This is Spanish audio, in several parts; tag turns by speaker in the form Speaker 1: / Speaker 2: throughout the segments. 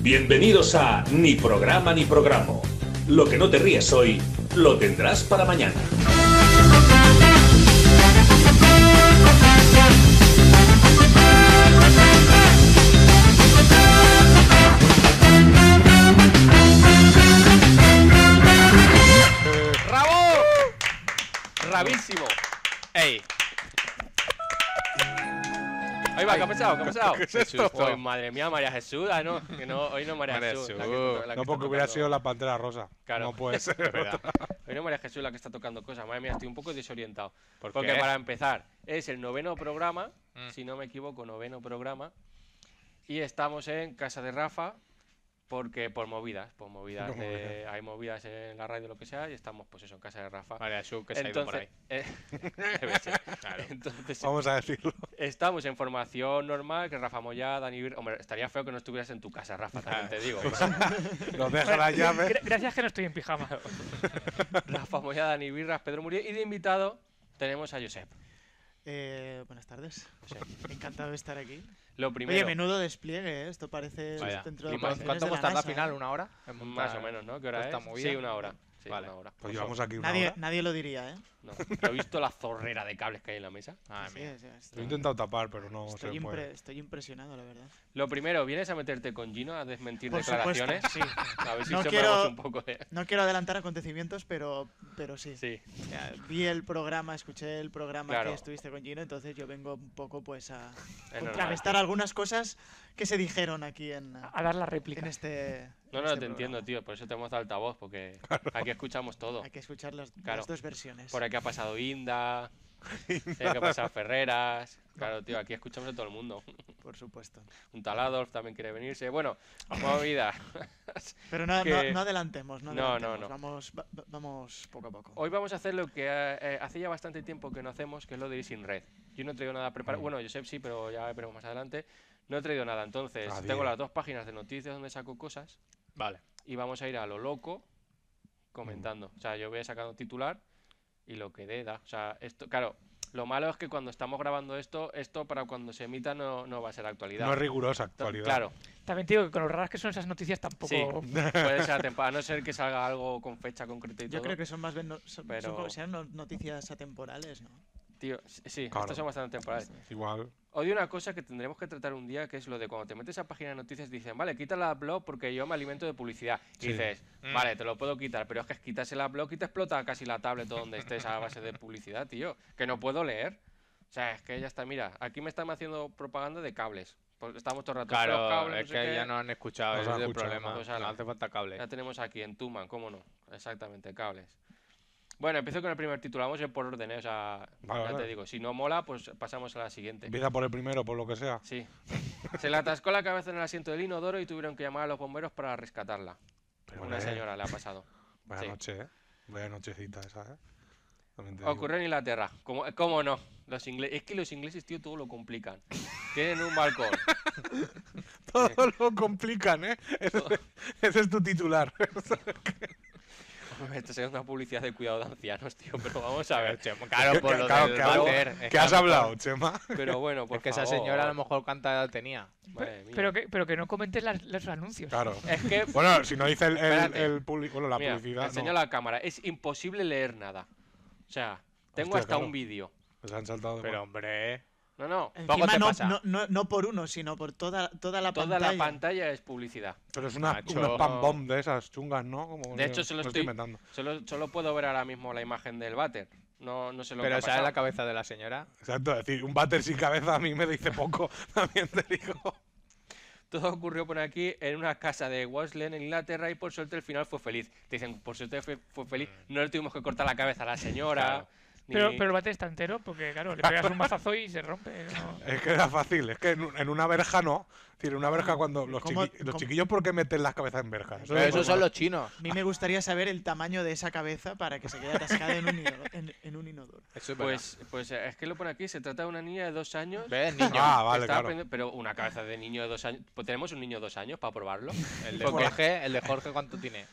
Speaker 1: Bienvenidos a Ni programa ni programa. Lo que no te ríes hoy, lo tendrás para mañana.
Speaker 2: ¡Rabo! ¡Rabísimo! ¡Ey! Ahí va, ¿qué ha pasado? ¿Qué ha pasado?
Speaker 3: ¿Qué es
Speaker 2: Jesús,
Speaker 3: esto?
Speaker 2: hoy, madre mía, María Jesús, ah, no, que no, hoy no María,
Speaker 3: María
Speaker 2: Jesús. la que
Speaker 3: Jesús.
Speaker 2: está- la que
Speaker 4: No,
Speaker 2: está
Speaker 4: porque hubiera
Speaker 2: tocando.
Speaker 4: sido la pantera rosa.
Speaker 2: Claro.
Speaker 4: No puede ser.
Speaker 3: Es verdad.
Speaker 2: Hoy no María Jesús la que está tocando cosas, madre mía, estoy un poco desorientado.
Speaker 3: ¿Por
Speaker 2: Porque
Speaker 3: qué?
Speaker 2: para empezar, es el noveno programa,
Speaker 3: Mm.
Speaker 2: si no me equivoco, noveno programa. Y estamos en casa de Rafa, porque por movidas, por movidas,
Speaker 4: Por
Speaker 2: de- hay movidas en la radio, lo que sea, y estamos pues eso, en casa de Rafa.
Speaker 3: María Jesús, que se ha ido por ahí.
Speaker 2: Entonces, eh, debe ser. Entonces,
Speaker 4: Vamos a decirlo.
Speaker 2: estamos en formación normal, que Rafa Moya, Dani Bir- Hombre, estaría feo que no estuvieras en tu casa, Rafa, también te digo.
Speaker 4: Ah. Nos deja la llave.
Speaker 5: Gra- Gracias que no estoy en pijama.
Speaker 2: Rafa Moya, Dani Birras, Pedro Muriel, y de invitado tenemos a Josep.
Speaker 6: Eh, buenas tardes.
Speaker 2: Sí.
Speaker 6: Encantado de estar aquí.
Speaker 2: Lo primero,
Speaker 6: Oye, menudo despliegue, ¿eh? Esto parece
Speaker 3: Vaya.
Speaker 6: dentro
Speaker 3: ¿Y
Speaker 6: de
Speaker 3: cuán-
Speaker 6: operaciones
Speaker 7: ¿Cuánto
Speaker 6: de la
Speaker 7: costará la
Speaker 6: NASA,
Speaker 7: final?
Speaker 6: ¿eh?
Speaker 7: ¿Una hora?
Speaker 2: más o menos, ¿no? ¿Qué
Speaker 6: Pues
Speaker 2: hora
Speaker 7: esta
Speaker 2: es?
Speaker 7: movida.
Speaker 2: Sí, una hora. Sí,
Speaker 3: Vale.
Speaker 2: una hora.
Speaker 4: Pues llevamos aquí una
Speaker 6: Nadie,
Speaker 4: hora.
Speaker 6: nadie lo diría, ¿eh?
Speaker 2: No, ¿no he visto la zorrera de cables que hay en la mesa?
Speaker 3: Madre
Speaker 6: Sí,
Speaker 3: mía.
Speaker 6: sí, estoy-
Speaker 4: Lo he intentado tapar, pero no
Speaker 6: estoy,
Speaker 4: se
Speaker 6: impre-
Speaker 4: puede.
Speaker 6: estoy impresionado, la verdad.
Speaker 2: Lo primero, ¿vienes a meterte con Gino a desmentir
Speaker 6: Por supuesto,
Speaker 2: declaraciones? A ver si
Speaker 6: No
Speaker 2: sembramos
Speaker 6: quiero-
Speaker 2: un poco de...
Speaker 6: No quiero adelantar acontecimientos, pero, pero sí.
Speaker 2: Sí,
Speaker 6: O sea, vi el programa, escuché el programa
Speaker 2: Claro.
Speaker 6: que estuviste con Gino, entonces yo vengo un poco pues a
Speaker 2: es normal.
Speaker 6: contrarrestar algunas cosas que se dijeron aquí en,
Speaker 5: A dar la
Speaker 6: en
Speaker 5: réplica.
Speaker 6: este. en
Speaker 2: No,
Speaker 6: este
Speaker 2: no, te
Speaker 6: programa.
Speaker 2: entiendo, tío. Por eso tenemos altavoz, porque aquí escuchamos todo.
Speaker 6: Hay que escuchar las, las
Speaker 2: Claro.
Speaker 6: dos versiones.
Speaker 2: Por aquí ha pasado Inda, tiene que pasar Ferreras. Claro, tío, aquí escuchamos a todo el mundo.
Speaker 6: por supuesto.
Speaker 2: Un tal Adolf también quiere venirse. Bueno, movida.
Speaker 6: Pero no, no-
Speaker 2: que-
Speaker 6: no adelantemos, no
Speaker 2: No, no,
Speaker 6: adelantemos.
Speaker 2: no.
Speaker 6: Vamos, va- va- vamos poco a poco.
Speaker 2: Hoy vamos a hacer lo que eh, eh, hace ya bastante tiempo que no hacemos, que es lo de ir sin red. Yo no he traído nada preparado. Bueno, Josep sí, pero ya veremos más adelante. No he traído nada, entonces
Speaker 4: Ah,
Speaker 2: tengo
Speaker 4: bien.
Speaker 2: las dos páginas de noticias donde saco cosas
Speaker 3: Vale.
Speaker 2: y vamos a ir a lo loco comentando.
Speaker 4: Mm.
Speaker 2: O sea, yo voy sacando titular y lo que dé da. O sea, esto, claro, lo malo es que cuando estamos grabando esto, esto para cuando se emita no, no va a ser actualidad.
Speaker 4: No es rigurosa
Speaker 2: Ta-
Speaker 4: actualidad.
Speaker 2: Claro,
Speaker 5: También te digo que con lo raras que son esas noticias tampoco.
Speaker 2: Sí. puede ser atemporal, a no ser que salga algo con fecha concreta y
Speaker 6: Yo
Speaker 2: todo.
Speaker 6: creo que son más bien no- son- son
Speaker 2: Pero-
Speaker 6: como- serán no- noticias atemporales, ¿no?
Speaker 2: Tío, sí, sí,
Speaker 4: Claro.
Speaker 2: estos son bastante temporales.
Speaker 4: Igual.
Speaker 2: Odio una cosa que tendremos que tratar un día, que es lo de cuando te metes a página de noticias, dicen, vale, quita la blog porque yo me alimento de publicidad. Y
Speaker 4: Sí.
Speaker 2: dices,
Speaker 3: Mm.
Speaker 2: vale, te lo puedo quitar, pero es que quitarse la blog y te explota casi la tablet o donde estés a base de publicidad, tío. Que no puedo leer. O sea, es que ya está, mira, aquí me están haciendo propaganda de cables. Pues estamos todo el rato "Los
Speaker 3: Claro,
Speaker 2: cables,
Speaker 3: es
Speaker 2: sé
Speaker 3: que
Speaker 2: qué".
Speaker 3: ya no han escuchado,
Speaker 4: No
Speaker 3: ese
Speaker 4: se
Speaker 3: es
Speaker 4: ha
Speaker 3: el
Speaker 4: escuchado,
Speaker 3: problema.
Speaker 2: pues, ala.
Speaker 3: No hace falta
Speaker 2: Ya
Speaker 3: cable.
Speaker 2: tenemos aquí en Tuman, cómo no. Exactamente, cables. Bueno, empiezo con el primer título, vamos a ir por orden, ¿eh? o sea,
Speaker 4: Vale,
Speaker 2: ya te
Speaker 4: vale.
Speaker 2: digo, si no mola, pues pasamos a la siguiente.
Speaker 4: Empieza por el primero, por lo que sea.
Speaker 2: Sí. Se le atascó la cabeza en el asiento del inodoro y tuvieron que llamar a los bomberos para rescatarla.
Speaker 4: Pero,
Speaker 2: Una
Speaker 4: eh,
Speaker 2: señora le ha pasado.
Speaker 4: Buena
Speaker 2: sí.
Speaker 4: noche, ¿eh? Buena nochecita esa, ¿eh? También te digo.
Speaker 2: Ocurrió en Inglaterra. ¿Cómo, cómo no? Los ingle- Es que los ingleses, tío, todo lo complican. Tienen un balcón.
Speaker 4: Todo lo complican, ¿eh? Ese, ese es tu titular.
Speaker 2: Esta es una publicidad de cuidado de ancianos, tío, pero vamos a ver.
Speaker 3: Claro, por lo
Speaker 4: Claro,
Speaker 3: del
Speaker 4: ¿qué hago?
Speaker 3: váter, es
Speaker 4: ¿Qué
Speaker 3: a
Speaker 4: has
Speaker 3: lo mejor-
Speaker 4: hablado, Chema?
Speaker 2: Pero bueno, por
Speaker 3: Porque esa señora a lo
Speaker 2: favor.
Speaker 3: mejor cuánta edad tenía.
Speaker 2: Madre mía.
Speaker 5: Pero que, pero que no comentes las- los anuncios.
Speaker 4: Claro.
Speaker 2: Es que,
Speaker 4: Bueno, si no dice el, el,
Speaker 2: Espérate.
Speaker 4: el publi- bueno, la
Speaker 2: mira,
Speaker 4: publicidad.
Speaker 2: enseño
Speaker 4: no.
Speaker 2: la cámara. Es imposible leer nada. O sea, tengo
Speaker 4: Hostia,
Speaker 2: hasta
Speaker 4: claro.
Speaker 2: un vídeo.
Speaker 4: Se han saltado. de-
Speaker 3: Pero hombre,
Speaker 2: No, no.
Speaker 3: Poco te
Speaker 6: Encima no,
Speaker 3: pasa.
Speaker 6: no, no, no por uno, sino por toda, toda la
Speaker 2: Toda
Speaker 6: pantalla.
Speaker 2: la pantalla es publicidad.
Speaker 4: Pero es una,
Speaker 3: Macho.
Speaker 4: una spam bomb de esas chungas, ¿no? Como
Speaker 2: De
Speaker 4: que-
Speaker 2: hecho, se lo estoy-
Speaker 4: inventando.
Speaker 2: Solo, solo puedo ver ahora mismo la imagen del váter. No, no sé lo que
Speaker 3: pero
Speaker 2: ha
Speaker 3: ¿sabes la
Speaker 2: pasado.
Speaker 3: cabeza de la señora?
Speaker 4: Exacto, es decir, un váter sin cabeza a mí me dice poco, también te digo.
Speaker 2: Todo ocurrió por aquí en una casa de Waslen en Inglaterra y por suerte el final fue feliz. Te dicen, por suerte fue, fue feliz. No le tuvimos que cortar la cabeza a la señora.
Speaker 3: Claro.
Speaker 2: ni-
Speaker 5: Pero, pero el bate está entero porque, claro, le pegas un mazazo y se rompe. ¿no?
Speaker 4: Es que era fácil, es que en, un- en una verja no. Es decir, en una verja cuando los,
Speaker 6: ¿Cómo-
Speaker 4: chiqui- los
Speaker 6: cómo-
Speaker 4: chiquillos, ¿por qué meten las cabezas en verjas?
Speaker 3: Pero
Speaker 4: es
Speaker 3: esos
Speaker 4: normal.
Speaker 3: son los chinos.
Speaker 6: A mí me gustaría saber el tamaño de esa cabeza para que se quede atascada en un, inodoro, en, en un inodoro.
Speaker 3: Eso es verdad.
Speaker 2: Pues, pues eh, es que lo pone aquí. Se trata de una niña de dos años. que
Speaker 3: ¿Ves, niño?
Speaker 4: Ah, vale,
Speaker 2: estaba
Speaker 4: claro.
Speaker 2: aprendi- Pero una cabeza de niño de dos años. Pues tenemos un niño de dos años para probarlo.
Speaker 3: El de
Speaker 2: Porque-
Speaker 3: Jorge, el de Jorge ¿cuánto tiene?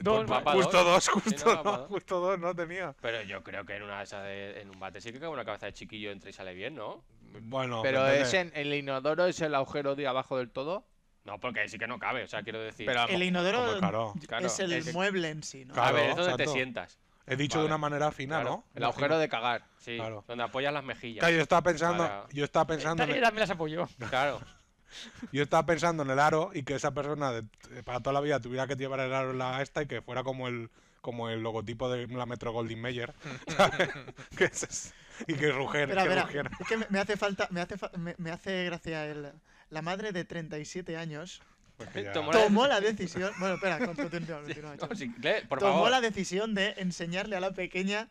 Speaker 5: Dos,
Speaker 2: Pues va pa'
Speaker 4: Justo dos,
Speaker 2: Sí,
Speaker 4: justo
Speaker 2: no, va pa'
Speaker 4: dos,
Speaker 2: dos.
Speaker 4: justo dos no tenía.
Speaker 2: Pero yo creo que en una esa de- en un bate sí que cabe una cabeza de chiquillo entra y sale bien, ¿no?
Speaker 4: Bueno,
Speaker 3: Pero
Speaker 4: depende.
Speaker 3: es en el inodoro, es el agujero de abajo del todo.
Speaker 2: No, porque sí que no cabe, o sea, quiero decir.
Speaker 3: Pero
Speaker 6: El inodoro
Speaker 4: Hombre, claro.
Speaker 2: claro,
Speaker 6: es el
Speaker 2: es-
Speaker 6: mueble en sí, ¿no?
Speaker 4: Claro.
Speaker 2: a ver, es donde te
Speaker 4: exacto.
Speaker 2: sientas.
Speaker 4: He dicho de
Speaker 2: Vale.
Speaker 4: una manera fina,
Speaker 2: Claro,
Speaker 4: ¿no?
Speaker 3: El agujero de cagar.
Speaker 2: Sí,
Speaker 4: Claro.
Speaker 2: donde apoyas las mejillas.
Speaker 4: Claro, yo estaba pensando,
Speaker 2: Para-
Speaker 4: yo estaba pensando, en
Speaker 5: eh, También
Speaker 4: el,
Speaker 5: las apoyó.
Speaker 2: Claro.
Speaker 4: yo estaba pensando en el aro y que esa persona de- eh, para toda la vida tuviera que llevar el aro en la esta y que fuera como el como el logotipo de la Metro Golding Mayer, ¿sabes? Que es- y que rugiera,
Speaker 6: Espera,
Speaker 4: que
Speaker 6: espera,
Speaker 4: rugiera.
Speaker 6: es que me, me hace falta, me hace, fa- me, me hace gracia el... La madre de 37 años
Speaker 4: Porque Pues ya-
Speaker 2: Tomó Bueno,
Speaker 6: tomó la decisión... Bueno, espera, continúa, continúa,
Speaker 2: No,
Speaker 6: chaval.
Speaker 2: sí, lee, por
Speaker 6: Tomó
Speaker 2: favor.
Speaker 6: la decisión de enseñarle a la pequeña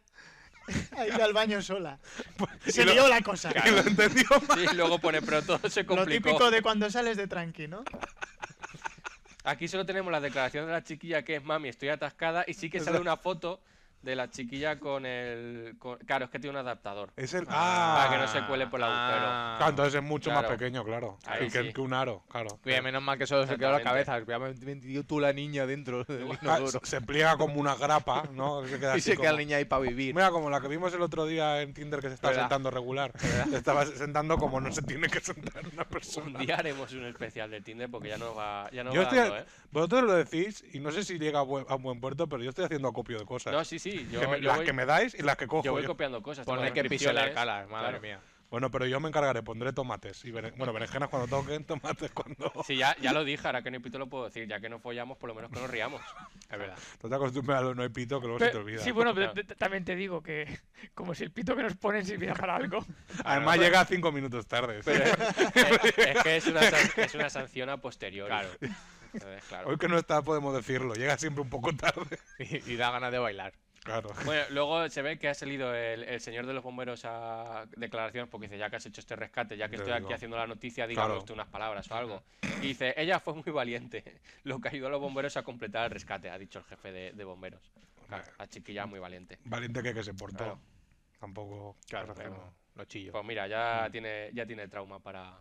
Speaker 6: a ir al baño sola. Se
Speaker 2: Pues,
Speaker 4: y lo-
Speaker 6: lió la cosa.
Speaker 4: Y lo entendió mal.
Speaker 2: Sí, luego pone, pero todo se
Speaker 6: Lo
Speaker 2: complicó.
Speaker 6: típico de cuando sales de tranqui, ¿no?
Speaker 2: Aquí solo tenemos la declaración de la chiquilla que es mami, estoy atascada. Y sí que sale una foto de la chiquilla con el. con- Claro, es que tiene un adaptador.
Speaker 4: Es el
Speaker 2: Para que
Speaker 4: ah,
Speaker 2: no se cuele por el
Speaker 4: Claro, entonces es mucho más
Speaker 2: Claro.
Speaker 4: pequeño, claro,
Speaker 2: Ahí
Speaker 4: que,
Speaker 2: sí.
Speaker 4: que un aro, claro.
Speaker 3: Cuida, menos mal que solo se quedó la
Speaker 2: Exactamente.
Speaker 3: cabeza. Cuida, me he metido tú la niña dentro del
Speaker 4: Ah,
Speaker 3: inodoro.
Speaker 4: se pliega como una grapa, ¿no? Se queda
Speaker 3: Y
Speaker 4: así
Speaker 3: se queda
Speaker 4: como-
Speaker 3: la niña ahí para vivir.
Speaker 4: Mira, como la que vimos el otro día en Tinder que se está
Speaker 3: ¿Verdad?
Speaker 4: sentando regular. Se estaba sentando como no se tiene que sentar una persona.
Speaker 2: Un día haremos un especial de Tinder porque ya no va, ya no
Speaker 4: Yo
Speaker 2: va
Speaker 4: estoy-
Speaker 2: dando, ¿eh?
Speaker 4: Vosotros lo decís, y no sé si llega a buen, a buen puerto, pero yo estoy haciendo acopio de cosas.
Speaker 2: No, sí, sí. Yo,
Speaker 4: Que me-
Speaker 2: yo
Speaker 4: las
Speaker 2: voy,
Speaker 4: que me dais y las que cojo.
Speaker 2: yo voy
Speaker 4: yo.
Speaker 2: copiando cosas. tengo
Speaker 3: Ponle que piso el
Speaker 2: descripciones.
Speaker 3: alcalá, madre
Speaker 2: Claro.
Speaker 3: mía.
Speaker 4: Bueno, pero yo me encargaré, pondré tomates. y bere- Bueno, berenjenas cuando toquen, tomates cuando.
Speaker 2: Sí, ya, ya lo dije, ahora que no hay pito lo puedo decir. Ya que no follamos, por lo menos que nos riamos.
Speaker 3: Es verdad.
Speaker 4: Tú te acostumbras a lo no hay pito, que luego se te
Speaker 5: Pero-
Speaker 4: olvida.
Speaker 5: sí, bueno, pero
Speaker 2: Claro.
Speaker 5: t- también te digo que como si el pito que nos ponen sirviera para algo.
Speaker 4: Además, llega cinco minutos tarde. ¿eh?
Speaker 2: es, es que es una, san- es una sanción a posteriori.
Speaker 3: Claro.
Speaker 2: Entonces, claro.
Speaker 4: Hoy que no está, podemos decirlo. Llega siempre un poco tarde.
Speaker 3: Y, y da ganas de bailar.
Speaker 4: Claro.
Speaker 2: Bueno, luego se ve que ha salido el, el señor de los bomberos a declaraciones porque dice, ya que has hecho este rescate, ya que
Speaker 4: Ya
Speaker 2: estoy aquí
Speaker 4: digo.
Speaker 2: haciendo la noticia, dígame
Speaker 4: Claro.
Speaker 2: usted unas palabras o algo. Y dice, ella fue muy valiente, lo que ayudó a los bomberos a completar el rescate, ha dicho el jefe de, de bomberos. Claro, la chiquilla muy valiente.
Speaker 4: Valiente que, que se portó.
Speaker 2: Claro.
Speaker 4: Tampoco.
Speaker 3: pero
Speaker 4: Claro.
Speaker 3: lo chillo.
Speaker 2: Pues mira,
Speaker 4: Mm.
Speaker 2: ya tiene, ya tiene trauma para...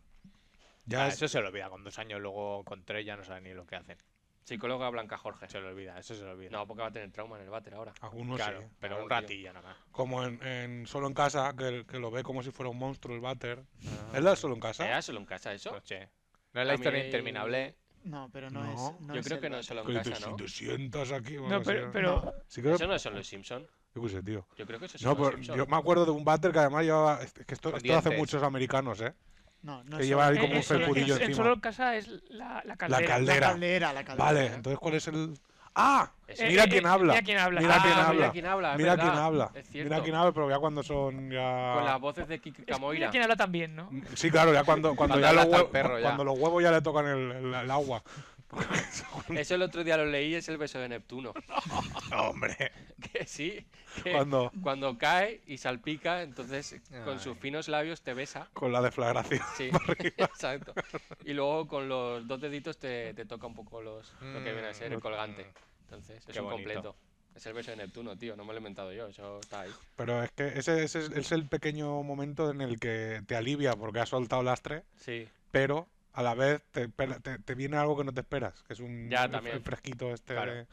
Speaker 4: Ya
Speaker 3: Ah,
Speaker 4: es-
Speaker 3: Eso se lo olvida. Con dos años, luego con tres ya no saben ni lo que hacen.
Speaker 2: Psicóloga Blanca Jorge.
Speaker 3: Se lo olvida, eso se lo olvida.
Speaker 2: No, porque va a tener trauma en el váter ahora.
Speaker 4: Algunos
Speaker 3: claro,
Speaker 4: pues sí.
Speaker 3: pero
Speaker 2: Claro,
Speaker 3: un
Speaker 2: tío.
Speaker 3: ratillo nada más.
Speaker 4: Como en, en Solo en Casa, que, que lo ve como si fuera un monstruo el váter.
Speaker 2: Ah.
Speaker 4: ¿Es la de Solo en Casa?
Speaker 2: ¿Era solo en casa eso?
Speaker 4: Pues
Speaker 3: No sé. No es la historia
Speaker 2: También-
Speaker 3: interminable.
Speaker 6: No, pero no,
Speaker 4: No.
Speaker 6: es. no
Speaker 2: Yo
Speaker 6: es
Speaker 2: creo
Speaker 6: el
Speaker 2: que no
Speaker 6: bar.
Speaker 2: es solo en
Speaker 4: Que te,
Speaker 2: casa, ¿no?
Speaker 4: si te sientas aquí. bueno,
Speaker 5: No, pero,
Speaker 4: sí.
Speaker 5: pero
Speaker 4: Sí que-
Speaker 2: ¿Eso no es solo los Simpson?
Speaker 4: Yo qué sé, tío.
Speaker 2: Yo creo que eso es
Speaker 4: No,
Speaker 2: solo
Speaker 4: pero
Speaker 2: los Simpson.
Speaker 4: yo me acuerdo de un váter que además llevaba. es que esto,
Speaker 3: Con
Speaker 4: esto lo hacen
Speaker 3: dientes.
Speaker 4: muchos americanos, ¿eh?
Speaker 6: No, no
Speaker 4: que
Speaker 6: es
Speaker 4: lleva
Speaker 6: solo-
Speaker 4: ahí como un
Speaker 5: en- en-
Speaker 6: es solo-
Speaker 4: felpudillo
Speaker 5: en, en
Speaker 4: encima.
Speaker 5: solo en casa es la, la caldera.
Speaker 4: caldera.
Speaker 6: La caldera, la caldera.
Speaker 4: Vale, entonces, ¿cuál es el.? ¡Ah!
Speaker 2: Eso.
Speaker 5: Eh,
Speaker 4: Mira
Speaker 5: eh,
Speaker 4: quién
Speaker 5: eh,
Speaker 4: habla.
Speaker 5: Mira quién habla.
Speaker 4: Mira
Speaker 5: Ah,
Speaker 4: quién habla.
Speaker 2: Mira quién habla. es
Speaker 4: Mira
Speaker 2: verdad,
Speaker 4: quién habla.
Speaker 2: es
Speaker 4: Mira
Speaker 2: cierto.
Speaker 4: quién habla, pero ya cuando son. Ya...
Speaker 2: Con las voces de Kiki
Speaker 5: es-
Speaker 2: Camoira.
Speaker 5: Mira quién habla también, ¿no?
Speaker 4: Sí, claro, ya cuando, cuando,
Speaker 3: Cuando
Speaker 4: ya
Speaker 3: habla
Speaker 4: los
Speaker 3: hasta el
Speaker 4: huevos,
Speaker 3: perro, ya.
Speaker 4: cuando los huevos ya le tocan el, el- el agua.
Speaker 2: Eso el otro día lo leí, es el beso de Neptuno.
Speaker 4: Hombre,
Speaker 2: Que sí, que
Speaker 4: cuando
Speaker 2: cuando cae y salpica, entonces con
Speaker 3: Ay.
Speaker 2: sus finos labios te besa.
Speaker 4: con la deflagración.
Speaker 2: Sí, exacto. Y luego con los dos deditos te, te toca un poco los, lo que viene a ser el
Speaker 3: Mm,
Speaker 2: colgante. Entonces, es
Speaker 3: Qué
Speaker 2: un
Speaker 3: bonito.
Speaker 2: completo. Es el beso de Neptuno, tío. No me lo he inventado yo, eso está ahí.
Speaker 4: Pero es que ese, ese es, es el pequeño momento en el que te alivia porque has soltado lastre,
Speaker 2: Sí,
Speaker 4: pero a la vez te, pela- te, te viene algo que no te esperas, que es un
Speaker 2: Ya,
Speaker 4: el-
Speaker 2: también.
Speaker 4: el fresquito este.
Speaker 2: Claro.
Speaker 4: de-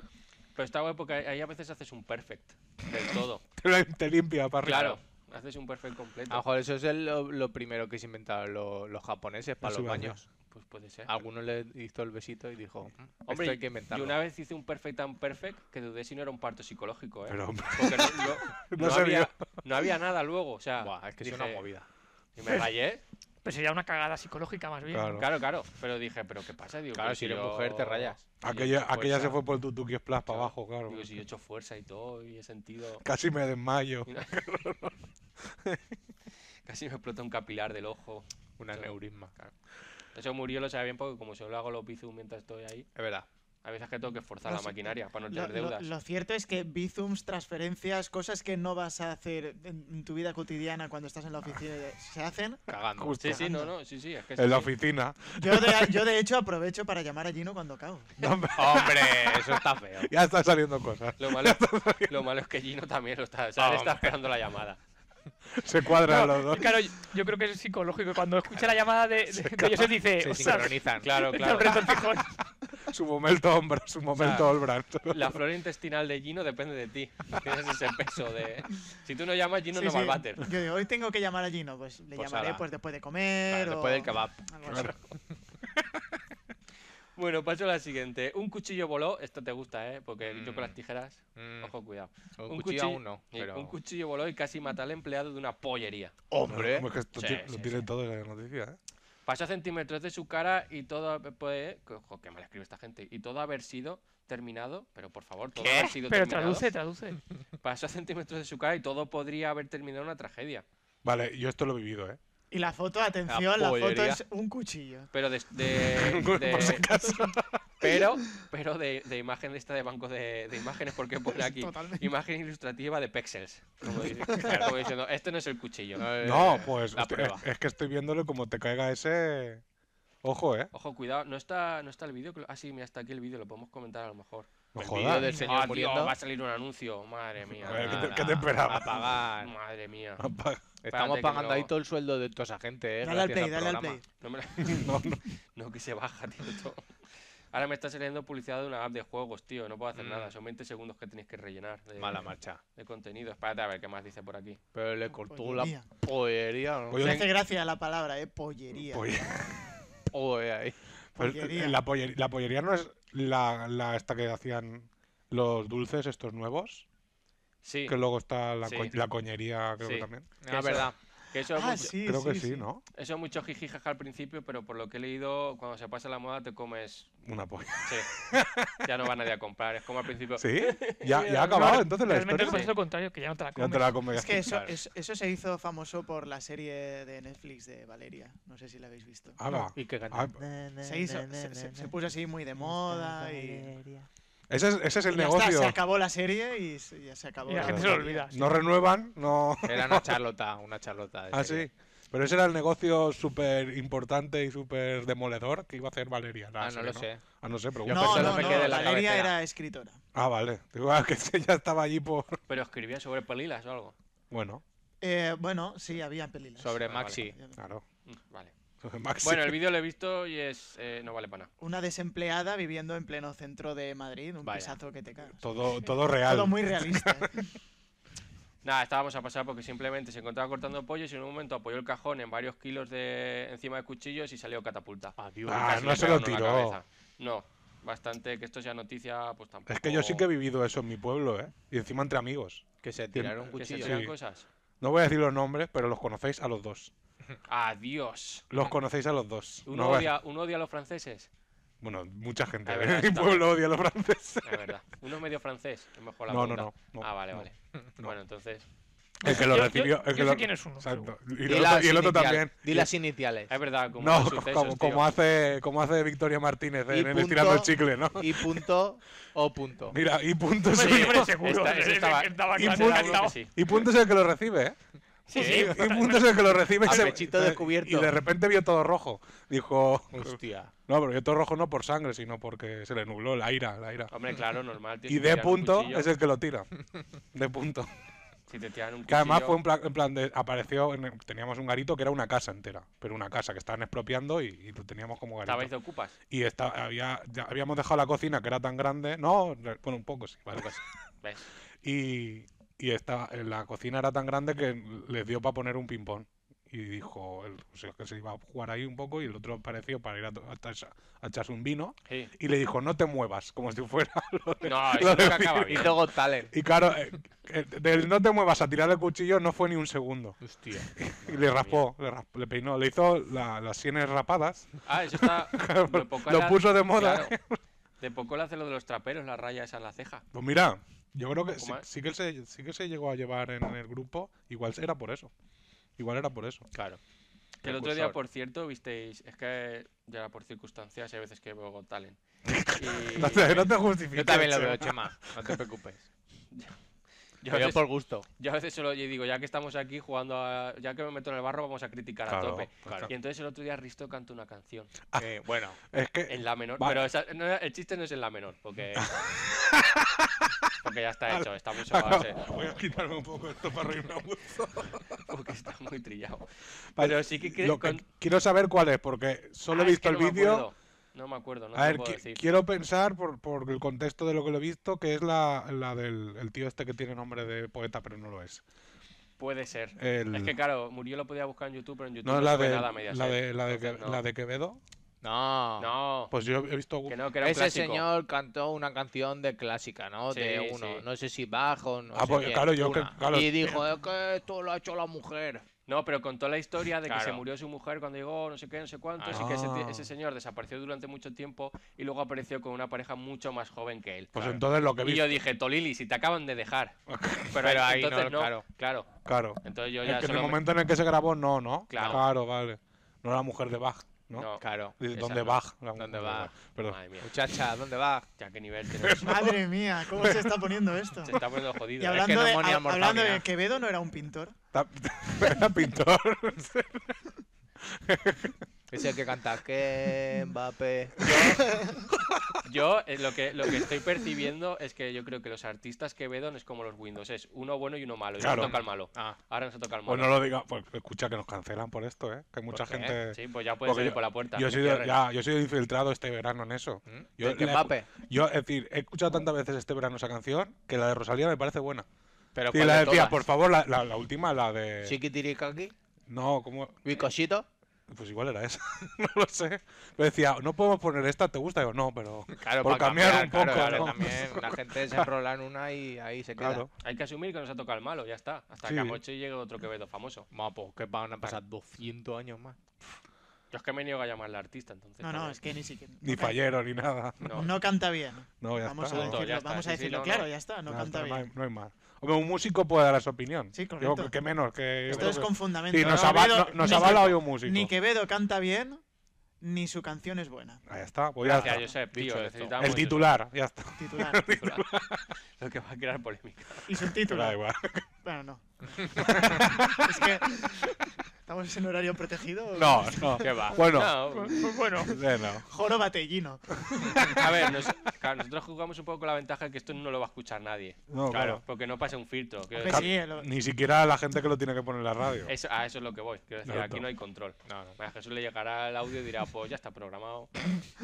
Speaker 2: pero está guay porque ahí a veces haces un perfect del todo.
Speaker 4: te, lo- te limpia para arriba.
Speaker 2: Claro, haces un perfect
Speaker 3: A lo
Speaker 2: completo.
Speaker 3: mejor Ah, eso es el- lo, lo primero que se inventaron lo- los japoneses para los
Speaker 4: subación.
Speaker 3: baños.
Speaker 2: Pues puede ser.
Speaker 3: Alguno le hizo el besito y dijo, "Mm,
Speaker 2: Hombre,
Speaker 3: esto hay que
Speaker 2: y
Speaker 3: inventarlo.
Speaker 2: una vez hice un perfect tan perfect que dudé si no era un parto psicológico, ¿eh?
Speaker 4: Pero hombre,
Speaker 2: Porque no, no-
Speaker 4: No
Speaker 2: no
Speaker 4: se
Speaker 2: había,
Speaker 4: vio.
Speaker 2: no había nada luego, o sea.
Speaker 3: Buah, es que es
Speaker 2: dije-
Speaker 3: una movida.
Speaker 2: Y me rayé,
Speaker 5: Pero sería una cagada psicológica más bien.
Speaker 4: Claro.
Speaker 2: claro, claro. Pero dije, ¿pero qué pasa? Digo,
Speaker 3: Claro,
Speaker 2: pues
Speaker 3: si eres mujer, te rayas.
Speaker 2: si yo he
Speaker 4: aquella,
Speaker 2: hecho
Speaker 4: aquella se
Speaker 2: fuerza,
Speaker 4: fue por el Tutuki Splash para
Speaker 2: pues, Claro.
Speaker 4: abajo, claro.
Speaker 2: Digo, si yo he hecho fuerza y todo, y he sentido.
Speaker 4: Casi me desmayo.
Speaker 2: Casi me explota un capilar del ojo.
Speaker 3: Un aneurisma. claro.
Speaker 2: Eso murió, lo sabe bien, porque como solo hago los bizum mientras estoy ahí,
Speaker 3: Es verdad.
Speaker 2: a veces que tengo que forzar
Speaker 6: No
Speaker 2: la
Speaker 6: sé,
Speaker 2: maquinaria para no
Speaker 6: Lo,
Speaker 2: tener
Speaker 6: lo-
Speaker 2: deudas.
Speaker 6: lo cierto es que bizums, transferencias, cosas que no vas a hacer en, en tu vida cotidiana cuando estás en la oficina, se hacen.
Speaker 3: Cagando.
Speaker 4: Justo.
Speaker 2: Sí, sí, no, no, sí, sí. Es que sí,
Speaker 4: En la
Speaker 2: sí.
Speaker 4: oficina.
Speaker 6: Yo de, yo de hecho aprovecho para llamar a Gino cuando cago.
Speaker 4: No, hombre,
Speaker 3: Hombre, eso está feo.
Speaker 4: ya están saliendo cosas.
Speaker 2: Lo malo, lo malo es que Gino también lo está, o
Speaker 3: Ah,
Speaker 2: sea, él está esperando la llamada.
Speaker 4: Se cuadran
Speaker 5: No,
Speaker 4: los dos.
Speaker 5: Claro, yo- yo creo que es psicológico. Cuando escucha la llamada de, de, de Joseph dice,
Speaker 3: Se
Speaker 5: "Ostras,
Speaker 3: sincronizan.
Speaker 2: Claro,
Speaker 5: está
Speaker 2: claro.
Speaker 5: un retortijón".
Speaker 4: Su momento hombre, su momento Olbran.
Speaker 2: La flora intestinal de Gino depende de ti. Tienes ese peso de. Si tú no llamas, Gino
Speaker 6: Sí,
Speaker 2: no va
Speaker 6: sí.
Speaker 2: al váter.
Speaker 6: Yo digo, hoy tengo que llamar a Gino, pues le
Speaker 3: Pues
Speaker 6: llamaré
Speaker 3: ala.
Speaker 6: pues después de comer
Speaker 3: Claro,
Speaker 6: o
Speaker 3: después del kebab.
Speaker 6: algo así.
Speaker 2: Bueno, paso a la siguiente. Un cuchillo voló. Esto te gusta, ¿eh? Porque yo con las
Speaker 3: Mm.
Speaker 2: tijeras.
Speaker 3: Mm,
Speaker 2: Ojo, cuidado.
Speaker 3: un,
Speaker 2: un
Speaker 3: cuchillo
Speaker 2: cuchi-
Speaker 3: aún no,
Speaker 2: Sí,
Speaker 3: pero...
Speaker 2: Un cuchillo voló y casi mata al empleado de una pollería.
Speaker 3: ¡Hombre!
Speaker 4: Como es que esto
Speaker 2: Sí,
Speaker 4: ti- lo
Speaker 2: sí,
Speaker 4: tienen
Speaker 2: sí.
Speaker 4: todo en la noticia, ¿eh?
Speaker 2: Pasó a centímetros de su cara y todo. Pues, ojo, que mal escribe esta gente. Y todo haber sido terminado. Pero por favor, todo haber sido
Speaker 5: Pero
Speaker 2: terminado.
Speaker 5: traduce, traduce.
Speaker 2: Pasó a centímetros de su cara y todo podría haber terminado en una tragedia.
Speaker 4: Vale, yo esto lo he vivido, ¿eh?
Speaker 6: Y la foto, atención, la, foto
Speaker 3: pollería.
Speaker 6: es un cuchillo.
Speaker 2: Pero de. de- de- pero pero de, de imagen esta de banco de, de imágenes, porque pone aquí.
Speaker 6: Totalmente.
Speaker 2: Imagen ilustrativa de pexels. Como, dice- como diciendo, este no es el cuchillo.
Speaker 3: Eh,
Speaker 4: No, pues
Speaker 3: la
Speaker 4: hostia,
Speaker 3: prueba.
Speaker 4: es, es que estoy viéndole como te caiga ese... Ojo, ¿eh?
Speaker 2: Ojo, cuidado, no está, no está el vídeo. creo- Ah, sí, mira, está aquí el vídeo, lo podemos comentar a lo mejor.
Speaker 4: No
Speaker 3: El
Speaker 4: jodas.
Speaker 3: vídeo del señor
Speaker 2: Ah, tío,
Speaker 3: muriendo.
Speaker 2: va a salir un anuncio, madre mía.
Speaker 4: A ver, ¿qué te,
Speaker 2: nada.
Speaker 4: qué te esperabas?
Speaker 3: Apagar.
Speaker 2: Madre mía.
Speaker 4: Apa-
Speaker 3: Estamos
Speaker 2: Espérate, que
Speaker 3: pagando ahí
Speaker 2: no-
Speaker 3: todo el sueldo de toda esa gente, ¿eh?
Speaker 6: Dale al
Speaker 3: gracias
Speaker 6: play, dale al play.
Speaker 3: programa.
Speaker 2: No, me la-
Speaker 4: no, no.
Speaker 2: no, que se baja, tío. todo. Ahora me está saliendo publicidad de una app de juegos, tío. No puedo hacer
Speaker 3: Mm.
Speaker 2: nada. Son 20 segundos que tenéis que rellenar de,
Speaker 3: Mala marcha.
Speaker 2: de contenido. Espérate a ver qué más dice por aquí.
Speaker 3: Pero le
Speaker 6: Una
Speaker 3: cortó la
Speaker 6: pollería.
Speaker 3: pollería. ¿no?
Speaker 4: Pollo-
Speaker 6: Me hace gracia la palabra, ¿eh? Pollería.
Speaker 4: Polle-
Speaker 3: Oye, ahí.
Speaker 4: pues,
Speaker 6: Pollería.
Speaker 4: la, poller- la pollería no es la, la esta que hacían los dulces estos nuevos,
Speaker 2: Sí,
Speaker 4: que luego está la,
Speaker 2: Sí.
Speaker 4: co- la coñería, creo
Speaker 2: Sí.
Speaker 4: que también.
Speaker 3: Ah,
Speaker 2: eso-
Speaker 3: verdad.
Speaker 2: que eso, es
Speaker 6: Ah,
Speaker 2: muy-
Speaker 6: sí,
Speaker 4: creo
Speaker 6: sí,
Speaker 4: que sí, ¿no?
Speaker 2: eso es mucho jijijaja al principio, pero por lo que he leído, cuando se pasa la moda te comes.
Speaker 4: Una polla.
Speaker 2: Sí. ya no va nadie a comprar. Es como al principio.
Speaker 4: ¿Sí? ¿Ya, ya ha
Speaker 5: No,
Speaker 4: acabado entonces la
Speaker 5: Realmente
Speaker 4: historia?
Speaker 5: es lo contrario, que ya no te la
Speaker 4: Ya
Speaker 3: pues,
Speaker 5: comes.
Speaker 4: te la comes.
Speaker 6: Es que eso,
Speaker 3: Claro.
Speaker 6: es- eso se hizo famoso por la serie de Netflix de Valeria. No sé si la habéis visto.
Speaker 4: Ah, va.
Speaker 3: Y que ganó.
Speaker 4: Ah,
Speaker 6: Se, hizo, se, se- se puso así muy de moda y.
Speaker 4: ese, es, ese es el
Speaker 6: y ya está,
Speaker 4: negocio.
Speaker 6: se acabó la serie y se- ya se acabó.
Speaker 5: Y la gente se lo olvida. sí.
Speaker 4: No renuevan, no.
Speaker 3: Era una charlota, una charlota. de
Speaker 4: Ah,
Speaker 3: serie.
Speaker 4: sí. Pero ese era el negocio súper importante y súper demoledor que iba a hacer Valeria. la
Speaker 3: Ah, no
Speaker 4: serie,
Speaker 3: lo sé.
Speaker 4: Ah, no sé, pero
Speaker 3: Yo
Speaker 6: No,
Speaker 3: pensaba
Speaker 6: no,
Speaker 3: que
Speaker 6: no,
Speaker 3: quede la
Speaker 6: Valeria
Speaker 3: cabecera.
Speaker 6: era escritora.
Speaker 4: Ah, vale. Digo, ah, que ese ya estaba allí por.
Speaker 2: Pero escribía sobre pelilas o algo.
Speaker 4: Bueno,
Speaker 6: Eh, bueno, sí, había pelilas.
Speaker 3: Sobre
Speaker 2: Ah, vale.
Speaker 3: Maxi.
Speaker 4: claro.
Speaker 2: Mm, Vale.
Speaker 4: Maxi.
Speaker 2: Bueno, el vídeo lo he visto y es. eh, no vale para nada.
Speaker 6: Una desempleada viviendo en pleno centro de Madrid, un
Speaker 3: Vaya.
Speaker 6: pisazo que te cagas.
Speaker 4: Todo, todo real.
Speaker 6: Todo muy realista. ¿eh?
Speaker 2: Nada, estábamos a pasar porque simplemente se encontraba cortando pollos y en un momento apoyó el cajón en varios kilos de encima de cuchillos y salió catapulta.
Speaker 3: Adiós.
Speaker 4: Ah,
Speaker 2: Casi
Speaker 4: no
Speaker 2: le
Speaker 4: se
Speaker 2: pegaron
Speaker 4: lo
Speaker 2: en
Speaker 4: tiró.
Speaker 2: la cabeza. No, bastante que esto sea noticia, pues tampoco.
Speaker 4: Es que yo sí que he vivido eso en mi pueblo, ¿eh? Y encima entre amigos.
Speaker 3: Que se tiraron
Speaker 2: ¿Que se
Speaker 3: cuchillos.
Speaker 2: tiran
Speaker 4: Sí.
Speaker 2: cosas.
Speaker 4: No voy a decir los nombres, pero los conocéis a los dos.
Speaker 2: Adiós.
Speaker 4: Los conocéis a los dos.
Speaker 2: Ah. Uno,
Speaker 4: No voy a-
Speaker 2: odia, uno odia a los franceses.
Speaker 4: Bueno, mucha gente.
Speaker 2: La
Speaker 4: ¿eh?
Speaker 2: verdad
Speaker 4: Mi
Speaker 2: está.
Speaker 4: pueblo odia a los franceses.
Speaker 2: La verdad. Uno es medio francés. Es mejor la
Speaker 4: No, no,
Speaker 2: pregunta.
Speaker 4: no, no,
Speaker 2: ah, vale,
Speaker 4: no,
Speaker 2: vale.
Speaker 4: no.
Speaker 2: Bueno, entonces.
Speaker 4: El que lo
Speaker 5: Yo- yo-
Speaker 4: recibió. el
Speaker 5: yo
Speaker 4: que
Speaker 5: sé
Speaker 4: lo-
Speaker 5: quién es uno,
Speaker 4: Exacto. Y,
Speaker 3: Di
Speaker 4: el
Speaker 3: las
Speaker 4: otro, y el otro
Speaker 3: inicial-
Speaker 4: también.
Speaker 3: Di las iniciales.
Speaker 2: Es verdad, como
Speaker 4: No,
Speaker 2: los
Speaker 4: co-
Speaker 2: sucesos,
Speaker 4: como,
Speaker 2: tío.
Speaker 4: como hace, como hace Victoria Martínez ¿eh?
Speaker 3: Y
Speaker 4: en, en
Speaker 3: punto.
Speaker 4: Estirando el Chicle, ¿no?
Speaker 3: Y punto o punto.
Speaker 4: Mira, y punto es
Speaker 5: Hombre,
Speaker 4: el-
Speaker 5: hombre, seguro.
Speaker 2: Esta- esta
Speaker 5: ese
Speaker 2: estaba-
Speaker 5: que estaba
Speaker 4: y
Speaker 5: claro,
Speaker 4: punto-
Speaker 5: era uno-
Speaker 2: que sí.
Speaker 4: Y punto es el que lo recibe, ¿eh?
Speaker 2: Sí,
Speaker 4: Y, y punto es el que lo recibe. y
Speaker 3: A
Speaker 4: se-
Speaker 3: pechito descubierto.
Speaker 4: Y de repente vio todo rojo. Dijo,
Speaker 2: Pues
Speaker 3: Hostia.
Speaker 4: no, pero vio todo rojo no por sangre, sino porque se le nubló la ira, la ira.
Speaker 2: Hombre, claro, normal. tío,
Speaker 4: Y
Speaker 2: si te
Speaker 4: de
Speaker 2: tiran un
Speaker 4: punto
Speaker 2: cuchillo-
Speaker 4: es el que lo tira. De punto.
Speaker 2: Si te tiran un
Speaker 4: Que además
Speaker 2: cuchillo-
Speaker 4: fue en plan, en plan de. Apareció. en- teníamos un garito que era una casa entera. Pero una casa que estaban expropiando y, y lo teníamos como garito.
Speaker 2: Estabais de ocupas.
Speaker 4: Y esta, había, ya habíamos dejado la cocina que era tan grande. No, re- bueno, un poco sí, vale. pues.
Speaker 2: ¿Ves?
Speaker 4: Y, y esta, la cocina era tan grande que les dio para poner un ping-pong. Y dijo el, o sea, que se iba a jugar ahí un poco y el otro apareció para ir a, to- a echarse- a echarse un vino.
Speaker 2: Sí.
Speaker 4: Y le dijo, no te muevas, como si fuera lo de-
Speaker 2: No,
Speaker 4: lo
Speaker 2: eso
Speaker 4: de
Speaker 2: nunca acaba bien.
Speaker 3: Hizo Got Talent.
Speaker 4: Y claro, eh, eh, del no te muevas a tirar el cuchillo no fue ni un segundo.
Speaker 3: Hostia.
Speaker 4: Y
Speaker 2: Madre
Speaker 4: le raspó, le, raspó, le peinó, le hizo la- las sienes rapadas.
Speaker 2: Ah, eso está. de Pocola-
Speaker 4: lo puso de moda.
Speaker 2: Claro. De poco hace lo de los traperos, la raya esa en la ceja.
Speaker 4: Pues mira, yo creo que
Speaker 2: poco
Speaker 4: sí,
Speaker 2: más.
Speaker 4: sí que se, sí que se llegó a llevar en el grupo, igual era por eso. Igual era por eso.
Speaker 3: Claro.
Speaker 2: Que el otro día,
Speaker 3: Precursor.
Speaker 2: por cierto, visteis. Es que ya era por circunstancias, hay veces que veo Got Talent. Y-
Speaker 4: No te, no te justifiques,
Speaker 3: Yo también lo veo,
Speaker 4: Chema.
Speaker 3: Chema. No te preocupes.
Speaker 2: yo,
Speaker 3: Lo
Speaker 2: a
Speaker 3: veo
Speaker 2: veces,
Speaker 3: por gusto.
Speaker 2: yo a veces solo yo digo, ya que estamos aquí jugando a- Ya que me meto en el barro, vamos a criticar a
Speaker 4: Claro,
Speaker 2: tope.
Speaker 4: claro.
Speaker 2: Y entonces el otro día Risto cantó una canción.
Speaker 3: Eh, bueno,
Speaker 4: Es que
Speaker 2: En la menor.
Speaker 4: Va-
Speaker 2: Pero esa- no, el chiste no es en la menor, porque. porque ya está hecho, está muy
Speaker 4: Ah, no,
Speaker 2: sobado. ese-
Speaker 4: voy a quitarme un poco esto para reírme un poco.
Speaker 2: Porque está muy trillado.
Speaker 4: Vale,
Speaker 2: Pero sí que creo
Speaker 4: Lo que quiero saber cuál es, porque solo
Speaker 2: Ah,
Speaker 4: he
Speaker 2: es
Speaker 4: visto
Speaker 2: que no
Speaker 4: el
Speaker 2: me
Speaker 4: vídeo.
Speaker 2: acuerdo. No me acuerdo, no
Speaker 4: A
Speaker 2: te
Speaker 4: ver,
Speaker 2: puedo
Speaker 4: qui-
Speaker 2: decir.
Speaker 4: quiero pensar por, por el contexto de lo que lo he visto, que es la, la del el tío este que tiene nombre de poeta, pero no lo es.
Speaker 2: Puede ser.
Speaker 4: El-
Speaker 2: Es que claro, Murió lo podía buscar en YouTube, pero en YouTube
Speaker 4: no
Speaker 2: no,
Speaker 4: es la
Speaker 2: sube
Speaker 4: de
Speaker 2: nada a media
Speaker 4: la
Speaker 2: sed.
Speaker 4: de la de,
Speaker 2: Entonces,
Speaker 4: Que-
Speaker 2: no.
Speaker 4: la de Quevedo.
Speaker 3: No.
Speaker 2: No,
Speaker 4: Pues yo he visto.
Speaker 2: que no, que era un
Speaker 3: Ese
Speaker 2: clásico.
Speaker 3: señor cantó una canción de clásica, ¿no? de
Speaker 2: Sí,
Speaker 3: uno.
Speaker 2: sí.
Speaker 3: No sé si bajo, no
Speaker 4: Ah,
Speaker 3: sé
Speaker 4: pues,
Speaker 3: qué,
Speaker 4: claro, yo que-
Speaker 3: una.
Speaker 4: claro.
Speaker 3: Y dijo, es que esto lo ha hecho la mujer.
Speaker 2: No, pero contó la historia de que se
Speaker 3: Claro.
Speaker 2: murió su mujer cuando llegó, no sé qué, no sé cuánto, y que ese, ti-
Speaker 4: Ah.
Speaker 2: ese señor desapareció durante mucho tiempo y luego apareció con una pareja mucho más joven que él.
Speaker 4: Pues
Speaker 2: Claro.
Speaker 4: entonces lo que
Speaker 2: Y
Speaker 4: vi.
Speaker 2: yo dije, Tolili, si te acaban de dejar. Pero,
Speaker 3: Pero ahí
Speaker 2: ahí entonces
Speaker 3: no,
Speaker 2: no,
Speaker 3: claro.
Speaker 2: claro.
Speaker 4: Claro.
Speaker 2: Entonces yo
Speaker 4: Es
Speaker 2: ya
Speaker 4: que en el
Speaker 2: solo me-
Speaker 4: momento en el que se grabó, no, ¿no?
Speaker 2: Claro.
Speaker 4: vale. No era la mujer de Bach, ¿no?
Speaker 2: No,
Speaker 3: Claro.
Speaker 4: Dice,
Speaker 2: esa
Speaker 4: ¿Dónde
Speaker 2: no.
Speaker 4: Bach? La
Speaker 3: ¿Dónde
Speaker 4: mujer de
Speaker 3: Bach?
Speaker 4: Perdón.
Speaker 2: Madre mía,
Speaker 3: Muchacha, ¿dónde vas?
Speaker 2: ya qué nivel tenemos.
Speaker 6: Madre mía, ¿cómo se está poniendo esto?
Speaker 2: Se está poniendo
Speaker 6: Y
Speaker 2: jodido. ¿eh?
Speaker 3: habla-
Speaker 6: hablando,
Speaker 3: no
Speaker 6: de,
Speaker 3: hemos ni
Speaker 6: hab-
Speaker 3: almorzado
Speaker 6: hablando
Speaker 3: ni
Speaker 6: de
Speaker 3: nada.
Speaker 6: Quevedo, ¿no era un pintor?
Speaker 4: Era pintor.
Speaker 3: Ese que canta, que Mbappé.
Speaker 2: Yo eh, lo que, lo que estoy percibiendo es que yo creo que los artistas que vedo no es como los Windows, es uno bueno y uno malo. Y
Speaker 4: Claro.
Speaker 2: nos toca el malo.
Speaker 3: Ah,
Speaker 2: Ahora nos toca el
Speaker 4: Pues
Speaker 2: malo.
Speaker 4: no lo diga. Pues escucha que nos cancelan por esto, ¿eh? Que hay mucha
Speaker 3: qué?
Speaker 4: gente.
Speaker 2: Sí, pues ya puedes
Speaker 4: Porque
Speaker 2: salir
Speaker 4: yo-
Speaker 2: por la puerta.
Speaker 4: Yo he,
Speaker 2: que
Speaker 4: sido,
Speaker 2: cierren.
Speaker 4: ya, yo he sido infiltrado este verano en eso.
Speaker 3: ¿Mm?
Speaker 4: Yo,
Speaker 3: ¿De que
Speaker 4: la-
Speaker 3: Mbappé?
Speaker 4: yo, es decir, he escuchado tantas veces este verano esa canción que la de Rosalía me parece buena.
Speaker 3: Pero
Speaker 4: Y
Speaker 3: ¿cuál
Speaker 4: la
Speaker 3: de
Speaker 4: decía,
Speaker 3: todas?
Speaker 4: por favor, la, la- la última, la de.
Speaker 3: Chiquitiricaqui,
Speaker 4: No, ¿cómo?
Speaker 3: bizcochito.
Speaker 4: Pues igual era esa. no lo sé. Pero decía, no podemos poner esta, ¿te gusta? Y yo, no, pero.
Speaker 3: Claro,
Speaker 4: Por
Speaker 3: pa'
Speaker 4: cambiar un
Speaker 3: claro,
Speaker 4: poco,
Speaker 3: claro,
Speaker 4: ¿no?
Speaker 3: también la gente se enrola en una y ahí se queda.
Speaker 4: Claro.
Speaker 2: Hay que asumir que nos ha tocado el malo, ya está. Hasta
Speaker 4: Sí.
Speaker 2: que anoche llegue otro que vedo famoso.
Speaker 3: Mapo, pues, que van a pasar 200 años más.
Speaker 2: Yo es que me niego a llamarle artista, entonces.
Speaker 6: No, no,
Speaker 2: también.
Speaker 6: es que ni siquiera.
Speaker 4: Ni
Speaker 6: no ca-
Speaker 4: fallero, ni nada.
Speaker 2: No.
Speaker 6: No canta bien.
Speaker 4: No, ya
Speaker 6: Vamos a
Speaker 4: está. ¿no?
Speaker 2: Punto,
Speaker 6: decirlo,
Speaker 2: ya está,
Speaker 6: vamos a
Speaker 2: sí, sí,
Speaker 6: decirlo,
Speaker 2: no,
Speaker 6: claro,
Speaker 2: no.
Speaker 6: ya está, no
Speaker 4: Ya
Speaker 6: canta
Speaker 4: está, no hay,
Speaker 6: bien.
Speaker 4: no hay más. Hombre, un músico puede dar su opinión.
Speaker 6: Sí,
Speaker 4: Yo
Speaker 6: correcto.
Speaker 4: creo que menos que. yo
Speaker 6: Esto
Speaker 4: creo
Speaker 6: es
Speaker 4: que-
Speaker 6: con fundamento.
Speaker 4: Sí, nos,
Speaker 6: No,
Speaker 4: avala
Speaker 6: Quevedo-
Speaker 4: nos
Speaker 6: ni
Speaker 4: avala
Speaker 6: Quevedo-
Speaker 4: hoy un músico.
Speaker 6: Ni Quevedo canta bien, ni su canción es buena.
Speaker 4: Ahí está, pues ya
Speaker 2: Gracias,
Speaker 4: está.
Speaker 2: Josep, tío,
Speaker 3: Dicho esto,
Speaker 2: necesitamos
Speaker 4: El
Speaker 2: eso.
Speaker 4: titular, ya está.
Speaker 6: Titular.
Speaker 2: Lo que va a crear polémica.
Speaker 6: y
Speaker 4: Pero da
Speaker 6: subtitular.
Speaker 4: igual.
Speaker 6: Bueno, no. es que. ¿Estamos en horario protegido?
Speaker 4: No, no.
Speaker 2: ¿Qué va?
Speaker 4: Bueno.
Speaker 2: No,
Speaker 5: Pues bueno,
Speaker 4: Eh, no.
Speaker 6: Joro Batellino.
Speaker 2: a ver, nos- claro, nosotros jugamos un poco con la ventaja de que esto no lo va a escuchar nadie.
Speaker 4: No, claro.
Speaker 2: Porque no pasa un filtro. quiero
Speaker 6: Hombre,
Speaker 2: decir.
Speaker 6: sí, eh, lo-
Speaker 4: Ni siquiera la gente que lo tiene que poner en la radio.
Speaker 2: Eso, a eso es lo que voy. Quiero decir,
Speaker 4: Exacto.
Speaker 2: aquí no hay control. A Jesús le llegará el audio y dirá, pues ya está programado. Ya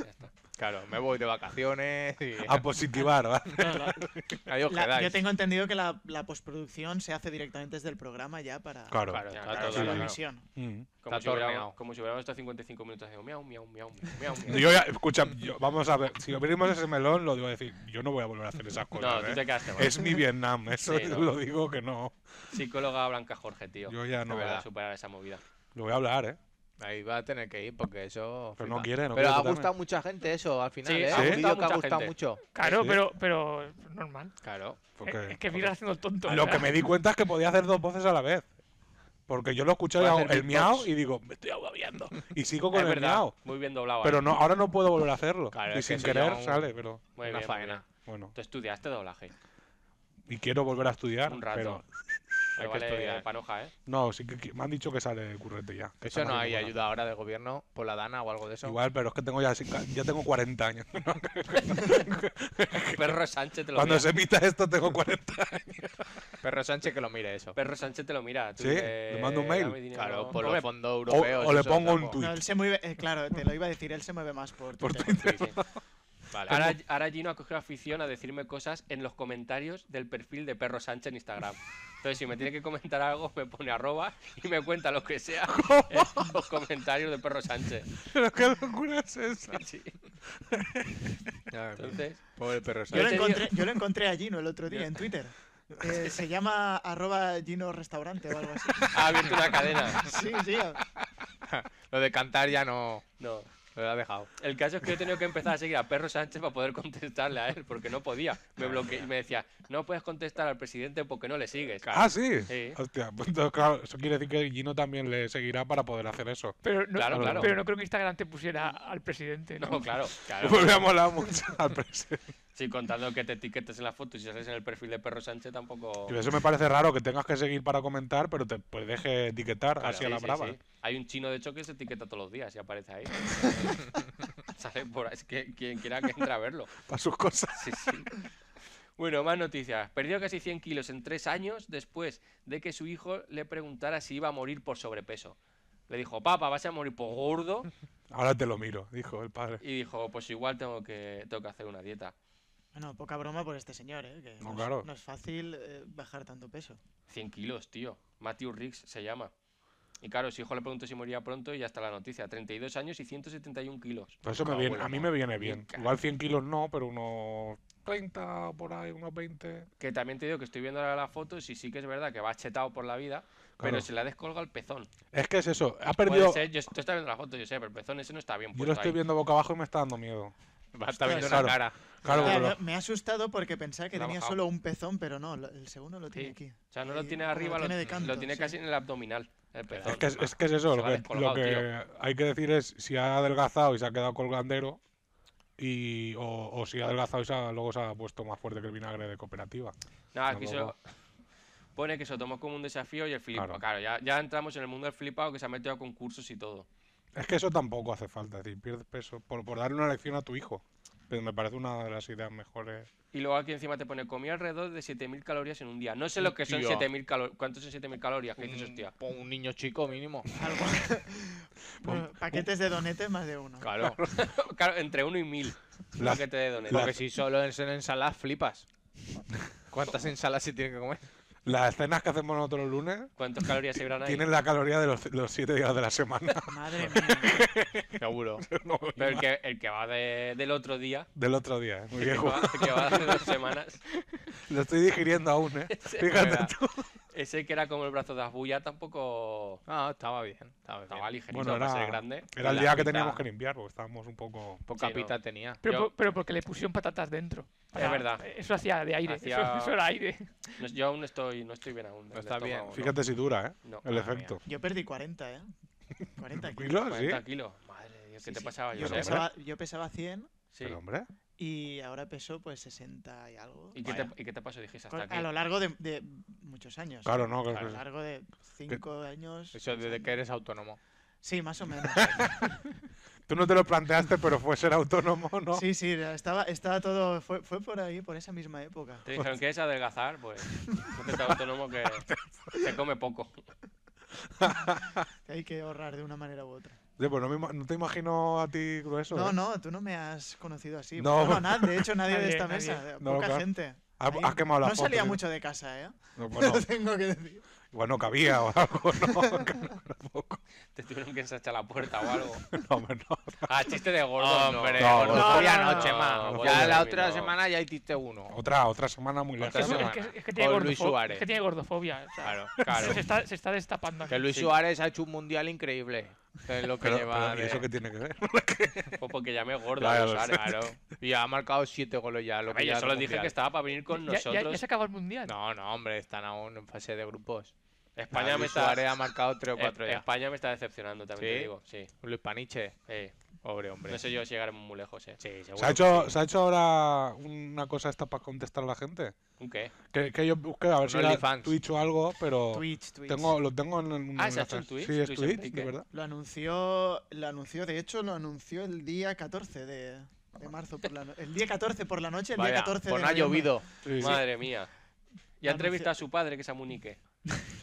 Speaker 2: está.
Speaker 3: Claro, me voy de vacaciones y
Speaker 4: A positivar, ¿vale?
Speaker 3: adiós
Speaker 6: la-
Speaker 3: quedáis.
Speaker 6: yo tengo entendido que la, la postproducción se hace directamente desde el programa ya para
Speaker 4: Claro.
Speaker 3: Claro,
Speaker 2: Ya,
Speaker 3: está
Speaker 2: claro,
Speaker 3: todo
Speaker 6: para la
Speaker 4: sí.
Speaker 3: claro.
Speaker 6: emisión.
Speaker 4: Mm.
Speaker 2: Como,
Speaker 3: Está
Speaker 2: si hubiéramos,
Speaker 3: torneado.
Speaker 2: como si hubiéramos estado 55 minutos haciendo miau, miau, miau, miau, miau.
Speaker 4: Yo ya, escucha, yo- vamos a ver. Si abrimos ese melón, lo digo a decir, yo no voy a volver a hacer esas
Speaker 2: No,
Speaker 4: cosas.
Speaker 2: tú
Speaker 4: ¿eh?
Speaker 2: te quedaste mal.
Speaker 4: Es mi Vietnam, eso
Speaker 2: Sí, no.
Speaker 4: lo digo que no.
Speaker 2: Psicóloga Blanca Jorge, tío.
Speaker 4: Yo ya no.
Speaker 2: Para
Speaker 3: verdad.
Speaker 2: superar esa movida.
Speaker 4: Lo voy a hablar, ¿eh?
Speaker 3: Ahí va a tener que ir porque eso.
Speaker 4: Pero no
Speaker 3: flipa.
Speaker 4: quiere,
Speaker 3: Pero
Speaker 4: no quiere
Speaker 3: ha
Speaker 4: totalmente.
Speaker 3: gustado mucha gente eso al final,
Speaker 2: Sí,
Speaker 3: ¿eh?
Speaker 2: ha
Speaker 3: Un
Speaker 4: gustado
Speaker 3: vídeo que
Speaker 2: mucha
Speaker 3: ha gustado
Speaker 2: gente.
Speaker 3: mucho.
Speaker 5: claro,
Speaker 4: Sí.
Speaker 5: pero, pero normal.
Speaker 3: Claro.
Speaker 4: Porque-
Speaker 5: es que Fira haciendo el tonto. ¿eh?
Speaker 4: Lo
Speaker 5: ¿verdad?
Speaker 4: que me di cuenta es que podía hacer dos voces a la vez. Porque yo lo escuché
Speaker 3: Puede
Speaker 4: hago
Speaker 3: hacer
Speaker 4: el
Speaker 3: beatbox.
Speaker 4: miau y digo, me estoy agobiando. Y sigo con
Speaker 2: Es
Speaker 4: el
Speaker 2: verdad,
Speaker 4: miau.
Speaker 2: muy bien doblado.
Speaker 4: Pero
Speaker 2: ahí.
Speaker 4: no, ahora no puedo volver a hacerlo.
Speaker 3: Claro,
Speaker 4: y
Speaker 3: es que
Speaker 4: sin
Speaker 3: eso ya
Speaker 4: querer
Speaker 3: un-
Speaker 4: sale, pero
Speaker 2: Muy
Speaker 3: Una
Speaker 2: bien, muy
Speaker 3: faena.
Speaker 2: bien.
Speaker 4: bueno.
Speaker 2: Tú estudiaste doblaje.
Speaker 4: Y quiero volver a estudiar,
Speaker 2: Un rato.
Speaker 4: pero
Speaker 2: Pero
Speaker 3: que
Speaker 2: vale,
Speaker 3: estudiar.
Speaker 2: panoja, ¿eh?
Speaker 4: no, sí que qui- me han dicho que sale currete ya. que
Speaker 3: Eso
Speaker 4: están
Speaker 3: no hay
Speaker 4: haciendo una-
Speaker 3: ayuda ahora de gobierno por la DANA o algo de eso.
Speaker 4: Igual, pero es que tengo ya, cinca- ya tengo 40 años.
Speaker 2: Perro Sánchez te lo
Speaker 4: Cuando
Speaker 2: mira.
Speaker 4: se emita esto tengo 40
Speaker 3: Perro Sánchez que lo mire eso.
Speaker 2: Perro Sánchez te lo mira. tú
Speaker 4: Sí,
Speaker 2: dices,
Speaker 4: le mando un mail.
Speaker 2: "Dame dinero".
Speaker 3: Claro, por
Speaker 2: Hombre,
Speaker 3: los fondos
Speaker 4: o,
Speaker 3: europeos.
Speaker 4: o le
Speaker 3: eso
Speaker 4: pongo un
Speaker 3: tampoco.
Speaker 4: tuit.
Speaker 6: No, él se mueve, eh, claro, te lo iba a decir, él se mueve más por, Twitter.
Speaker 2: pues, sí, sí.
Speaker 3: Vale.
Speaker 2: Ahora, ahora Gino ha cogido afición a decirme cosas en los comentarios del perfil de Perro Sánchez en Instagram. Entonces, si me tiene que comentar algo, me pone arroba y me cuenta lo que sea en los comentarios de Perro Sánchez.
Speaker 4: Pero qué locura es esa.
Speaker 2: Sí,
Speaker 3: Ay, pues,
Speaker 2: entonces,
Speaker 3: Pobre perro
Speaker 6: Yo
Speaker 2: Yo
Speaker 6: lo,
Speaker 2: te
Speaker 3: Sánchez.
Speaker 2: digo-
Speaker 6: encontré, yo lo encontré a Gino el otro día en Twitter. Eh, se llama arroba Gino Restaurante o algo así.
Speaker 2: ha abierto una cadena.
Speaker 6: Sí, sí.
Speaker 3: Lo de cantar ya no
Speaker 2: No.
Speaker 3: lo ha dejado.
Speaker 2: El caso es que he tenido que empezar a seguir a Perro Sánchez para poder contestarle a él, porque no podía. Me bloqueé y me decía, no puedes contestar al presidente porque no le sigues.
Speaker 4: Ah, sí.
Speaker 2: Sí.
Speaker 4: Hostia, pues entonces, claro, eso quiere decir que Gino también le seguirá para poder hacer eso.
Speaker 5: Pero no,
Speaker 2: Claro, claro.
Speaker 5: pero no creo que Instagram te pusiera al presidente.
Speaker 2: No, claro, claro.
Speaker 4: Me hubiera molado mucho al presidente.
Speaker 2: Sí, contando que te etiquetes en la foto y si sales en el perfil de Perro Sánchez tampoco...
Speaker 4: Y Eso me parece raro que tengas que seguir para comentar, pero te pues, deje etiquetar
Speaker 2: Claro,
Speaker 4: así a
Speaker 2: sí,
Speaker 4: la
Speaker 2: sí,
Speaker 4: brava. ¿eh?
Speaker 2: sí. Hay un chino, de hecho, que se etiqueta todos los días y aparece ahí. Sale por ahí. Es que quien quiera que entre a verlo.
Speaker 4: Para sus cosas.
Speaker 2: Sí, sí. Bueno, más noticias. Perdió casi 100 kilos en tres años después de que su hijo le preguntara si iba a morir por sobrepeso. Le dijo, papá, vas a morir por gordo.
Speaker 4: Ahora te lo miro, dijo el padre.
Speaker 2: Y dijo, pues igual tengo que, tengo que hacer una dieta.
Speaker 6: Bueno, poca broma por este señor, ¿eh? que
Speaker 4: No,
Speaker 6: es-
Speaker 4: claro.
Speaker 6: no es fácil eh, bajar tanto peso.
Speaker 2: 100 kilos, tío. Matthew Riggs se llama. Y claro, su hijo le preguntó si moría pronto y ya está la noticia. 32 años y 171 kilos.
Speaker 4: Pero Pues eso me
Speaker 2: cago
Speaker 4: viene,
Speaker 2: en la
Speaker 4: a mí me
Speaker 2: mar.
Speaker 4: viene bien.
Speaker 2: Venga.
Speaker 4: Igual 100 kilos no, pero unos 30 por ahí, unos 20.
Speaker 2: Que también te digo que estoy viendo ahora las fotos y sí que es verdad que va chetado por la vida,
Speaker 4: Claro.
Speaker 2: pero se le ha descolgado el pezón.
Speaker 4: Es que es eso. Ha
Speaker 2: Puede
Speaker 4: perdido.
Speaker 2: ser, yo, tú estás viendo la foto, yo sé, pero el pezón ese no está bien
Speaker 4: Yo lo
Speaker 2: puesto
Speaker 4: estoy
Speaker 2: ahí.
Speaker 4: viendo boca abajo y me está dando miedo.
Speaker 3: Va a estar viendo
Speaker 4: Ostras.
Speaker 3: una cara.
Speaker 4: Claro,
Speaker 6: Ya,
Speaker 4: porque
Speaker 6: me- me ha asustado porque pensaba que
Speaker 2: Lo ha
Speaker 6: tenía
Speaker 2: bajado.
Speaker 6: solo un pezón, pero no, lo- el segundo lo tiene
Speaker 2: Sí.
Speaker 6: aquí.
Speaker 2: O sea, no lo
Speaker 6: Sí,
Speaker 2: tiene
Speaker 6: como
Speaker 2: arriba, lo,
Speaker 6: tiene de canto,
Speaker 2: lo tiene
Speaker 6: sí.
Speaker 2: casi en el abdominal. el
Speaker 4: lo-
Speaker 2: pezón.
Speaker 4: es, que es, es que es eso.
Speaker 2: Se
Speaker 4: Lo
Speaker 2: va
Speaker 4: que, lo
Speaker 2: descolgado,
Speaker 4: que hay que decir es si ha adelgazado y se ha quedado colgandero. Y, o, o si ha adelgazado y se ha- luego se ha puesto más fuerte que el vinagre de cooperativa.
Speaker 2: No,
Speaker 4: No
Speaker 2: aquí
Speaker 4: lo
Speaker 2: se
Speaker 4: veo.
Speaker 2: lo- pone que se lo tomó como un desafío y el flipado.
Speaker 4: Claro.
Speaker 2: Claro, ya, ya entramos en el mundo del flipado que se ha metido a concursos y todo.
Speaker 4: Es que eso tampoco hace falta. Es decir, pierdes peso por, por darle una lección a tu hijo. Pero me parece una de las ideas mejores.
Speaker 2: Y luego aquí encima te pone, comí alrededor de 7.000 calorías en un día. No sé lo que son
Speaker 3: Hostia.
Speaker 2: 7.000 calorías. ¿Cuántos son 7.000 calorías? ¿Qué
Speaker 4: Mm.
Speaker 2: dices,
Speaker 3: Un,
Speaker 2: hostia?
Speaker 3: pon un niño chico mínimo.
Speaker 6: Algo- Bueno, paquetes de donetes más de uno.
Speaker 3: Claro.
Speaker 2: claro, entre 1 y 1.000.
Speaker 4: La-
Speaker 2: Lo que te dé donet.
Speaker 3: Porque si solo en en ensaladas flipas. ¿Cuántas ensaladas se tienen que comer?
Speaker 4: Las cenas que hacemos nosotros los lunes
Speaker 2: ¿Cuántas calorías se verán ahí?
Speaker 4: tienen la caloría de los, los siete días de la semana.
Speaker 6: Madre mía.
Speaker 3: Seguro.
Speaker 2: Pero el que, el que va de- del otro día,
Speaker 4: Del otro día, ¿eh? muy
Speaker 2: el que
Speaker 4: viejo.
Speaker 2: va, el que va hace dos semanas,
Speaker 4: Lo estoy digiriendo aún, ¿eh? Fíjate
Speaker 2: verdad.
Speaker 4: tú.
Speaker 2: ese que era como el brazo de Asbuya tampoco
Speaker 3: Ah, estaba bien. Estaba, bien.
Speaker 2: estaba ligerito
Speaker 4: Bueno,
Speaker 2: para
Speaker 4: era-
Speaker 2: ser grande.
Speaker 4: Era el
Speaker 3: La
Speaker 4: día que
Speaker 3: mitad.
Speaker 4: teníamos que limpiar, porque estábamos un poco.
Speaker 3: Poca
Speaker 2: Sí, no.
Speaker 3: pita tenía.
Speaker 5: Pero,
Speaker 2: Yo-
Speaker 5: po- pero porque le pusieron patatas dentro. Para-
Speaker 2: verdad.
Speaker 5: Eso hacía de aire.
Speaker 2: Hacía-
Speaker 5: Eso, eso era aire.
Speaker 2: No, yo aún estoy, no estoy bien aún.
Speaker 3: No
Speaker 2: del
Speaker 3: está bien,
Speaker 2: estómago, no.
Speaker 4: Fíjate si dura, ¿eh?
Speaker 2: No.
Speaker 4: El
Speaker 3: madre
Speaker 4: efecto.
Speaker 6: Yo perdí 40, ¿eh? 40 kilos.
Speaker 4: ¿Kilos? Sí.
Speaker 2: 40 kilos. Madre de Dios, ¿qué
Speaker 6: Sí,
Speaker 2: te
Speaker 6: sí.
Speaker 2: pasaba,
Speaker 6: Yo
Speaker 4: Josep?
Speaker 2: Josep?
Speaker 6: pesaba, yo pesaba 100
Speaker 2: Sí.
Speaker 4: Pero, hombre.
Speaker 6: y ahora peso pues 60 y algo.
Speaker 2: ¿Y qué, te, ¿Y qué te pasó? Dijiste hasta
Speaker 6: Con-
Speaker 2: aquí.
Speaker 6: A lo largo de, de muchos años.
Speaker 4: Claro, no. creo
Speaker 6: A
Speaker 4: que-
Speaker 6: lo largo de 5 años.
Speaker 3: Eso
Speaker 6: seis
Speaker 3: desde que
Speaker 6: años.
Speaker 3: eres autónomo.
Speaker 6: Sí, más o menos.
Speaker 4: Tú no te lo planteaste, pero fue ser autónomo, ¿no?
Speaker 6: Sí, sí, estaba, estaba todo. Fue, fue por ahí, por esa misma época.
Speaker 2: Te dijeron, ¿quieres adelgazar? Pues, no te estás autónomo que se come poco.
Speaker 6: Que hay que ahorrar de una manera u otra.
Speaker 4: Oye, pues no, me ima- no te imagino a ti grueso.
Speaker 6: No,
Speaker 4: ¿eh?
Speaker 6: no, tú no me has conocido así.
Speaker 4: No.
Speaker 6: No, no, nada, de hecho, nadie de
Speaker 5: Nadie,
Speaker 6: esta
Speaker 5: nadie.
Speaker 6: mesa. de-
Speaker 4: No,
Speaker 6: poca
Speaker 4: claro.
Speaker 6: gente.
Speaker 4: Has,
Speaker 6: Ahí
Speaker 4: has quemado la
Speaker 6: no
Speaker 4: foto,
Speaker 6: salía
Speaker 4: tío.
Speaker 6: mucho de casa, ¿eh?
Speaker 4: No, bueno,
Speaker 6: Lo tengo que decir.
Speaker 4: igual no cabía o algo, ¿no? Que no, tampoco.
Speaker 2: Te tuvieron que ensanchar la puerta o algo.
Speaker 4: No, hombre, no.
Speaker 2: Ah, chiste de gordo.
Speaker 3: Hombre,
Speaker 4: No,
Speaker 3: no,
Speaker 4: no,
Speaker 6: no,
Speaker 3: ya
Speaker 6: no,
Speaker 3: no, Chema.
Speaker 2: no, no,
Speaker 3: ya
Speaker 2: no,
Speaker 3: la
Speaker 2: no.
Speaker 3: otra semana ya hiciste uno.
Speaker 4: Otra, otra semana muy
Speaker 3: Otra
Speaker 5: Es
Speaker 4: lejos.
Speaker 5: que-
Speaker 3: semana.
Speaker 5: es que, es que tiene
Speaker 3: Con Luis
Speaker 5: gordofo-
Speaker 3: Suárez.
Speaker 5: es que tiene gordofobia. o sea,
Speaker 3: Claro,
Speaker 5: Se
Speaker 3: claro.
Speaker 5: está, se está destapando. aquí.
Speaker 3: Que Luis
Speaker 2: Sí.
Speaker 3: Suárez ha hecho un mundial increíble. Es lo que
Speaker 4: Pero,
Speaker 3: lleva.
Speaker 4: pero, ¿y
Speaker 3: de-
Speaker 4: eso qué tiene que ver?
Speaker 2: Pues porque llamé gordo.
Speaker 4: Claro,
Speaker 2: a los árabes.
Speaker 3: Claro. Y ha marcado siete goles ya. Lo
Speaker 2: A
Speaker 3: que
Speaker 2: ver,
Speaker 3: ya
Speaker 2: yo
Speaker 3: es
Speaker 2: solo
Speaker 3: un
Speaker 2: dije
Speaker 3: mundial.
Speaker 2: que estaba para venir con
Speaker 5: Ya- ya- ya,
Speaker 2: nosotros.
Speaker 5: se acabó el mundial.
Speaker 3: No, no, hombre, están aún en fase de grupos.
Speaker 2: España, me
Speaker 3: Luis
Speaker 2: está,
Speaker 3: Suárez ha marcado tres o
Speaker 2: Eh,
Speaker 3: cuatro ya.
Speaker 2: España me está decepcionando, también
Speaker 3: ¿Sí?
Speaker 2: te digo. Sí.
Speaker 3: Luis Paniche.
Speaker 2: Eh,
Speaker 3: Pobre hombre.
Speaker 2: No sé yo si llegaremos muy lejos, ¿eh?
Speaker 3: Sí, seguro.
Speaker 4: ¿Se ha, hecho, ¿Se ha hecho ahora una cosa esta para contestar a la gente?
Speaker 2: ¿Un qué?
Speaker 4: Que, que yo busqué a ver si era
Speaker 3: OnlyFans.
Speaker 4: Twitch o algo, pero
Speaker 6: Twitch, Twitch.
Speaker 4: tengo, lo tengo en un
Speaker 2: Ah, ¿se ha
Speaker 4: enlace.
Speaker 2: hecho en Twitch?
Speaker 4: Sí, es
Speaker 2: Luis
Speaker 4: Twitch,
Speaker 2: Enrique.
Speaker 4: de verdad.
Speaker 6: Lo anunció, lo anunció, de hecho, lo anunció el día 14 de, de marzo. Por la no- el día 14 por la noche, el
Speaker 3: Vaya,
Speaker 6: día 14
Speaker 3: pues
Speaker 6: de
Speaker 3: no ha
Speaker 6: noviembre.
Speaker 3: llovido.
Speaker 4: Sí, sí.
Speaker 2: Madre mía. Ya
Speaker 6: Anuncio-
Speaker 2: entrevista a su padre que se amunique.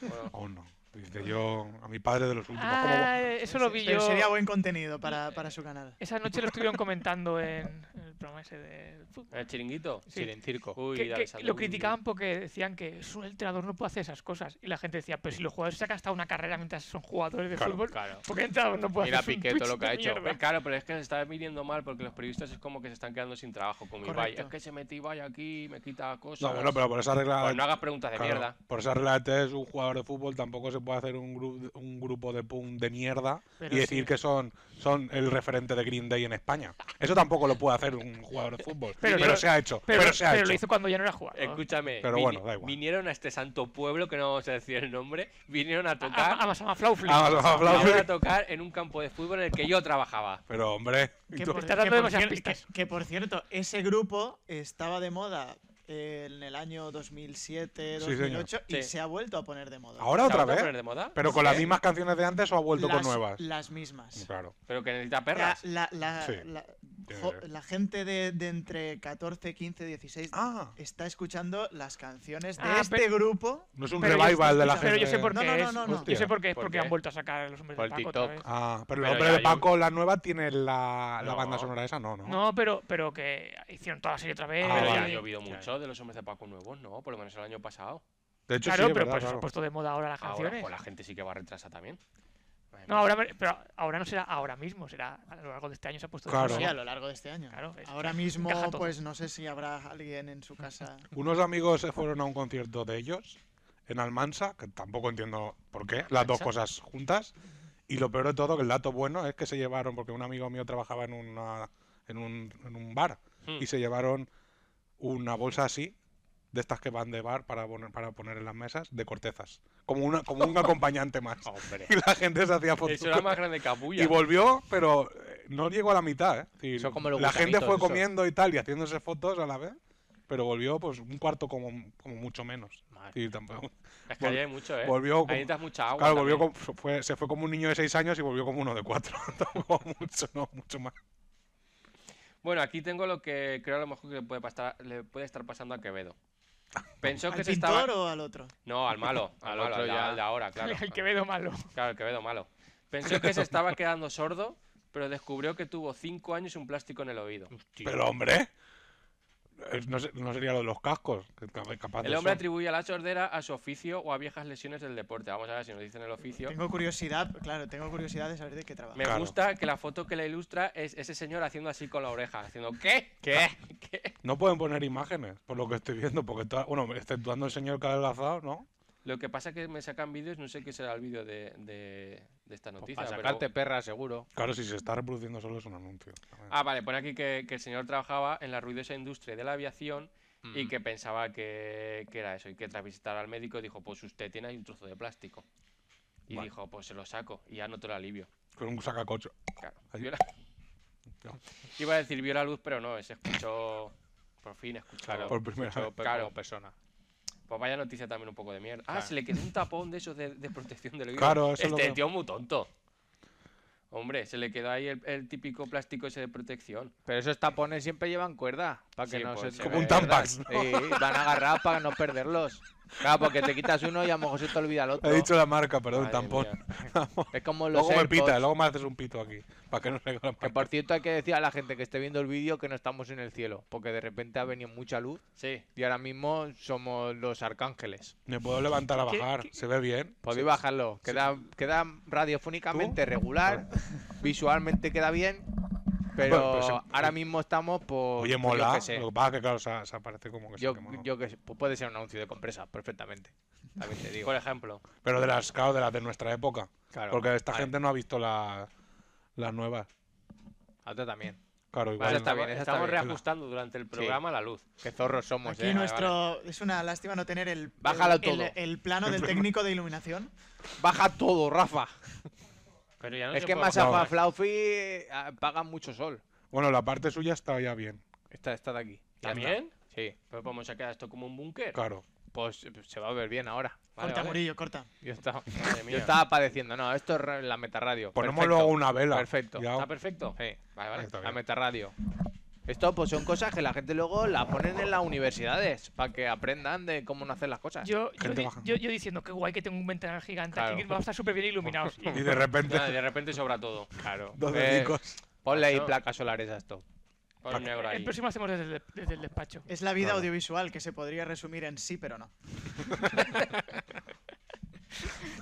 Speaker 2: Bueno,
Speaker 4: Oh, no. Dice yo a mi padre de los últimos.
Speaker 5: Ah, eso lo vi
Speaker 6: Pero
Speaker 5: yo.
Speaker 6: sería buen contenido para, para su canal.
Speaker 5: Esa noche lo estuvieron comentando en en el programa ese del
Speaker 3: Eh,
Speaker 5: fútbol.
Speaker 2: ¿El chiringuito?
Speaker 5: Sí.
Speaker 3: Sí, en circo.
Speaker 2: Uy,
Speaker 5: Que- que
Speaker 2: Alessandro,
Speaker 5: lo
Speaker 2: uy,
Speaker 5: criticaban porque decían que "Es un entrenador no puede hacer esas cosas. Y la gente decía, pero si los jugadores se han gastado una carrera mientras son jugadores de
Speaker 4: Claro,
Speaker 5: fútbol,
Speaker 3: Claro.
Speaker 5: porque el entrenador no puede
Speaker 3: Mira
Speaker 5: hacer un
Speaker 3: Piqué todo
Speaker 5: Twitch
Speaker 3: lo que
Speaker 5: de
Speaker 3: ha hecho.
Speaker 5: mierda?".
Speaker 2: Pero claro, pero es que se está midiendo mal porque los periodistas es como que se están quedando sin trabajo con Ibai.
Speaker 6: Correcto.
Speaker 2: Es que se mete Ibai aquí, me quita cosas.
Speaker 4: No, bueno, pero por esa regla.
Speaker 2: Pues no hagas preguntas de
Speaker 4: claro,
Speaker 2: mierda.
Speaker 5: Ah.
Speaker 4: Por esa regla de tres, un jugador de fútbol tampoco se puede hacer un, gru- un grupo de punk de mierda
Speaker 6: Pero
Speaker 4: y decir
Speaker 6: sí.
Speaker 4: que son, son el referente de Green Day en España. Eso tampoco lo puede hacer un jugador de fútbol. Pero,
Speaker 5: Pero- pero-
Speaker 4: se ha hecho. Pero,
Speaker 5: Pero,
Speaker 4: se ha
Speaker 5: pero
Speaker 4: hecho.
Speaker 5: lo hizo cuando ya no era jugador.
Speaker 2: Escúchame,
Speaker 4: Pero
Speaker 2: vini-
Speaker 4: bueno, da igual.
Speaker 2: vinieron a este santo pueblo, que no vamos a decir el nombre, vinieron a
Speaker 5: A- a,
Speaker 2: tocar,
Speaker 5: a Masama Flauflin.
Speaker 4: Ah, vale, vale, vale.
Speaker 2: vinieron a tocar en un campo de fútbol en el que yo trabajaba.
Speaker 4: Pero hombre,
Speaker 6: Que
Speaker 4: tú-
Speaker 6: por,
Speaker 5: Está dando
Speaker 6: que por
Speaker 5: demasiadas
Speaker 6: cier- que-
Speaker 5: pistas.
Speaker 6: que por cierto, ese grupo estaba de moda eh, en el año 2007,
Speaker 4: Sí, señor.
Speaker 6: 2008 y
Speaker 2: Sí.
Speaker 6: se ha vuelto a poner de moda.
Speaker 4: ahora otra
Speaker 2: ¿Se ha vuelto a
Speaker 4: vez.
Speaker 2: poner de moda? ¿Eh?
Speaker 4: Pero con
Speaker 5: Eh,
Speaker 4: las mismas canciones de antes o ha vuelto
Speaker 6: las,
Speaker 4: con nuevas.
Speaker 6: Las mismas.
Speaker 4: Claro.
Speaker 2: Pero que necesita
Speaker 6: La,
Speaker 2: perras.
Speaker 6: la- la-
Speaker 4: Sí,
Speaker 6: la-
Speaker 4: tiene
Speaker 6: jo-
Speaker 4: que ver.
Speaker 6: la gente de, de entre 14, 15, 16
Speaker 4: Ah,
Speaker 6: está escuchando las canciones de
Speaker 5: Ah,
Speaker 6: este
Speaker 5: pero-
Speaker 6: grupo.
Speaker 4: no es un
Speaker 5: Pero yo
Speaker 4: revival
Speaker 5: estoy
Speaker 4: de la
Speaker 5: escuchando-
Speaker 4: gente.
Speaker 5: Pero yo sé por
Speaker 6: No,
Speaker 5: qué
Speaker 6: no,
Speaker 5: es.
Speaker 6: no, no, no.
Speaker 5: Yo sé por qué es
Speaker 2: ¿Por
Speaker 5: porque
Speaker 2: qué?
Speaker 5: han vuelto a sacar a los hombres
Speaker 3: Por
Speaker 5: de
Speaker 3: el
Speaker 5: Paco otra
Speaker 3: TikTok.
Speaker 5: vez.
Speaker 4: Ah, pero el
Speaker 2: Pero
Speaker 4: hombre
Speaker 2: ya
Speaker 4: de
Speaker 2: yo-
Speaker 4: Paco, la nueva, tiene la, la
Speaker 3: No.
Speaker 4: banda sonora esa, no, no.
Speaker 5: No, pero, pero que hicieron toda la serie otra vez.
Speaker 4: Ah,
Speaker 2: Pero ya ha
Speaker 4: vale.
Speaker 5: y-
Speaker 2: llovido mucho de los hombres de Paco nuevos, ¿no? Por lo menos el año pasado.
Speaker 4: De hecho,
Speaker 5: claro,
Speaker 4: sí, es
Speaker 5: pero
Speaker 4: verdad,
Speaker 5: pues se
Speaker 4: claro.
Speaker 5: ha puesto de moda ahora las
Speaker 2: Ahora,
Speaker 5: canciones.
Speaker 2: pues, la gente sí que va retrasada también. Madre
Speaker 5: No,
Speaker 2: mía.
Speaker 5: ahora, pero ahora no será ahora mismo, será a lo largo de este año se ha puesto de
Speaker 4: Claro.
Speaker 5: moda.
Speaker 6: Sí, a lo largo de este año.
Speaker 5: Claro, es que
Speaker 6: Ahora mismo,
Speaker 5: encaja todo.
Speaker 6: pues no sé si habrá alguien en su casa.
Speaker 4: Unos amigos se fueron a un concierto de ellos en Almansa, que tampoco entiendo por qué, las dos
Speaker 2: ¿Almansa?
Speaker 4: cosas juntas. Y lo peor de todo, que el dato bueno es que se llevaron, porque un amigo mío trabajaba en, una, en, un, en un bar,
Speaker 2: Hmm.
Speaker 4: y se llevaron una bolsa así, de estas que van de bar para poner, para poner en las mesas, de cortezas. Como, una, como un acompañante más.
Speaker 2: Hombre.
Speaker 4: Y la gente se hacía fotos.
Speaker 2: Oh. Eso era más grande que
Speaker 4: Y
Speaker 2: Abuya.
Speaker 4: volvió, pero eh, no llegó a la mitad. ¿eh? Es decir,
Speaker 3: Son como los
Speaker 4: la gente fue
Speaker 3: gusanitos, eso.
Speaker 4: comiendo y tal y haciéndose fotos a la vez, pero volvió pues un cuarto como, como mucho menos.
Speaker 2: Madre.
Speaker 4: Y tampoco-
Speaker 2: Es que ahí hay mucho, ¿eh?
Speaker 4: volvió como-
Speaker 2: Ahí necesitas mucha agua.
Speaker 4: claro, volvió
Speaker 2: también.
Speaker 4: como- fue- se fue como un niño de seis años y volvió como uno de cuatro. Tampoco mucho, no, mucho más.
Speaker 2: Bueno, aquí tengo lo que creo a lo mejor que le puede, pasar, le puede estar pasando a Quevedo. Pensó
Speaker 6: ¿Al
Speaker 2: que se
Speaker 6: pintor
Speaker 2: estaba.
Speaker 6: o al otro?
Speaker 2: No, al malo. Al
Speaker 3: Al
Speaker 2: malo,
Speaker 3: otro
Speaker 2: al de-
Speaker 3: ya.
Speaker 2: al de ahora, claro.
Speaker 5: El Quevedo malo.
Speaker 2: Claro, el Quevedo malo. Pensó que se estaba quedando sordo, pero descubrió que tuvo cinco años y un plástico en el oído.
Speaker 4: Pero hombre, eh, no, sé- no sería lo de los cascos. que cap- capaz
Speaker 2: El
Speaker 4: de
Speaker 2: hombre
Speaker 4: eso.
Speaker 2: atribuye la sordera a su oficio o a viejas lesiones del deporte. Vamos a ver si nos dicen el oficio.
Speaker 6: Tengo curiosidad, claro, tengo curiosidad de saber de qué trabaja.
Speaker 2: Me
Speaker 4: Claro.
Speaker 2: gusta que la foto que le ilustra es ese señor haciendo así con la oreja, haciendo ¿qué?
Speaker 3: ¿Qué?
Speaker 2: ¿Qué?
Speaker 4: No pueden poner imágenes, por lo que estoy viendo, porque está, bueno, exceptuando el señor que ha adelgazado, ¿no?
Speaker 2: Lo que pasa es que me sacan vídeos, no sé qué será el vídeo de, de- de esta
Speaker 3: Pues
Speaker 2: noticia.
Speaker 3: para
Speaker 2: pero-
Speaker 3: sacarte perra, seguro.
Speaker 4: Claro, si se está reproduciendo solo es un anuncio.
Speaker 2: Ah, vale, pone aquí que, que el señor trabajaba en la ruidosa industria de la aviación y
Speaker 3: Mm.
Speaker 2: que pensaba que, que era eso. Y que tras visitar al médico dijo, pues usted tiene ahí un trozo de plástico. Y
Speaker 4: Bueno.
Speaker 2: dijo, pues se lo saco y ya no te lo alivio.
Speaker 4: Con un sacacocho.
Speaker 2: Claro,
Speaker 4: Ahí.
Speaker 2: vio la-
Speaker 4: No.
Speaker 2: Iba a decir, vio la luz, pero no, se escuchó... Por fin escuchó...
Speaker 3: Claro,
Speaker 4: Por primera
Speaker 3: escucho
Speaker 4: vez.
Speaker 3: pe-
Speaker 2: Claro.
Speaker 3: como persona.
Speaker 2: Pues vaya noticia también un poco de mierda. Ah,
Speaker 3: Claro.
Speaker 2: se le quedó un tapón de esos de, de protección del oído.
Speaker 4: Claro, eso es lo
Speaker 2: Este
Speaker 4: que-
Speaker 2: tío es muy tonto. Hombre, se le quedó ahí el, el típico plástico ese de protección.
Speaker 3: Pero esos tapones siempre llevan cuerda. Para que
Speaker 2: Sí,
Speaker 3: no
Speaker 2: pues,
Speaker 3: se. te
Speaker 4: Como un
Speaker 3: pierdan.
Speaker 4: Tampax, ¿no?
Speaker 3: Sí, van agarrados para no perderlos. Claro, porque te quitas uno y a lo mejor se te olvida el otro.
Speaker 4: He dicho la marca, perdón,
Speaker 2: Madre
Speaker 4: tampón.
Speaker 2: mía.
Speaker 3: Es como los
Speaker 4: Luego me
Speaker 3: AirPods,
Speaker 4: pita, luego me haces un pito aquí. Para que no se hagan
Speaker 3: Que por cierto hay que decir a la gente que esté viendo el vídeo que no estamos en el cielo, porque de repente ha venido mucha luz
Speaker 2: Sí,
Speaker 3: y ahora mismo somos los arcángeles.
Speaker 4: Me puedo levantar a
Speaker 5: ¿Qué-
Speaker 4: bajar,
Speaker 5: qué-
Speaker 4: se ve bien.
Speaker 3: Podéis bajarlo, queda, queda radiofónicamente regular, visualmente queda bien, pero
Speaker 4: Bueno, pero se-
Speaker 3: ahora mismo estamos por...
Speaker 4: Oye,
Speaker 3: pues
Speaker 4: mola.
Speaker 3: Yo que sé,
Speaker 4: Lo que pasa es que, claro, se, se aparece como que se
Speaker 3: yo,
Speaker 4: quema, ¿no?
Speaker 3: yo qué sé, pues puede ser un anuncio de compresa, perfectamente. También te digo.
Speaker 2: por ejemplo.
Speaker 4: Pero de las, claro, de las de nuestra época.
Speaker 3: Claro,
Speaker 4: porque esta
Speaker 3: vale.
Speaker 4: gente no ha visto la- las nuevas.
Speaker 3: a otra también.
Speaker 4: Claro,
Speaker 6: Pues
Speaker 4: igual.
Speaker 2: Vale,
Speaker 3: está
Speaker 2: estamos-
Speaker 3: bien, eso está
Speaker 2: estamos
Speaker 3: bien.
Speaker 2: reajustando durante el programa la luz.
Speaker 3: Qué zorros somos,
Speaker 6: Aquí
Speaker 3: eh.
Speaker 6: nuestro. Es una lástima no tener el,
Speaker 3: Bájalo
Speaker 6: el, el-
Speaker 3: todo.
Speaker 6: el plano del técnico de iluminación.
Speaker 3: Baja todo, Rafa.
Speaker 2: Pero ya no
Speaker 3: es
Speaker 2: se
Speaker 3: que
Speaker 2: puede
Speaker 3: más
Speaker 2: bajar.
Speaker 4: bajar.
Speaker 3: a Flaufi eh, paga mucho sol.
Speaker 4: Bueno, la parte suya está ya bien.
Speaker 3: Esta, esta de aquí. Ya está.
Speaker 2: ¿También? Pues
Speaker 3: Sí.
Speaker 2: Pero como se queda esto como un búnker.
Speaker 4: Claro.
Speaker 3: Pues eh, se va a ver bien ahora.
Speaker 2: Vale,
Speaker 6: corta,
Speaker 2: vale.
Speaker 6: Murillo, corta.
Speaker 3: Yo estaba,
Speaker 2: Madre
Speaker 3: yo
Speaker 2: mía.
Speaker 3: estaba padeciendo. No, esto es ra- la metarradio.
Speaker 4: Ponemos
Speaker 3: Perfecto.
Speaker 4: luego una vela.
Speaker 3: Perfecto.
Speaker 4: Ya.
Speaker 2: ¿Está perfecto?
Speaker 3: Sí,
Speaker 2: Vale, vale.
Speaker 4: Está
Speaker 3: la
Speaker 4: bien.
Speaker 3: metarradio. Esto pues son cosas que la gente luego la ponen en las universidades para que aprendan de cómo no hacer las cosas.
Speaker 5: Yo, yo,
Speaker 4: Gente
Speaker 5: di-
Speaker 4: baja.
Speaker 5: yo, yo diciendo que guay que tengo un ventanal gigante aquí,
Speaker 3: Claro.
Speaker 5: vamos a estar súper bien iluminados. Y-
Speaker 4: Y de repente,
Speaker 2: Nada, de repente sobra todo. Claro.
Speaker 4: dos
Speaker 3: eh,
Speaker 4: dedicos.
Speaker 3: Ponle ahí
Speaker 2: Eso.
Speaker 3: placas solares a esto.
Speaker 2: Pon negro
Speaker 5: el
Speaker 2: ahí.
Speaker 5: próximo hacemos desde el, desde el despacho.
Speaker 6: Es la vida
Speaker 4: Claro.
Speaker 6: audiovisual que se podría resumir en sí, pero no.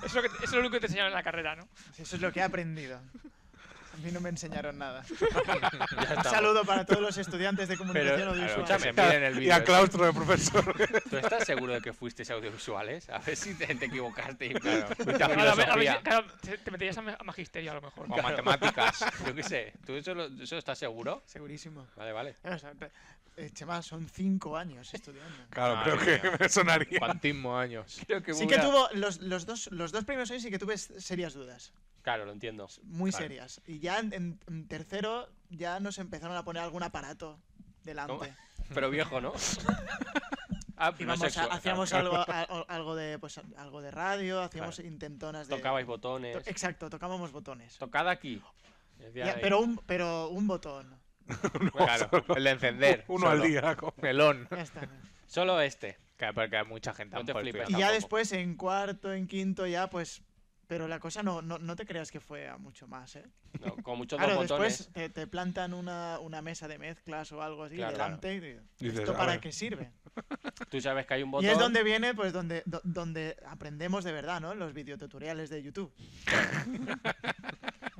Speaker 5: Eso es, lo que te- eso es lo único que te enseñaron en la carrera, ¿no?
Speaker 6: Pues Eso es lo que he aprendido. A mí no me enseñaron nada.
Speaker 3: Ya
Speaker 6: Un
Speaker 3: estamos.
Speaker 6: saludo para todos los estudiantes de comunicación
Speaker 2: Pero, claro,
Speaker 6: audiovisual.
Speaker 2: escúchame,
Speaker 3: Miren el
Speaker 4: Y
Speaker 3: vídeo.
Speaker 4: a
Speaker 3: ese.
Speaker 4: claustro de profesor.
Speaker 2: ¿Tú estás seguro de que fuiste a audiovisuales? A ver si te, te equivocaste. y- Ah,
Speaker 3: Mucha
Speaker 5: Claro, a ver- a ver si-
Speaker 3: filosofía.
Speaker 5: claro, te te meterías a ma- a magisterio a lo mejor.
Speaker 3: O matemáticas.
Speaker 2: Yo qué sé. ¿Tú eso, lo- eso estás seguro?
Speaker 6: Segurísimo.
Speaker 2: Vale, vale.
Speaker 6: O sea, pe- eh, Chema, son cinco años estudiando.
Speaker 4: Claro,
Speaker 3: Madre
Speaker 4: creo que
Speaker 3: mía.
Speaker 4: me sonaría.
Speaker 3: Cuantismo años.
Speaker 2: Creo que
Speaker 6: Sí que
Speaker 2: hubiera-
Speaker 6: tuvo, los, los dos, los dos primeros años sí que tuve s- serias dudas,
Speaker 2: Claro, lo entiendo.
Speaker 6: muy
Speaker 4: Claro.
Speaker 6: serias. Y ya en, en- en tercero ya nos empezaron a poner algún aparato delante.
Speaker 2: ¿Cómo? Pero viejo, ¿no? Ah, no
Speaker 6: Y vamos a-
Speaker 2: sexual,
Speaker 6: hacíamos algo, a- algo, de, pues, algo de radio, hacíamos intentonas de...
Speaker 2: claro. Tocabais
Speaker 6: to-
Speaker 2: botones.
Speaker 6: Exacto, tocábamos botones.
Speaker 2: Tocad aquí. El día
Speaker 6: Ya,
Speaker 2: de-
Speaker 6: pero, un, pero un botón.
Speaker 3: Pues Claro, el de encender.
Speaker 4: Uno al
Speaker 3: solo.
Speaker 4: día. como-
Speaker 3: Melón.
Speaker 6: Ya está.
Speaker 2: Solo este.
Speaker 3: Claro, porque hay mucha gente. a
Speaker 2: No
Speaker 3: lo
Speaker 2: te
Speaker 3: mejor
Speaker 2: flipes.
Speaker 3: estudia.
Speaker 6: Y ya
Speaker 2: Tampoco.
Speaker 6: después en cuarto, en quinto, ya pues... Pero la cosa no, no, no te creas que fue a mucho más, ¿eh?
Speaker 2: No, con muchos
Speaker 6: Claro,
Speaker 2: dos botones.
Speaker 6: después te, te plantan una, una mesa de mezclas o algo así
Speaker 2: Claro.
Speaker 6: delante y dices,
Speaker 4: Dices,
Speaker 6: ¿esto
Speaker 4: a
Speaker 6: para
Speaker 4: ver.
Speaker 6: qué sirve?
Speaker 2: Tú sabes que hay un botón.
Speaker 6: Y es donde viene, pues, donde, do- donde aprendemos de verdad, ¿no? Los videotutoriales de YouTube.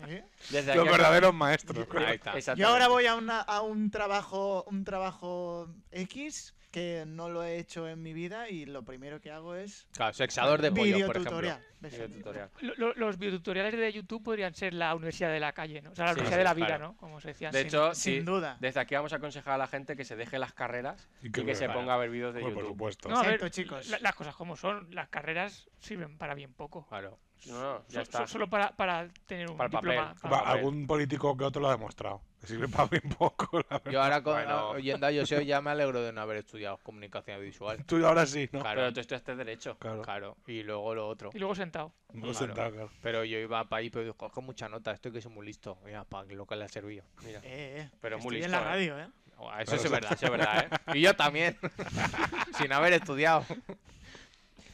Speaker 6: ¿Eh?
Speaker 2: desde aquí
Speaker 4: Los
Speaker 2: acá-
Speaker 4: verdaderos maestros. Pues,
Speaker 3: Ahí está.
Speaker 6: Yo ahora
Speaker 2: Exactamente.
Speaker 6: voy a, una- a un trabajo un trabajo X que no lo he hecho en mi vida y lo primero que hago es
Speaker 3: Claro, sexador de pollo, por ejemplo.
Speaker 6: videotutorial.
Speaker 2: Video tutorial.
Speaker 5: Lo- lo- los videotutoriales de YouTube podrían ser la universidad de la calle, ¿no? O sea, la
Speaker 2: Sí,
Speaker 5: universidad
Speaker 2: sí,
Speaker 5: de la vida,
Speaker 2: claro.
Speaker 5: ¿no? Como se decía.
Speaker 2: De
Speaker 5: sin-
Speaker 2: hecho,
Speaker 6: Sin
Speaker 2: sí,
Speaker 6: duda. Eh,
Speaker 2: desde aquí vamos a aconsejar a la gente que se deje las carreras
Speaker 4: Y
Speaker 2: y
Speaker 4: que
Speaker 2: que,
Speaker 4: lo
Speaker 2: se
Speaker 4: haga.
Speaker 2: ponga a ver vídeos de
Speaker 4: Bueno, por
Speaker 2: YouTube.
Speaker 4: supuesto.
Speaker 5: No, a ver,
Speaker 6: Cierto, chicos.
Speaker 5: la- las cosas como son, las carreras sirven para bien poco.
Speaker 2: Claro. No, no, ya
Speaker 5: So- so-
Speaker 2: está.
Speaker 5: solo para, para tener un
Speaker 2: Para el papel.
Speaker 5: diploma.
Speaker 4: Va,
Speaker 5: para-
Speaker 2: a ver.
Speaker 4: algún político que otro lo ha demostrado. Que sirve para bien poco, la verdad.
Speaker 3: Yo ahora con,
Speaker 2: Bueno.
Speaker 3: oyendo a José ya me alegro de no haber estudiado comunicación visual.
Speaker 4: Tú ahora sí, ¿no?
Speaker 3: Claro,
Speaker 2: Pero tú estudiaste Derecho.
Speaker 4: Claro.
Speaker 3: claro. Y luego lo otro.
Speaker 5: Y luego sentado.
Speaker 4: No sé,
Speaker 3: claro.
Speaker 4: tal, claro.
Speaker 3: Pero yo iba para ahí, pero digo, cojo mucha nota, estoy que soy muy listo. Mira, para lo que le ha servido.
Speaker 2: Mira.
Speaker 6: Eh, eh,
Speaker 2: Pero
Speaker 6: que
Speaker 2: muy
Speaker 6: estoy en
Speaker 2: listo,
Speaker 6: la
Speaker 2: ¿eh?
Speaker 6: radio, ¿eh?
Speaker 3: Oh, Eso sí es verdad, eso es verdad, ¿eh? Y yo también. Sin haber estudiado.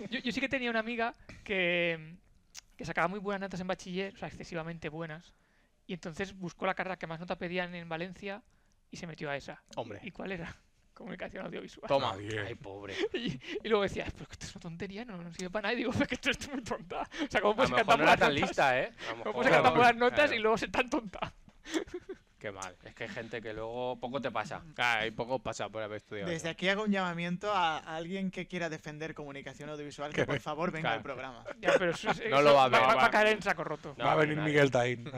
Speaker 5: Yo, yo sí que tenía una amiga que, que sacaba muy buenas notas en bachiller, o sea, excesivamente buenas. Y entonces buscó la carrera que más nota pedían en Valencia y se metió a esa. ¿Y
Speaker 3: Hombre,
Speaker 5: cuál era? Comunicación audiovisual.
Speaker 3: toma.
Speaker 4: Nadie.
Speaker 3: Ay, pobre.
Speaker 5: Y, y luego decía, "Pero que esto es una tontería, no, no sirve para nada. Y digo, pero que esto es muy tonta. O sea,
Speaker 2: A
Speaker 5: ¿cómo
Speaker 2: lo
Speaker 5: puedes
Speaker 2: mejor no era
Speaker 5: sacar tan buenas
Speaker 2: tan
Speaker 5: notas?
Speaker 2: lista, ¿eh? A lo
Speaker 5: ¿Cómo
Speaker 2: mejor-
Speaker 5: puedes sacar tan
Speaker 3: Claro,
Speaker 5: buenas notas y
Speaker 3: claro.
Speaker 5: luego ser tan tonta?
Speaker 3: Qué mal. Ah,
Speaker 2: Es que hay gente que luego poco te pasa.
Speaker 3: Hay poco pasa por haber estudiado.
Speaker 6: Desde aquí hago un llamamiento a, a alguien que quiera defender comunicación audiovisual que por favor venga al
Speaker 3: Claro.
Speaker 6: programa.
Speaker 5: Ya, pero eso, es-
Speaker 3: No
Speaker 5: eso
Speaker 3: lo va a ver,
Speaker 5: Va,
Speaker 3: va.
Speaker 5: a caer en saco roto.
Speaker 2: No,
Speaker 4: Va a
Speaker 2: que
Speaker 4: venir
Speaker 2: nadie.
Speaker 4: Miguel Taín.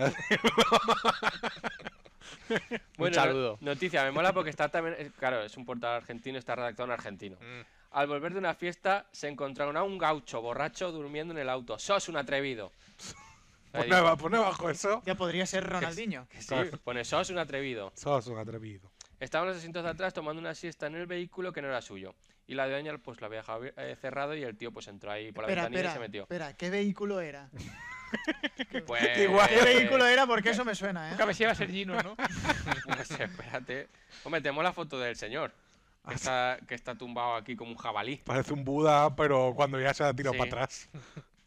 Speaker 2: Bueno,
Speaker 3: saludo.
Speaker 2: no- noticia, me mola porque está también. eh, Claro, es un portal argentino, está redactado en argentino.
Speaker 3: Mm.
Speaker 2: Al volver de una fiesta, se encontraron a un gaucho borracho durmiendo en el auto. ¡Sos un atrevido! Le
Speaker 4: Pone
Speaker 2: dijo,
Speaker 4: aba- pone abajo eso.
Speaker 6: Ya podría ser Ronaldinho.
Speaker 2: que sí, pone, sos un atrevido.
Speaker 4: Sos un atrevido.
Speaker 2: Estaban los asientos de atrás tomando una siesta en el vehículo que no era suyo. Y la dueña pues lo había dejado abier- eh, cerrado y el tío pues entró ahí por la
Speaker 6: Espera,
Speaker 2: ventanilla
Speaker 6: espera,
Speaker 2: y se metió.
Speaker 6: espera, ¿qué vehículo era?
Speaker 2: Pues-
Speaker 4: Igual,
Speaker 6: ¿Qué vehículo era? Porque eso me suena,
Speaker 5: Nunca
Speaker 6: ¿eh?
Speaker 5: me lleva a ser Gino, ¿no?
Speaker 2: Pues espérate. Hombre, tenemos la foto del señor.
Speaker 6: Ah,
Speaker 2: Que está, que está tumbado aquí como un jabalí.
Speaker 4: Parece un Buda, pero cuando ya se ha tirado
Speaker 2: Sí.
Speaker 4: para atrás.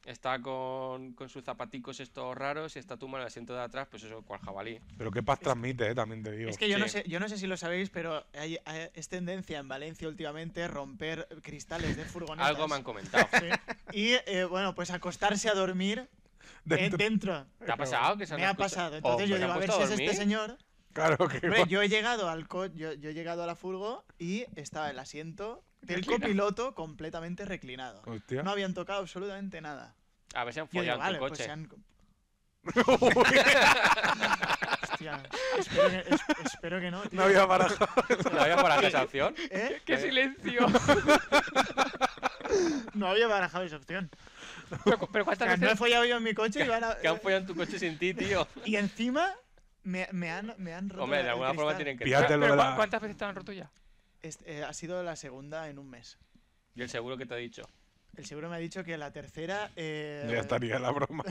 Speaker 2: Está con, con sus zapaticos estos raros y está tumbado en el asiento de atrás, pues eso, cual jabalí.
Speaker 4: Pero qué paz transmite, eh, también te digo.
Speaker 6: Es que yo no
Speaker 2: Sí.
Speaker 6: sé, yo no sé si lo sabéis, pero hay- hay- es tendencia en Valencia últimamente romper cristales de furgonetas.
Speaker 2: Algo me han comentado.
Speaker 6: Sí. Y eh, bueno, pues acostarse a dormir
Speaker 4: De-
Speaker 6: eh, dentro.
Speaker 2: ¿Te ha pasado? Que se han
Speaker 6: Me ha
Speaker 2: acostado?
Speaker 6: pasado. Entonces yo
Speaker 2: Hombre, Oh, pues ¿se han
Speaker 6: digo, a ver si
Speaker 2: puesto
Speaker 6: es este
Speaker 2: dormir?
Speaker 6: señor.
Speaker 4: Claro que
Speaker 6: Hombre, yo he llegado al co yo, yo he llegado a la furgo y estaba el asiento del
Speaker 5: Reclinado.
Speaker 6: copiloto completamente reclinado.
Speaker 4: Hostia.
Speaker 6: No habían tocado absolutamente nada.
Speaker 2: A ver si han
Speaker 6: Yo digo,
Speaker 2: follado en tu
Speaker 6: vale, pues
Speaker 2: coche.
Speaker 6: se han... Hostia, espero que, es- espero que no, tío.
Speaker 4: No había barajado.
Speaker 2: ¿No había barajado esa opción?
Speaker 6: ¿Eh?
Speaker 5: ¡Qué silencio!
Speaker 6: No había barajado esa opción.
Speaker 5: Pero, cu- pero
Speaker 6: O sea,
Speaker 5: ¿cuántas
Speaker 6: no he
Speaker 5: veces...?
Speaker 6: follado yo en mi coche y, van a- eh,
Speaker 2: Que han follado en tu coche sin ti, tío.
Speaker 6: y encima me, me han, me han roto
Speaker 2: Hombre, de
Speaker 6: el
Speaker 2: alguna forma
Speaker 6: cristal.
Speaker 2: tienen que
Speaker 4: Píllate
Speaker 2: entrar.
Speaker 4: lo de
Speaker 5: pero cu-
Speaker 4: la-
Speaker 5: ¿Cuántas veces te lo han roto ya?
Speaker 6: Este, eh, ha sido la segunda en un mes.
Speaker 2: Y el seguro que te ha dicho.
Speaker 6: El seguro me ha dicho que la tercera. eh,
Speaker 4: Ya estaría la broma.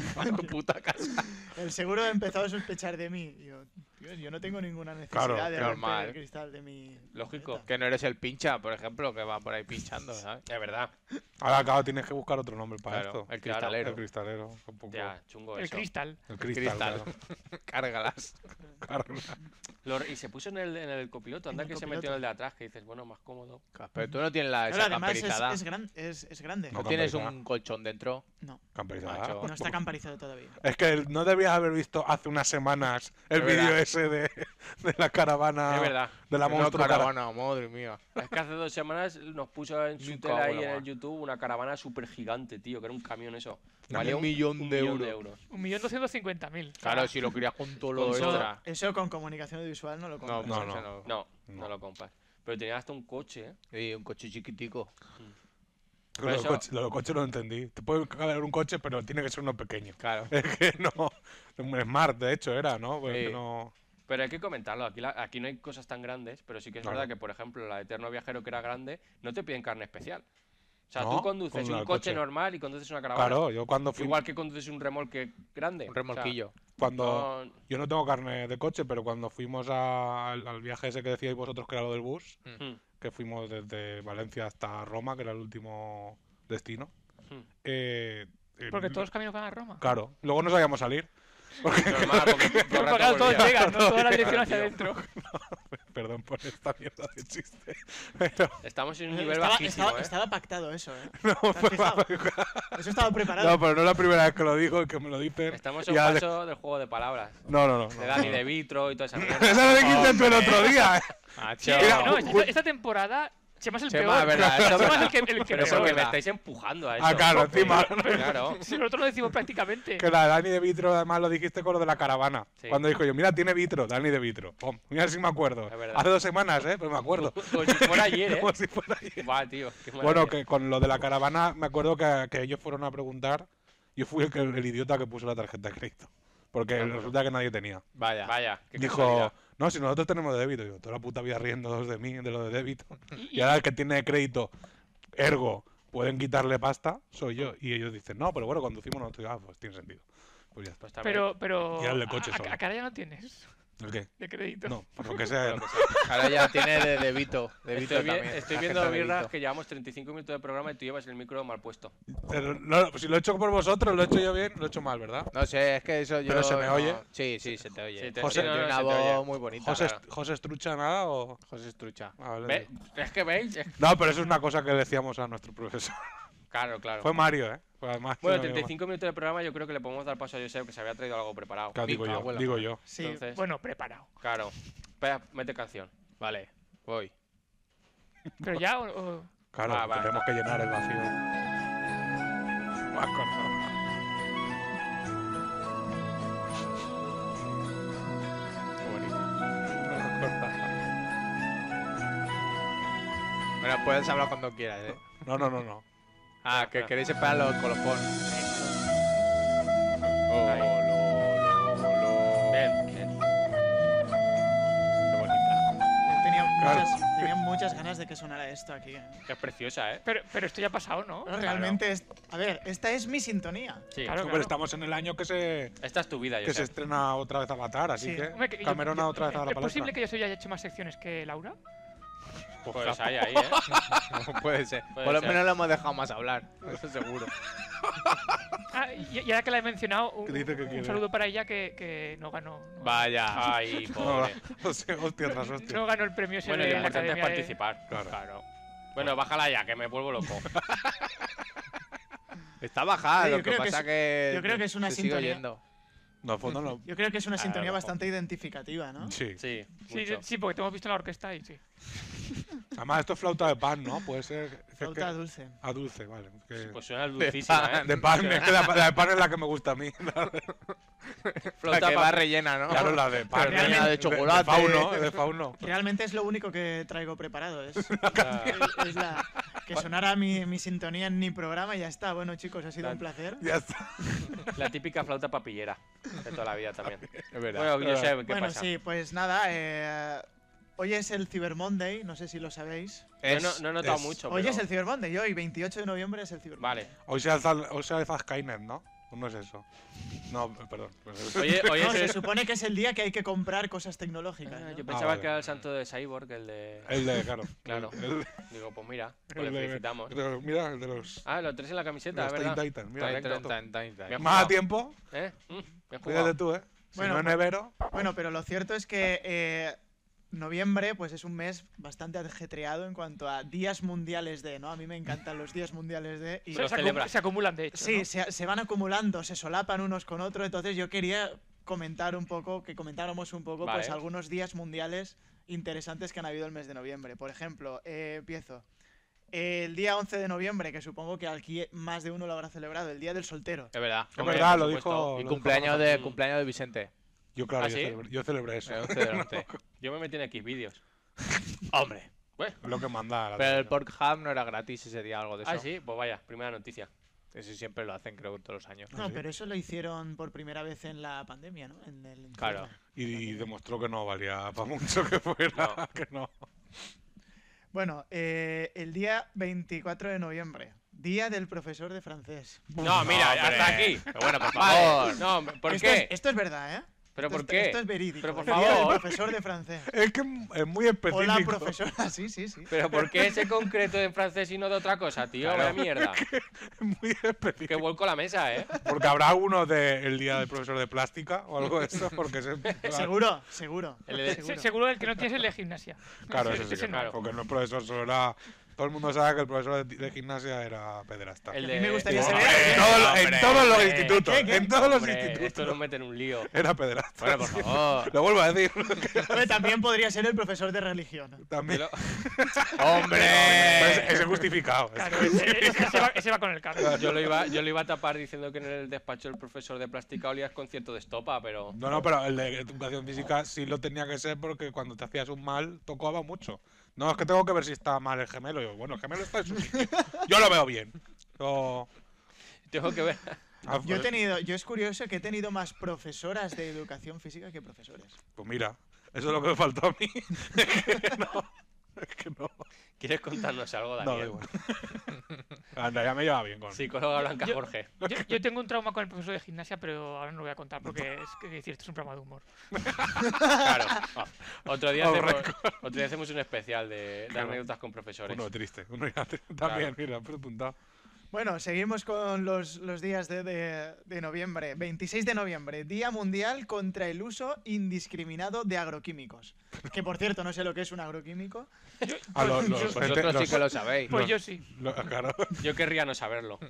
Speaker 3: Puta casa.
Speaker 6: El seguro ha empezado a sospechar de mí. Y Yo, "Tío, yo no tengo ninguna necesidad
Speaker 4: Claro,
Speaker 6: de romper
Speaker 3: normal.
Speaker 6: el cristal de mi.
Speaker 2: Lógico.
Speaker 6: maleta".
Speaker 3: Que no eres el pincha, por ejemplo, que va por ahí pinchando, ¿sabes?
Speaker 2: Es verdad.
Speaker 4: Ahora, claro, tienes que buscar otro nombre para
Speaker 3: Claro,
Speaker 4: esto.
Speaker 3: el cristalero.
Speaker 4: El cristalero. un poco-
Speaker 2: Ya, chungo
Speaker 5: El
Speaker 2: Pues eso.
Speaker 5: cristal.
Speaker 4: el cristal.
Speaker 3: cristal.
Speaker 4: claro.
Speaker 3: Cárgalas.
Speaker 4: Claro.
Speaker 2: Lo- y se puso en el, en el copiloto.
Speaker 6: En
Speaker 2: Anda
Speaker 6: el
Speaker 2: que se
Speaker 6: copiloto.
Speaker 2: metió en el de atrás, que dices, bueno, más cómodo.
Speaker 3: Pero tú no tienes la
Speaker 6: Claro,
Speaker 3: esa
Speaker 6: además es,
Speaker 3: camperizada.
Speaker 6: es gran- es- es grande.
Speaker 4: No.
Speaker 3: No tienes
Speaker 4: camperizada.
Speaker 3: un colchón dentro.
Speaker 6: No,
Speaker 4: Camperizada.
Speaker 3: Macho.
Speaker 6: no está camperizado todavía.
Speaker 4: Es que el- no debías haber visto hace unas semanas el
Speaker 3: Es
Speaker 4: vídeo
Speaker 3: verdad.
Speaker 4: ese de, de la caravana.
Speaker 2: Es verdad.
Speaker 4: De la
Speaker 3: No,
Speaker 4: monstruo caravana.
Speaker 3: caravana, madre mía.
Speaker 2: Es que hace dos semanas nos puso en su
Speaker 3: Nunca
Speaker 2: tela ahí
Speaker 3: hago la
Speaker 2: en el
Speaker 3: más.
Speaker 2: YouTube una caravana súper gigante, tío, que era un camión eso.
Speaker 3: Valía un millón de euros.
Speaker 5: Un millón doscientos cincuenta mil.
Speaker 3: Claro, si lo querías con todo lo
Speaker 2: Con todo.
Speaker 3: extra.
Speaker 6: Eso con comunicación audiovisual no lo
Speaker 3: Ah. No,
Speaker 6: compro.
Speaker 4: No,
Speaker 3: pues
Speaker 4: no.
Speaker 3: eso
Speaker 2: No, no,
Speaker 4: No.
Speaker 2: lo compras. Pero tenía hasta un coche, ¿eh?
Speaker 3: Sí, un coche chiquitico.
Speaker 4: Lo del
Speaker 2: eso-
Speaker 4: coche- lo del coche no lo entendí. Te puede caber un coche, pero tiene que ser uno pequeño.
Speaker 3: Claro.
Speaker 4: Es que no. Un Smart, de hecho, era, ¿no? Porque
Speaker 3: Sí.
Speaker 4: no...
Speaker 2: Pero hay que comentarlo, aquí, la- aquí no hay cosas tan grandes, pero sí que es
Speaker 4: Claro.
Speaker 2: verdad que, por ejemplo, la de Eterno Viajero, que era grande, no te piden carne especial. O sea,
Speaker 4: No,
Speaker 2: tú conduces
Speaker 4: con
Speaker 2: un
Speaker 4: el
Speaker 2: coche,
Speaker 4: coche.
Speaker 2: normal y conduces una caravana.
Speaker 4: Claro, yo cuando fui.
Speaker 2: Igual que conduces un remolque grande.
Speaker 3: Un remolquillo.
Speaker 4: cuando
Speaker 2: O sea, no-
Speaker 4: Yo no tengo carne de coche, pero cuando fuimos a- al, al viaje ese que decíais vosotros que era lo del bus,
Speaker 2: Mm.
Speaker 4: que fuimos desde Valencia hasta Roma, que era el último destino.
Speaker 2: Hmm.
Speaker 4: eh, eh,
Speaker 5: Porque todos los caminos van a Roma.
Speaker 4: Claro, luego no sabíamos salir.
Speaker 2: Normal, porque todo el
Speaker 5: Pero
Speaker 2: rato
Speaker 5: claro, todos
Speaker 2: volvía.
Speaker 5: llegan, ¿no? Toda la
Speaker 2: Claro,
Speaker 5: dirección hacia
Speaker 2: tío.
Speaker 5: adentro.
Speaker 4: Perdón por esta mierda de chiste. Pero
Speaker 2: Estamos en un nivel
Speaker 6: Estaba,
Speaker 2: bajísimo,
Speaker 6: estaba-
Speaker 2: ¿eh?
Speaker 6: estaba pactado eso, ¿eh?
Speaker 4: no,
Speaker 6: ¿Te has fijado? Eso estaba preparado.
Speaker 4: no, pero no es la primera vez que lo digo y que me lo dicen.
Speaker 2: Estamos
Speaker 4: y
Speaker 2: en un
Speaker 4: Ale-
Speaker 2: paso del juego de palabras.
Speaker 4: No, no, no.
Speaker 2: De
Speaker 4: no,
Speaker 2: Dani
Speaker 4: no.
Speaker 2: de Vitro y toda esa mierda. Oh,
Speaker 4: Esa lo dijiste tú el otro día, eh.
Speaker 3: Macho.
Speaker 5: Che,
Speaker 4: Mira,
Speaker 5: no,
Speaker 4: ju-
Speaker 5: esta,
Speaker 4: ju-
Speaker 5: esta temporada Chema es el
Speaker 3: Chema,
Speaker 5: peor.
Speaker 3: es verdad, esto es
Speaker 5: Chema
Speaker 3: verdad.
Speaker 5: es el que, el que
Speaker 2: Pero
Speaker 3: Eso es
Speaker 2: porque
Speaker 5: peor.
Speaker 2: me
Speaker 3: verdad.
Speaker 2: estáis empujando a eso.
Speaker 4: Ah, claro,
Speaker 2: porque-
Speaker 4: encima.
Speaker 2: Claro.
Speaker 5: Si nosotros lo decimos prácticamente.
Speaker 4: Que la Dani de Vitro, además lo dijiste con lo de la caravana.
Speaker 2: Sí.
Speaker 4: Cuando dijo yo, mira, tiene Vitro, Dani de Vitro. Pum, mira si me acuerdo.
Speaker 2: Es verdad.
Speaker 4: Hace dos semanas, ¿eh? Pero me acuerdo.
Speaker 2: Como si fuera ayer, ¿eh?
Speaker 4: Como si fuera ayer.
Speaker 2: Va, tío. qué
Speaker 4: Bueno,
Speaker 2: maravilla.
Speaker 4: que con lo de la caravana, me acuerdo que, que ellos fueron a preguntar. Yo fui el, que- el idiota que puso la tarjeta de crédito. Porque
Speaker 2: Ah, bueno.
Speaker 4: resulta que nadie tenía.
Speaker 3: Vaya.
Speaker 2: Vaya. qué
Speaker 4: Dijo,
Speaker 2: casualidad.
Speaker 4: no, si nosotros tenemos débito. Yo, toda la puta vida riéndonos de mí, de lo de débito.
Speaker 5: Y-
Speaker 4: Y ahora el que tiene crédito, ergo, pueden quitarle pasta, soy yo. Y ellos dicen, no, pero bueno, conducimos nosotros. Ah, pues tiene sentido. Pues ya está.
Speaker 2: Pues está bien.
Speaker 5: Pero, pero.
Speaker 4: Y ahora el de coche
Speaker 5: a-
Speaker 4: solo.
Speaker 5: a, a cara ya no tienes
Speaker 4: ¿El qué?
Speaker 5: de crédito.
Speaker 4: No, por lo que sea. no.
Speaker 3: Ahora ya tiene de Debito. Debito
Speaker 2: Estoy, vi-
Speaker 3: también.
Speaker 2: estoy
Speaker 3: la
Speaker 2: viendo,
Speaker 3: gente de
Speaker 2: Birras,
Speaker 3: Vito.
Speaker 2: que llevamos 35 minutos de programa y tú llevas el micro mal puesto.
Speaker 4: Pero no, no, si lo he hecho por vosotros, lo he hecho yo bien, lo he hecho mal, ¿verdad?
Speaker 3: No sé, es que eso yo.
Speaker 4: Pero se me
Speaker 3: no-
Speaker 4: oye.
Speaker 3: Sí, sí, se te oye.
Speaker 2: Sí, te-
Speaker 4: José-
Speaker 2: sí, no,
Speaker 3: Tiene
Speaker 2: no,
Speaker 3: una
Speaker 2: se te oye.
Speaker 3: voz muy bonita.
Speaker 4: ¿José,
Speaker 2: claro.
Speaker 4: José Estrucha nada o...?
Speaker 3: José Estrucha.
Speaker 4: Ah, vale.
Speaker 2: Ve- Es que veis. Es-
Speaker 4: No, pero eso es una cosa que decíamos a nuestro profesor.
Speaker 2: Claro, claro.
Speaker 4: Fue Mario, ¿eh? Fue además,
Speaker 2: Bueno,
Speaker 4: fue mi
Speaker 2: 35 minutos de programa, yo creo que le podemos dar paso a Josep, que se había traído algo preparado.
Speaker 4: mamá. Claro, digo
Speaker 3: Mi
Speaker 4: yo,
Speaker 3: abuela.
Speaker 4: digo yo.
Speaker 6: Sí,
Speaker 2: Entonces,
Speaker 5: Bueno, preparado.
Speaker 2: claro. Espera, mete canción.
Speaker 3: Vale, voy.
Speaker 5: Pero ya. o- o-
Speaker 4: Claro,
Speaker 2: Va, va.
Speaker 4: tenemos que llenar el vacío. Más cosas.
Speaker 3: Qué bonito. Bueno, puedes hablar cuando quieras, ¿eh?
Speaker 4: No, no, no, no.
Speaker 3: Ah, que queréis esperar los colofones.
Speaker 2: Ahí. Bien, bien.
Speaker 3: Qué bonita.
Speaker 6: tenía,
Speaker 4: Claro.
Speaker 6: muchas, tenía muchas ganas de que sonara esto aquí. ¿eh?
Speaker 2: Que es preciosa, ¿eh?
Speaker 5: Pero, pero esto ya ha pasado, ¿no?
Speaker 6: Pero realmente, es, a ver, esta es mi sintonía.
Speaker 2: Sí.
Speaker 5: Claro,
Speaker 4: Pero
Speaker 5: claro.
Speaker 4: estamos en el año que se,
Speaker 2: Esta es tu vida,
Speaker 4: que se
Speaker 2: Josep.
Speaker 4: estrena otra vez Avatar, así
Speaker 6: Sí.
Speaker 4: que...
Speaker 5: Hombre, que yo-
Speaker 4: Camerona
Speaker 5: yo-
Speaker 4: otra vez a la
Speaker 5: ¿Es
Speaker 4: palestra.
Speaker 5: posible que yo soy haya hecho más secciones que Laura?
Speaker 2: Pues hay ahí, ¿eh?
Speaker 3: No puede ser.
Speaker 2: Puede
Speaker 3: Por lo
Speaker 2: ser.
Speaker 3: menos lo hemos dejado más hablar. Eso seguro.
Speaker 5: Ah, y, y ahora que la he mencionado, un,
Speaker 4: Que dice que
Speaker 5: un
Speaker 4: quiere.
Speaker 5: saludo para ella que, que no ganó. no-
Speaker 3: Vaya.
Speaker 2: Ay,
Speaker 4: No,
Speaker 2: pobre.
Speaker 4: va. Hostia, hostia, tras hostia.
Speaker 5: no ganó el premio ese
Speaker 2: Bueno,
Speaker 5: de
Speaker 2: lo
Speaker 5: la
Speaker 2: importante es
Speaker 5: academia. de-
Speaker 2: participar.
Speaker 4: Claro.
Speaker 2: Bueno, bájala ya, que me vuelvo loco.
Speaker 3: Está bajada,
Speaker 6: Sí, yo
Speaker 3: lo que
Speaker 6: creo que
Speaker 3: pasa
Speaker 6: es-
Speaker 3: que.
Speaker 6: yo creo que es una
Speaker 3: se sigue
Speaker 6: sintonía.
Speaker 3: oyendo.
Speaker 4: No, al fondo no.
Speaker 6: Yo creo que es una
Speaker 3: Ah,
Speaker 6: sintonía
Speaker 3: ojo.
Speaker 6: bastante identificativa, ¿no?
Speaker 4: Sí.
Speaker 2: Sí,
Speaker 5: Sí,
Speaker 2: mucho.
Speaker 5: sí, porque te hemos visto en la orquesta y sí.
Speaker 4: Además, esto es flauta de pan, ¿no? Puede ser... que- que-
Speaker 6: Flauta dulce.
Speaker 4: A dulce, vale. que-
Speaker 2: Pues suena dulcísima, ¿eh?
Speaker 4: De pan, es que la, la de pan es la que me gusta a mí.
Speaker 3: La
Speaker 2: Flauta
Speaker 3: que va
Speaker 2: pa-
Speaker 3: rellena, ¿no?
Speaker 4: Claro, la de pan.
Speaker 6: Pero
Speaker 4: ¿eh?
Speaker 3: rellena de chocolate.
Speaker 4: De fauno, de fauno.
Speaker 6: Realmente es lo único que traigo preparado. Es,
Speaker 2: Ah,
Speaker 6: es- es la, que sonara mi, mi sintonía en mi programa y ya está. Bueno, chicos, ha sido un placer.
Speaker 4: Ya está.
Speaker 2: La típica flauta papillera de toda la vida también.
Speaker 3: Es verdad.
Speaker 2: Bueno, Josep, ¿qué
Speaker 6: Bueno,
Speaker 2: pasa?
Speaker 6: sí, pues nada. eh, hoy es el Cyber Monday, no sé si lo sabéis.
Speaker 2: Yo
Speaker 3: Es-
Speaker 2: no, no he notado
Speaker 4: es-
Speaker 2: mucho,
Speaker 6: Hoy
Speaker 2: pero-
Speaker 6: es el Cyber Monday, hoy, 28 de noviembre es el Cyber Monday.
Speaker 2: Vale.
Speaker 4: Hoy se alza, hoy se alza Skynet, ¿no? ¿O no es eso? No, perdón. Pues
Speaker 2: Oye, oye,
Speaker 6: No, se
Speaker 2: es...
Speaker 6: supone que es el día que hay que comprar cosas tecnológicas.
Speaker 2: Ah,
Speaker 6: ¿no?
Speaker 2: yo pensaba
Speaker 4: vale.
Speaker 2: que era el santo de Cyborg, el de...
Speaker 4: El de, claro.
Speaker 2: Claro.
Speaker 4: El,
Speaker 2: Digo, pues mira, pues
Speaker 4: el
Speaker 2: le
Speaker 4: de-
Speaker 2: felicitamos.
Speaker 4: de los- mira, el de los,
Speaker 2: Ah, los tres en la camiseta,
Speaker 4: los
Speaker 2: es
Speaker 4: Teen
Speaker 2: ¿verdad?
Speaker 4: Titans. Mira,
Speaker 3: Tan,
Speaker 2: Correcto.
Speaker 3: tan,
Speaker 4: directo.
Speaker 3: tan, tan, tan.
Speaker 2: Me ha
Speaker 4: Más a
Speaker 2: jugado.
Speaker 4: tiempo,
Speaker 2: ¿Eh? Mm, me he jugado.
Speaker 4: cuídate tú, ¿eh? Si
Speaker 6: Bueno,
Speaker 4: no es
Speaker 6: pues-
Speaker 4: nevero,
Speaker 6: Bueno, pero lo cierto es que eh, noviembre pues es un mes bastante ajetreado en cuanto a días mundiales de, ¿no? A mí me encantan los días mundiales de... y-
Speaker 5: Se-
Speaker 2: Los
Speaker 5: se, acu-
Speaker 2: celebras.
Speaker 5: se acumulan, de hecho.
Speaker 6: sí,
Speaker 5: ¿no?
Speaker 6: se, se van acumulando, se solapan unos con otros, entonces yo quería comentar un poco, que comentáramos un poco pues
Speaker 2: Vale.
Speaker 6: algunos días mundiales interesantes que han habido el mes de noviembre. Por ejemplo, eh, empiezo. El día 11 de noviembre, que supongo que aquí más de uno lo habrá celebrado, el Día del Soltero.
Speaker 2: Ah,
Speaker 3: Es verdad.
Speaker 4: es
Speaker 3: hombre.
Speaker 4: verdad, lo
Speaker 2: supuesto.
Speaker 4: dijo.
Speaker 3: Y
Speaker 4: lo
Speaker 3: cumpleaños
Speaker 2: Rafa.
Speaker 3: de,
Speaker 2: Mm.
Speaker 3: cumpleaños de Vicente.
Speaker 4: dijo- Yo, claro,
Speaker 2: ¿Ah,
Speaker 4: yo,
Speaker 2: sí?
Speaker 4: celebré, yo celebré eso.
Speaker 3: El 11 del 11.
Speaker 2: Yo me metí en X vídeos.
Speaker 3: Hombre.
Speaker 4: Lo que manda. la
Speaker 3: Pero el
Speaker 4: tele.
Speaker 3: Porkham no era gratis ese día, algo de eso.
Speaker 2: Ah, sí, pues vaya, primera noticia.
Speaker 3: Eso siempre lo hacen, creo, todos los años.
Speaker 6: No, Ah, pero eso lo hicieron por primera vez en la pandemia, ¿no? En el
Speaker 3: Claro.
Speaker 4: y, y demostró que no valía para mucho que fuera. Que no.
Speaker 6: Bueno, eh, el día 24 de noviembre, día del profesor de francés.
Speaker 2: No, mira, hasta aquí.
Speaker 3: Pero bueno, por favor.
Speaker 2: No, hombre, ¿por
Speaker 6: esto
Speaker 2: qué?
Speaker 6: Es, esto es verdad, ¿eh?
Speaker 2: ¿Pero
Speaker 6: Esto
Speaker 2: por
Speaker 6: es-
Speaker 2: qué?
Speaker 6: Esto es verídico.
Speaker 2: Pero por
Speaker 6: el día del
Speaker 2: favor.
Speaker 6: profesor de francés.
Speaker 4: Es que es muy específico.
Speaker 6: Hola, profesora. Sí, sí, sí.
Speaker 2: ¿Pero por qué ese concreto en francés y no de otra cosa, tío? Vaya mierda.
Speaker 4: Es muy específico.
Speaker 2: Que vuelco la mesa, ¿eh?
Speaker 4: Porque habrá uno del día del profesor de plástica o algo de eso, porque ese-
Speaker 6: Seguro, seguro.
Speaker 2: El de-
Speaker 5: Se-
Speaker 6: seguro.
Speaker 5: Seguro el que no tienes es el de gimnasia.
Speaker 4: Claro,
Speaker 5: Ese-
Speaker 4: eso sí
Speaker 5: ese
Speaker 4: que no,
Speaker 2: claro.
Speaker 4: porque no es profesor, solo era... Todo el mundo sabe que el profesor de, de gimnasia era pederasta.
Speaker 2: El
Speaker 6: A
Speaker 2: de...
Speaker 6: mí me gustaría
Speaker 2: Hombre,
Speaker 6: saber-
Speaker 4: en, todos los- en
Speaker 2: hombre,
Speaker 4: todos los
Speaker 2: hombre.
Speaker 4: institutos,
Speaker 6: ¿Qué, qué?
Speaker 4: en todos los
Speaker 2: Hombre,
Speaker 4: institutos
Speaker 2: Esto nos mete en un lío. Oh.
Speaker 4: era pederasta.
Speaker 2: Bueno, por
Speaker 4: sí.
Speaker 2: favor.
Speaker 4: Lo vuelvo a decir.
Speaker 6: Hombre, también podría ser el profesor de religión.
Speaker 4: También.
Speaker 2: Pero-
Speaker 4: Pero
Speaker 2: ¡Hombre!
Speaker 4: ese- ese justificado. ese
Speaker 5: Claro, ese, ese- ese va, ese va con el carro.
Speaker 2: Yo lo, iba, yo lo iba a tapar diciendo que en el despacho del profesor de plástica olías concierto de estopa, pero.
Speaker 4: No, no, pero el de educación física sí lo tenía que ser porque cuando te hacías un mal tocaba mucho. No, es que tengo que ver si está mal el gemelo. Yo, bueno, el gemelo está en su sitio. Yo lo veo bien. Yo,
Speaker 2: Tengo que ver.
Speaker 4: ah,
Speaker 6: Yo he
Speaker 4: pues-
Speaker 6: tenido, yo es curioso que he tenido más profesoras de educación física que profesores.
Speaker 4: Pues mira, eso es lo que me faltó a mí. es que no. Es que no.
Speaker 2: ¿Quieres contarnos algo,
Speaker 4: No, da
Speaker 2: Daniel?
Speaker 4: igual. Anda, ya me lleva bien con.
Speaker 2: Psicóloga Blanca
Speaker 5: Yo-
Speaker 2: Jorge.
Speaker 5: Yo, yo tengo un trauma con el profesor de gimnasia, pero ahora no lo voy a contar porque es que decir, esto es un programa de humor.
Speaker 2: Claro. Ah, Otro día,
Speaker 4: Off
Speaker 2: hacemos, otro día hacemos un especial de, de
Speaker 4: Claro.
Speaker 2: anécdotas con profesores.
Speaker 4: Uno triste. Uno ya triste. También, mira, preguntado.
Speaker 6: Bueno, seguimos con los, los días de, de- de noviembre. 26 de noviembre, Día Mundial contra el Uso Indiscriminado de Agroquímicos. Que por cierto, no sé lo que es un agroquímico.
Speaker 4: A los, Ah, los, CT
Speaker 3: Vosotros sí
Speaker 4: los-
Speaker 3: que lo sabéis.
Speaker 5: Pues
Speaker 4: Los-
Speaker 5: yo sí.
Speaker 4: los- claro,
Speaker 2: Yo querría no saberlo.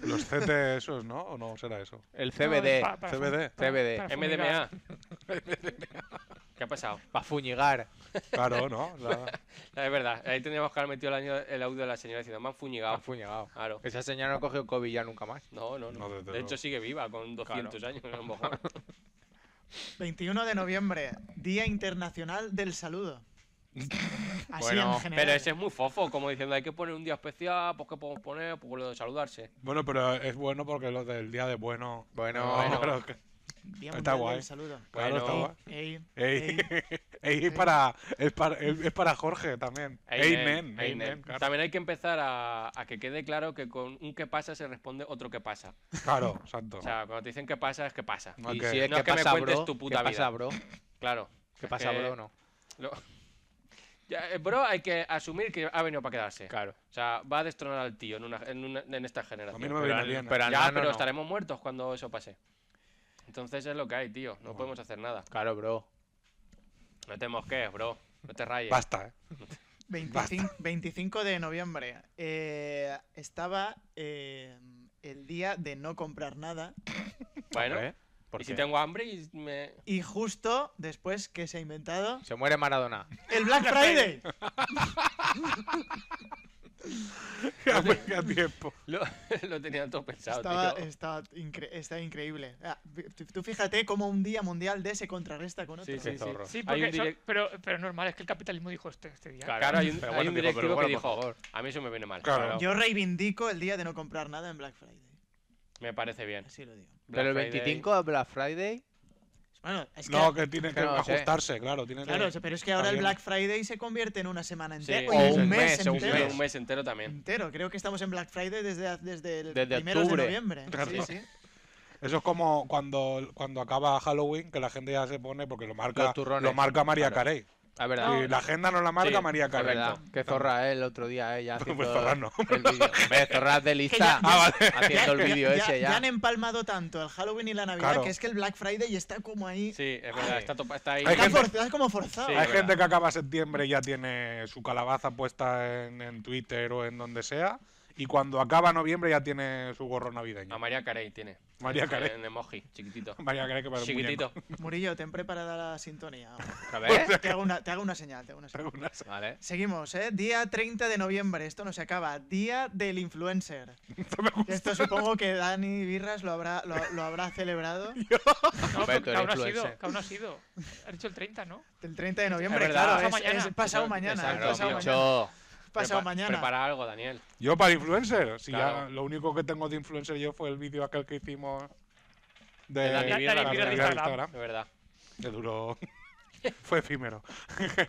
Speaker 4: los CT esos, ¿no? ¿O no será eso?
Speaker 3: El
Speaker 5: No,
Speaker 3: CBD.
Speaker 5: es pa- para
Speaker 4: CBD.
Speaker 5: fum- para-
Speaker 3: CBD.
Speaker 5: para fumigar.
Speaker 2: MDMA. ¿Qué ha pasado?
Speaker 3: Para fuñigar.
Speaker 4: Claro, ¿no? O sea,
Speaker 2: No, es verdad, ahí tendríamos que haber metido el, año, el audio de la señora diciendo, me han
Speaker 3: Pa'
Speaker 2: fuñigado.
Speaker 3: fuñigado.
Speaker 2: Claro.
Speaker 3: Esa señora no cogió COVID ya nunca más.
Speaker 2: No, no, no.
Speaker 4: No, desde
Speaker 2: de
Speaker 4: luego.
Speaker 2: hecho sigue viva con 200 años, a lo mejor.
Speaker 6: 21 de noviembre, Día Internacional del Saludo. Así en
Speaker 3: Bueno,
Speaker 6: general.
Speaker 2: Pero ese es muy fofo, como diciendo, hay que poner un día especial, pues qué podemos poner, pues lo de saludarse.
Speaker 4: Bueno, pero es bueno porque lo del día de bueno.
Speaker 3: Bueno.
Speaker 4: Bueno, pero que-
Speaker 6: Día
Speaker 4: está
Speaker 6: Mundial
Speaker 4: guay.
Speaker 6: del Saludo.
Speaker 4: claro, está
Speaker 2: Bueno.
Speaker 4: guay.
Speaker 6: Ey,
Speaker 4: Ey,
Speaker 6: ey.
Speaker 4: ey, es, para, es, para, es es para Jorge también. Amen.
Speaker 2: Amen.
Speaker 4: Amen. Claro,
Speaker 2: También hay que empezar a, a que quede claro que con un que pasa se responde otro que pasa.
Speaker 4: claro, exacto.
Speaker 2: O sea, cuando te dicen que pasa es que pasa.
Speaker 4: No,
Speaker 3: Y
Speaker 4: que-
Speaker 3: si es
Speaker 2: No,
Speaker 3: que,
Speaker 2: que me
Speaker 3: pasa,
Speaker 2: cuentes
Speaker 3: bro,
Speaker 2: tu
Speaker 3: ¿qué
Speaker 2: puta
Speaker 3: pasa,
Speaker 2: vida.
Speaker 3: bro?
Speaker 2: Claro.
Speaker 3: ¿Qué
Speaker 2: Es
Speaker 3: pasa,
Speaker 2: que-
Speaker 3: bro? No.
Speaker 2: lo- Ya, eh, Bro, hay que asumir que ha venido para quedarse.
Speaker 3: Claro.
Speaker 2: O sea, va a destronar al tío en, una- en una- en esta generación.
Speaker 4: a mí no me
Speaker 3: pero
Speaker 4: viene
Speaker 3: al-
Speaker 4: bien.
Speaker 3: pero
Speaker 4: eh.
Speaker 3: al
Speaker 2: Ya,
Speaker 3: nano
Speaker 2: pero
Speaker 3: no.
Speaker 2: estaremos muertos cuando eso pase. Entonces es lo que hay, tío. No podemos hacer nada.
Speaker 3: Claro, bro.
Speaker 2: No te mosquees, bro. No te rayes.
Speaker 4: Basta, ¿eh?
Speaker 6: 25, 25 de noviembre. eh, estaba eh, el día de no comprar nada.
Speaker 2: Bueno,
Speaker 4: ¿Eh?
Speaker 3: Hombre,
Speaker 2: y
Speaker 3: ¿Eh? ¿por
Speaker 2: si
Speaker 3: qué?
Speaker 2: tengo hambre y me...
Speaker 6: Y justo después que se ha inventado
Speaker 3: Se muere Maradona.
Speaker 6: el Black Friday.
Speaker 4: Ya me queda tiempo.
Speaker 2: Lo, lo tenía todo pensado,
Speaker 6: Estaba,
Speaker 2: tío.
Speaker 6: está, incre- está increíble. Ah, tú- Tú fíjate cómo un día mundial de se contrarresta con otro.
Speaker 2: Sí, sí, sí.
Speaker 3: zorro.
Speaker 5: Sí,
Speaker 2: Hay
Speaker 5: porque
Speaker 2: un
Speaker 5: eso-
Speaker 2: direct-
Speaker 5: pero, pero normal, es que el capitalismo dijo este, este día.
Speaker 2: Claro, hay un,
Speaker 3: Pero
Speaker 2: hay
Speaker 3: bueno,
Speaker 2: un
Speaker 3: dijo,
Speaker 2: directivo
Speaker 3: pero bueno,
Speaker 2: que
Speaker 3: por
Speaker 2: dijo,
Speaker 3: favor.
Speaker 2: a mí eso me viene mal.
Speaker 4: Claro.
Speaker 6: Yo reivindico el día de no comprar nada en Black Friday.
Speaker 2: Me parece bien.
Speaker 6: Así lo digo.
Speaker 2: Black
Speaker 3: Pero el
Speaker 2: Friday-
Speaker 3: 25 de Black Friday.
Speaker 6: Bueno, es que,
Speaker 4: No, que tiene que
Speaker 3: que no sé.
Speaker 4: ajustarse, claro. Tiene que-
Speaker 6: claro, pero es que ahora el
Speaker 4: También.
Speaker 6: Black Friday se convierte en una semana
Speaker 2: Sí,
Speaker 6: entera.
Speaker 2: o
Speaker 6: o
Speaker 2: un
Speaker 6: un mes,
Speaker 3: mes, o un
Speaker 2: Sí,
Speaker 6: entero.
Speaker 2: un mes entero también.
Speaker 6: entero. Creo que estamos en Black Friday desde, haz- desde el
Speaker 3: Desde
Speaker 6: primeros
Speaker 3: octubre.
Speaker 6: de noviembre.
Speaker 4: Claro.
Speaker 6: Sí, sí.
Speaker 4: Eso es como cuando, cuando acaba Halloween, que la gente ya se pone, porque lo marca,
Speaker 3: Los turrones.
Speaker 4: lo marca María Carey.
Speaker 3: Ah, Es verdad.
Speaker 5: No,
Speaker 4: Y la agenda no la marca
Speaker 2: Sí,
Speaker 4: María
Speaker 3: Es
Speaker 4: Carey.
Speaker 3: verdad. Qué zorra, eh, el otro día, eh, ya
Speaker 4: Pues
Speaker 3: haciendo
Speaker 4: zorra no.
Speaker 3: el vídeo. Hombre, zorra es de
Speaker 6: ya-
Speaker 3: lista.
Speaker 4: Ah,
Speaker 3: Haciendo el vídeo ese ya.
Speaker 6: han empalmado tanto el Halloween y la Navidad
Speaker 4: Claro.
Speaker 6: que es que el Black Friday está como ahí.
Speaker 2: Sí, es verdad, está, topa- está ahí.
Speaker 4: Hay
Speaker 6: Está,
Speaker 4: gente-
Speaker 6: forz- está como forzado.
Speaker 2: Sí, es
Speaker 4: Hay gente
Speaker 2: verdad.
Speaker 4: que acaba septiembre y ya tiene su calabaza puesta en, en Twitter o en donde sea. Y cuando acaba noviembre ya tiene su gorro navideño.
Speaker 2: A María Carey tiene.
Speaker 4: María
Speaker 2: En-
Speaker 4: Carey.
Speaker 2: En emoji, chiquitito.
Speaker 4: María Carey que parece un
Speaker 2: Chiquitito.
Speaker 6: Murillo, ten preparada la sintonía.
Speaker 3: A ver.
Speaker 6: Te hago una, te hago una señal, te hago una señal.
Speaker 4: muñeco. Una-
Speaker 3: Vale.
Speaker 6: Seguimos, ¿eh? Día 30 de noviembre, esto no se acaba. Día del influencer. Esto supongo que Dani Birras lo habrá, lo, lo habrá celebrado.
Speaker 5: No,
Speaker 3: Hombre,
Speaker 5: pero
Speaker 3: tú
Speaker 5: que
Speaker 3: eres
Speaker 5: aún ha sido,
Speaker 3: influencer.
Speaker 5: que aún ha sido. Ha dicho el 30, ¿no?
Speaker 6: El 30 de noviembre,
Speaker 2: verdad.
Speaker 6: claro. Es,
Speaker 5: Pasado mañana.
Speaker 6: es pasado
Speaker 2: Eso-
Speaker 6: mañana.
Speaker 2: exacto,
Speaker 6: es
Speaker 3: Claro,
Speaker 6: pasado
Speaker 2: tío.
Speaker 6: mañana.
Speaker 3: mucho.
Speaker 6: pasado
Speaker 2: Prepa-
Speaker 6: mañana.
Speaker 2: Prepara algo, Daniel.
Speaker 4: Yo para influencer. Si ya
Speaker 2: Claro.
Speaker 4: lo único que tengo de influencer yo fue el vídeo aquel que hicimos de
Speaker 2: De Dani
Speaker 4: de-
Speaker 2: Birra,
Speaker 4: de
Speaker 2: Dani Birra de
Speaker 4: Birra de
Speaker 5: Instagram.
Speaker 2: Es verdad.
Speaker 4: Que duró. fue efímero.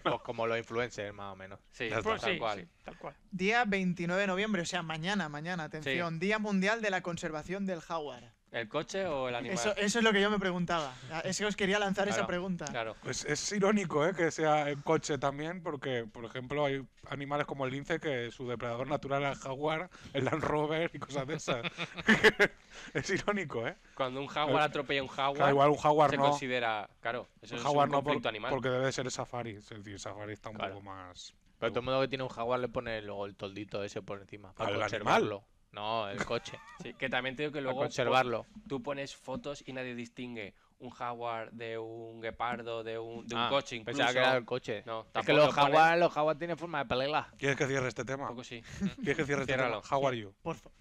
Speaker 3: Pues como los influencers, más o menos.
Speaker 2: Sí,
Speaker 4: Ya está.
Speaker 5: Pues
Speaker 2: tal
Speaker 5: sí,
Speaker 2: cual.
Speaker 5: sí, tal cual.
Speaker 6: Día 29 de noviembre, o sea, mañana, mañana, atención. Día Mundial de la Conservación del Jaguar.
Speaker 2: ¿El coche o el animal?
Speaker 6: Eso, eso es lo que yo me preguntaba. Ah, Es que os quería lanzar esa
Speaker 2: Claro,
Speaker 6: pregunta.
Speaker 2: Claro.
Speaker 4: Pues es irónico ¿eh? que sea el coche también, porque, por ejemplo, hay animales como el lince que su depredador natural es el jaguar, el Land Rover y cosas de esas. es irónico, ¿eh?
Speaker 2: Cuando un jaguar atropella a un jaguar,
Speaker 4: Claro, igual un jaguar
Speaker 2: se
Speaker 4: no.
Speaker 2: considera. Claro, eso
Speaker 4: Un
Speaker 2: es
Speaker 4: jaguar
Speaker 2: un
Speaker 4: no por-
Speaker 2: conflicto animal.
Speaker 4: porque debe de ser el safari. Es decir, el safari está un
Speaker 2: Claro.
Speaker 4: poco más.
Speaker 3: Pero todo el mundo que tiene un jaguar le pone luego el toldito ese por encima. Para
Speaker 4: ¿Al animal?
Speaker 3: conservarlo. No, el coche.
Speaker 2: Sí, que también te digo que
Speaker 3: para
Speaker 2: luego pues,
Speaker 3: conservarlo.
Speaker 2: po- tú pones fotos y nadie distingue un jaguar de un guepardo, de un, de un
Speaker 3: Ah,
Speaker 2: coche incluso.
Speaker 3: Pensaba que era el coche.
Speaker 2: No,
Speaker 3: es que
Speaker 2: tampoco
Speaker 3: los
Speaker 2: lo ponen.
Speaker 3: jaguar, los jaguar tienen forma de pelela.
Speaker 4: ¿Quieres que cierre este tema?
Speaker 2: Un poco sí.
Speaker 4: ¿Quieres que cierre este
Speaker 2: Ciérralo.
Speaker 4: tema? How are you?
Speaker 6: Por fa-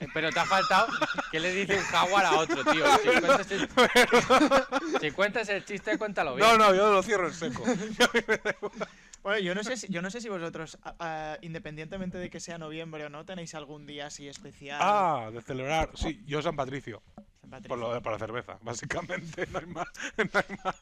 Speaker 2: Eh, Pero te ha faltado que le dice un jaguar a otro, tío. Si cuentas el, si cuentas el chiste, cuéntalo bien.
Speaker 4: No, no, yo lo cierro en seco.
Speaker 6: Bueno, yo no sé si, yo no sé si vosotros, a- a- independientemente de que sea noviembre o no, tenéis algún día así especial.
Speaker 4: ah, de celebrar. Sí, yo San Patricio.
Speaker 6: San Patricio.
Speaker 4: Por lo de, para cerveza, básicamente. No hay más.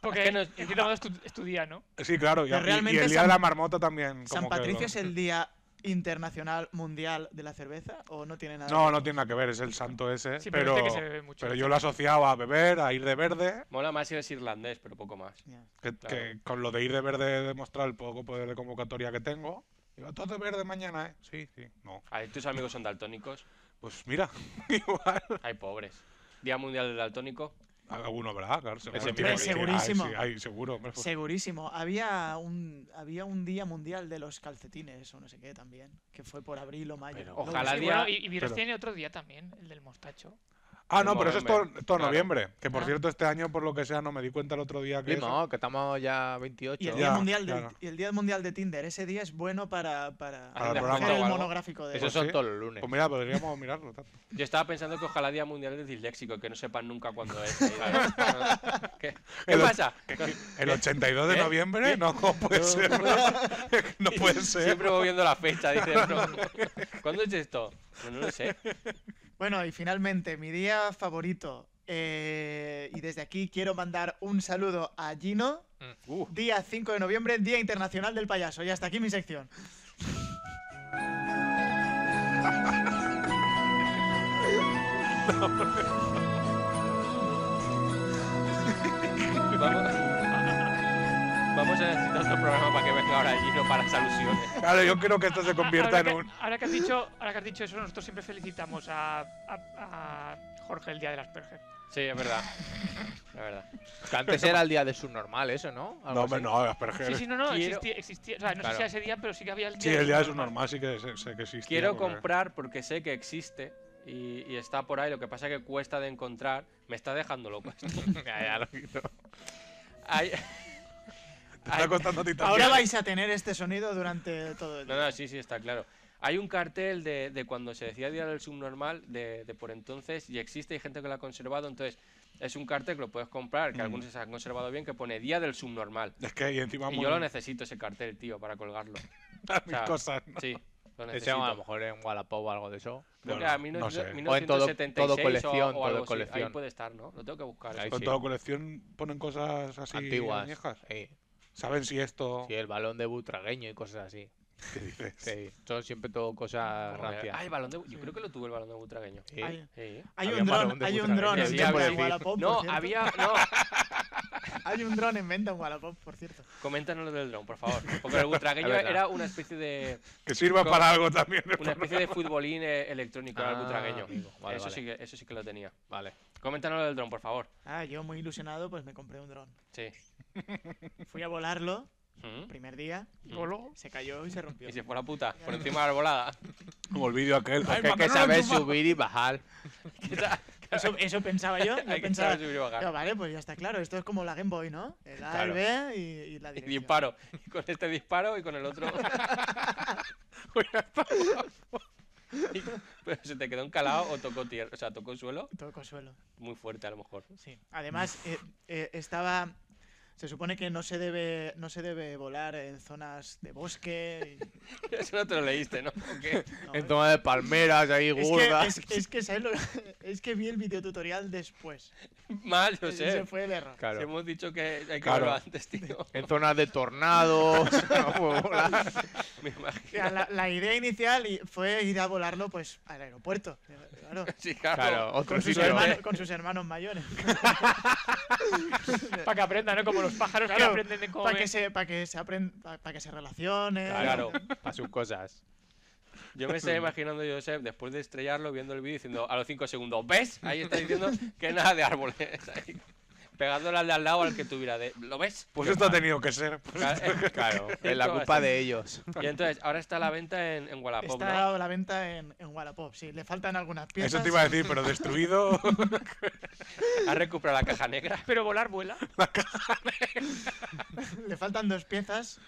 Speaker 5: Porque
Speaker 2: que no-
Speaker 5: en cierto modo es tu, es tu día, ¿no?
Speaker 4: Sí, claro. Y,
Speaker 6: Pero
Speaker 4: y- y
Speaker 6: realmente
Speaker 4: el día
Speaker 6: San-
Speaker 4: de la marmota también.
Speaker 6: ¿San
Speaker 4: como que
Speaker 6: Patricio
Speaker 4: lo-
Speaker 6: es el día internacional mundial de la cerveza o no tiene nada?
Speaker 4: No,
Speaker 6: que
Speaker 4: no
Speaker 6: ver?
Speaker 4: tiene nada que ver, es el santo ese.
Speaker 5: Sí, pero
Speaker 4: pero,
Speaker 2: este
Speaker 5: dice que se bebe mucho.
Speaker 4: pero yo lo asociaba a beber, a ir de verde,
Speaker 2: Mola más si eres irlandés, pero poco más.
Speaker 6: Ya.
Speaker 4: que,
Speaker 2: Claro.
Speaker 4: que con lo de ir de verde he demostrado el poco poder de convocatoria que tengo. Digo, todo de verde mañana, ¿eh? Sí, sí. No.
Speaker 2: Ay, tus amigos son daltónicos.
Speaker 4: Pues mira, igual.
Speaker 2: Ay, pobres. Día Mundial del Daltónico.
Speaker 4: Alguno, ¿verdad? Claro, seguro.
Speaker 2: Ese
Speaker 4: tiene
Speaker 6: mismo
Speaker 4: que-
Speaker 6: día. Segurísimo.
Speaker 4: Ay, sí, ay, seguro. hombre, pues-
Speaker 6: Segurísimo. Había un, había un día mundial de los calcetines o no sé qué también, que fue por abril o mayo.
Speaker 2: Pero
Speaker 6: Lo
Speaker 2: ojalá
Speaker 5: Sí,
Speaker 6: busqué.
Speaker 2: día-
Speaker 5: bueno, y, y Virus
Speaker 4: Pero-
Speaker 5: tiene otro día también, el del mostacho.
Speaker 4: Ah,
Speaker 2: el
Speaker 4: no, pero eso es todo,
Speaker 2: Movember,
Speaker 4: todo
Speaker 2: claro.
Speaker 4: noviembre. Que por
Speaker 5: Ah.
Speaker 4: cierto, este año, por lo que sea, no me di cuenta el otro día que. eso-
Speaker 3: Primo, que estamos ya 28.
Speaker 6: Y el,
Speaker 4: Ya,
Speaker 6: día mundial del-
Speaker 4: claro.
Speaker 6: y el día mundial de Tinder, ese día es bueno para, para,
Speaker 2: Para
Speaker 4: el
Speaker 6: coger
Speaker 4: programa.
Speaker 6: el
Speaker 2: O algo.
Speaker 6: monográfico de
Speaker 3: Esos
Speaker 4: Pues
Speaker 3: son
Speaker 4: sí.
Speaker 3: todos los lunes.
Speaker 4: Pues mira, podríamos mirarlo. tal.
Speaker 2: Yo estaba pensando que ojalá Día Mundial del Disléxico, que no sepan nunca cuándo es. ¿sabes? ¿Qué, qué
Speaker 4: El och-
Speaker 2: pasa?
Speaker 4: ¿El 82 de
Speaker 2: ¿Eh?
Speaker 4: noviembre? No, ¿cómo puede ser? No puede ser.
Speaker 2: Siempre moviendo la fecha, dice. "No". ¿Cuándo es esto? No, no lo sé.
Speaker 6: Bueno, y finalmente, mi día favorito. eh, y desde aquí quiero mandar un saludo a Gino.
Speaker 2: Uh.
Speaker 6: Día 5 de noviembre, Día Internacional del Payaso. Y hasta aquí mi sección.
Speaker 2: Vamos, vamos a necesitar otro programa para que venga ahora Gino para las alusiones.
Speaker 4: Claro, yo creo que esto se
Speaker 5: A- a-
Speaker 4: convierta
Speaker 5: ahora
Speaker 4: en
Speaker 5: que-
Speaker 4: un.
Speaker 5: Ahora que, has dicho, ahora que has dicho eso, nosotros siempre felicitamos a, a- a Jorge el día del Asperger.
Speaker 2: Sí, es verdad. Es verdad.
Speaker 3: Que antes era el día de subnormal, eso, ¿no? Algo
Speaker 4: No, hombre,
Speaker 3: así.
Speaker 4: no, Asperger.
Speaker 5: Sí, sí, no, no,
Speaker 2: Quiero-
Speaker 5: existía, existía- o sea, no
Speaker 2: Claro.
Speaker 5: sé si a ese día, pero sí que había el día
Speaker 4: Sí, el día es un normal, sí que sé, sé que existe.
Speaker 2: Quiero comprar porque sé que existe y, y está por ahí. Lo que pasa es que cuesta de encontrar. Me está dejando loco esto. Hay-
Speaker 4: Te está
Speaker 2: hay-
Speaker 4: costando a ti también.
Speaker 6: Ahora vais a tener este sonido durante todo el
Speaker 2: No,
Speaker 6: día.
Speaker 2: no, sí, sí, está claro. Hay un cartel de, de cuando se decía Día del Subnormal de, de por entonces y existe, hay gente que lo ha conservado, entonces es un cartel que lo puedes comprar, que
Speaker 4: Mm.
Speaker 2: algunos se han conservado bien, que pone Día del Subnormal.
Speaker 4: Es que y encima
Speaker 2: Y yo lo necesito ese cartel, tío, para colgarlo.
Speaker 4: muchas
Speaker 2: sea,
Speaker 4: cosas. ¿no?
Speaker 2: Sí, lo
Speaker 3: Ese a lo
Speaker 2: necesito.
Speaker 3: mejor en Wallapop o algo de eso.
Speaker 2: Creo que
Speaker 4: Bueno,
Speaker 2: a mil
Speaker 4: no sé.
Speaker 2: novecientos-
Speaker 3: O en todo-
Speaker 2: 1976
Speaker 3: todo colección,
Speaker 2: o
Speaker 3: todo
Speaker 2: algo así. Ahí
Speaker 3: colección.
Speaker 2: puede estar, ¿no? Lo tengo que buscar.
Speaker 3: Ahí
Speaker 2: eso.
Speaker 4: Con
Speaker 3: sí.
Speaker 4: toda colección ponen cosas así
Speaker 3: Antiguas.
Speaker 4: añejas.
Speaker 3: Sí.
Speaker 4: ¿Saben si
Speaker 6: Oh.
Speaker 4: esto?
Speaker 3: Sí, el balón de butragueño y cosas así.
Speaker 4: ¿Qué dices?
Speaker 3: Sí. Son siempre todo cosas
Speaker 2: Joder. Ah,
Speaker 3: rancias.
Speaker 2: el balón de... Yo creo que lo tuve el balón de Butragueño.
Speaker 3: Sí.
Speaker 6: Hay,
Speaker 2: Sí.
Speaker 6: hay
Speaker 3: Había
Speaker 6: un
Speaker 3: un varón
Speaker 6: dron,
Speaker 3: de
Speaker 6: hay un
Speaker 3: Butragueño,
Speaker 6: dron en
Speaker 2: sí,
Speaker 6: venta
Speaker 2: por
Speaker 6: en
Speaker 2: decir.
Speaker 4: Oh,
Speaker 6: Wallapop,
Speaker 2: No,
Speaker 6: por cierto.
Speaker 2: había... No,
Speaker 6: Hay un dron en venta en Wallapop, por cierto.
Speaker 2: Coméntanos lo del dron, por favor. Porque el butragueño
Speaker 3: Es verdad.
Speaker 2: era una especie de
Speaker 4: Que sirva
Speaker 2: Con-
Speaker 4: para algo también. el
Speaker 2: una
Speaker 4: programa.
Speaker 2: especie de futbolín eh, electrónico era el
Speaker 3: Ah,
Speaker 2: butragueño.
Speaker 3: amigo. Vale,
Speaker 2: eso,
Speaker 3: vale.
Speaker 2: Sí que, eso sí que lo tenía.
Speaker 3: Vale.
Speaker 2: Coméntanos lo del dron, por favor.
Speaker 6: Ah, yo muy ilusionado, pues me compré un dron.
Speaker 2: Sí.
Speaker 6: Fui a volarlo,
Speaker 2: ¿Mm?
Speaker 6: primer día,
Speaker 5: Luego, luego,
Speaker 6: se cayó y se rompió.
Speaker 2: Y se fue a la puta, por encima de la arbolada.
Speaker 4: Como el vídeo aquel.
Speaker 3: Porque hay que saber subir y bajar.
Speaker 6: Eso, eso pensaba yo, yo
Speaker 2: Hay que
Speaker 6: pensaba...
Speaker 2: saber subir y bajar.
Speaker 6: Pero vale, pues ya está claro. Esto es como la Game Boy, ¿no? El A,
Speaker 3: Claro.
Speaker 6: el B y, y la
Speaker 2: Y
Speaker 6: dirección.
Speaker 2: disparo. Y con este disparo y con el otro. Y- Pero se te quedó encalado o tocó tierra, o sea, tocó suelo
Speaker 6: Todo consuelo,
Speaker 2: muy fuerte a lo mejor.
Speaker 6: sí. Además, eh, eh, estaba... O Se supone que no se debe, no se debe volar en zonas de bosque. y-
Speaker 2: Eso no te lo leíste, ¿no? ¿O qué?
Speaker 6: no,
Speaker 3: En toma de palmeras ahí
Speaker 6: es, que,
Speaker 3: gordas.
Speaker 6: es, es que, ¿sabes lo- es que vi el videotutorial después.
Speaker 2: Mal, yo
Speaker 6: Ese
Speaker 2: sé.
Speaker 6: fue el error.
Speaker 3: Claro.
Speaker 2: Si hemos dicho que hay que
Speaker 4: Claro.
Speaker 2: verlo antes, tío.
Speaker 3: En zonas de tornados. no puedo volar.
Speaker 2: Me
Speaker 6: O sea,
Speaker 2: imagino.
Speaker 6: La, la idea inicial i- fue ir a volarlo pues al aeropuerto. Claro.
Speaker 2: Sí, claro.
Speaker 3: Claro, otro
Speaker 6: Con sus,
Speaker 3: sitio.
Speaker 6: hermanos,
Speaker 2: ¿eh?
Speaker 6: con sus hermanos mayores.
Speaker 5: Para que aprendan, ¿no? Como los pájaros que
Speaker 6: Claro,
Speaker 5: aprenden de cómo.
Speaker 6: Para
Speaker 5: ven.
Speaker 6: que se, para que se aprendan, para que se relacionen.
Speaker 3: Claro, para sus cosas.
Speaker 2: Yo me estoy imaginando, Josep, después de estrellarlo, viendo el vídeo, diciendo a los 5 segundos, ¿ves? Ahí está diciendo que nada de árboles. Ahí, pegándole al de al lado al que tuviera de... ¿Lo ves?
Speaker 4: Pues
Speaker 2: Qué
Speaker 4: esto ha
Speaker 2: mal.
Speaker 4: tenido que ser. pues,
Speaker 2: Claro,
Speaker 3: Claro, es
Speaker 2: Esto
Speaker 3: la
Speaker 2: va a
Speaker 3: culpa
Speaker 2: ser-
Speaker 3: de ellos.
Speaker 2: Y entonces, ahora está a la venta en, en Wallapop, ¿no?
Speaker 6: Está a la venta en, en Wallapop, sí. Le faltan algunas piezas.
Speaker 4: Eso te iba a decir, pero destruido.
Speaker 2: Ha recuperado la caja negra.
Speaker 5: Pero volar vuela.
Speaker 6: Le faltan dos piezas.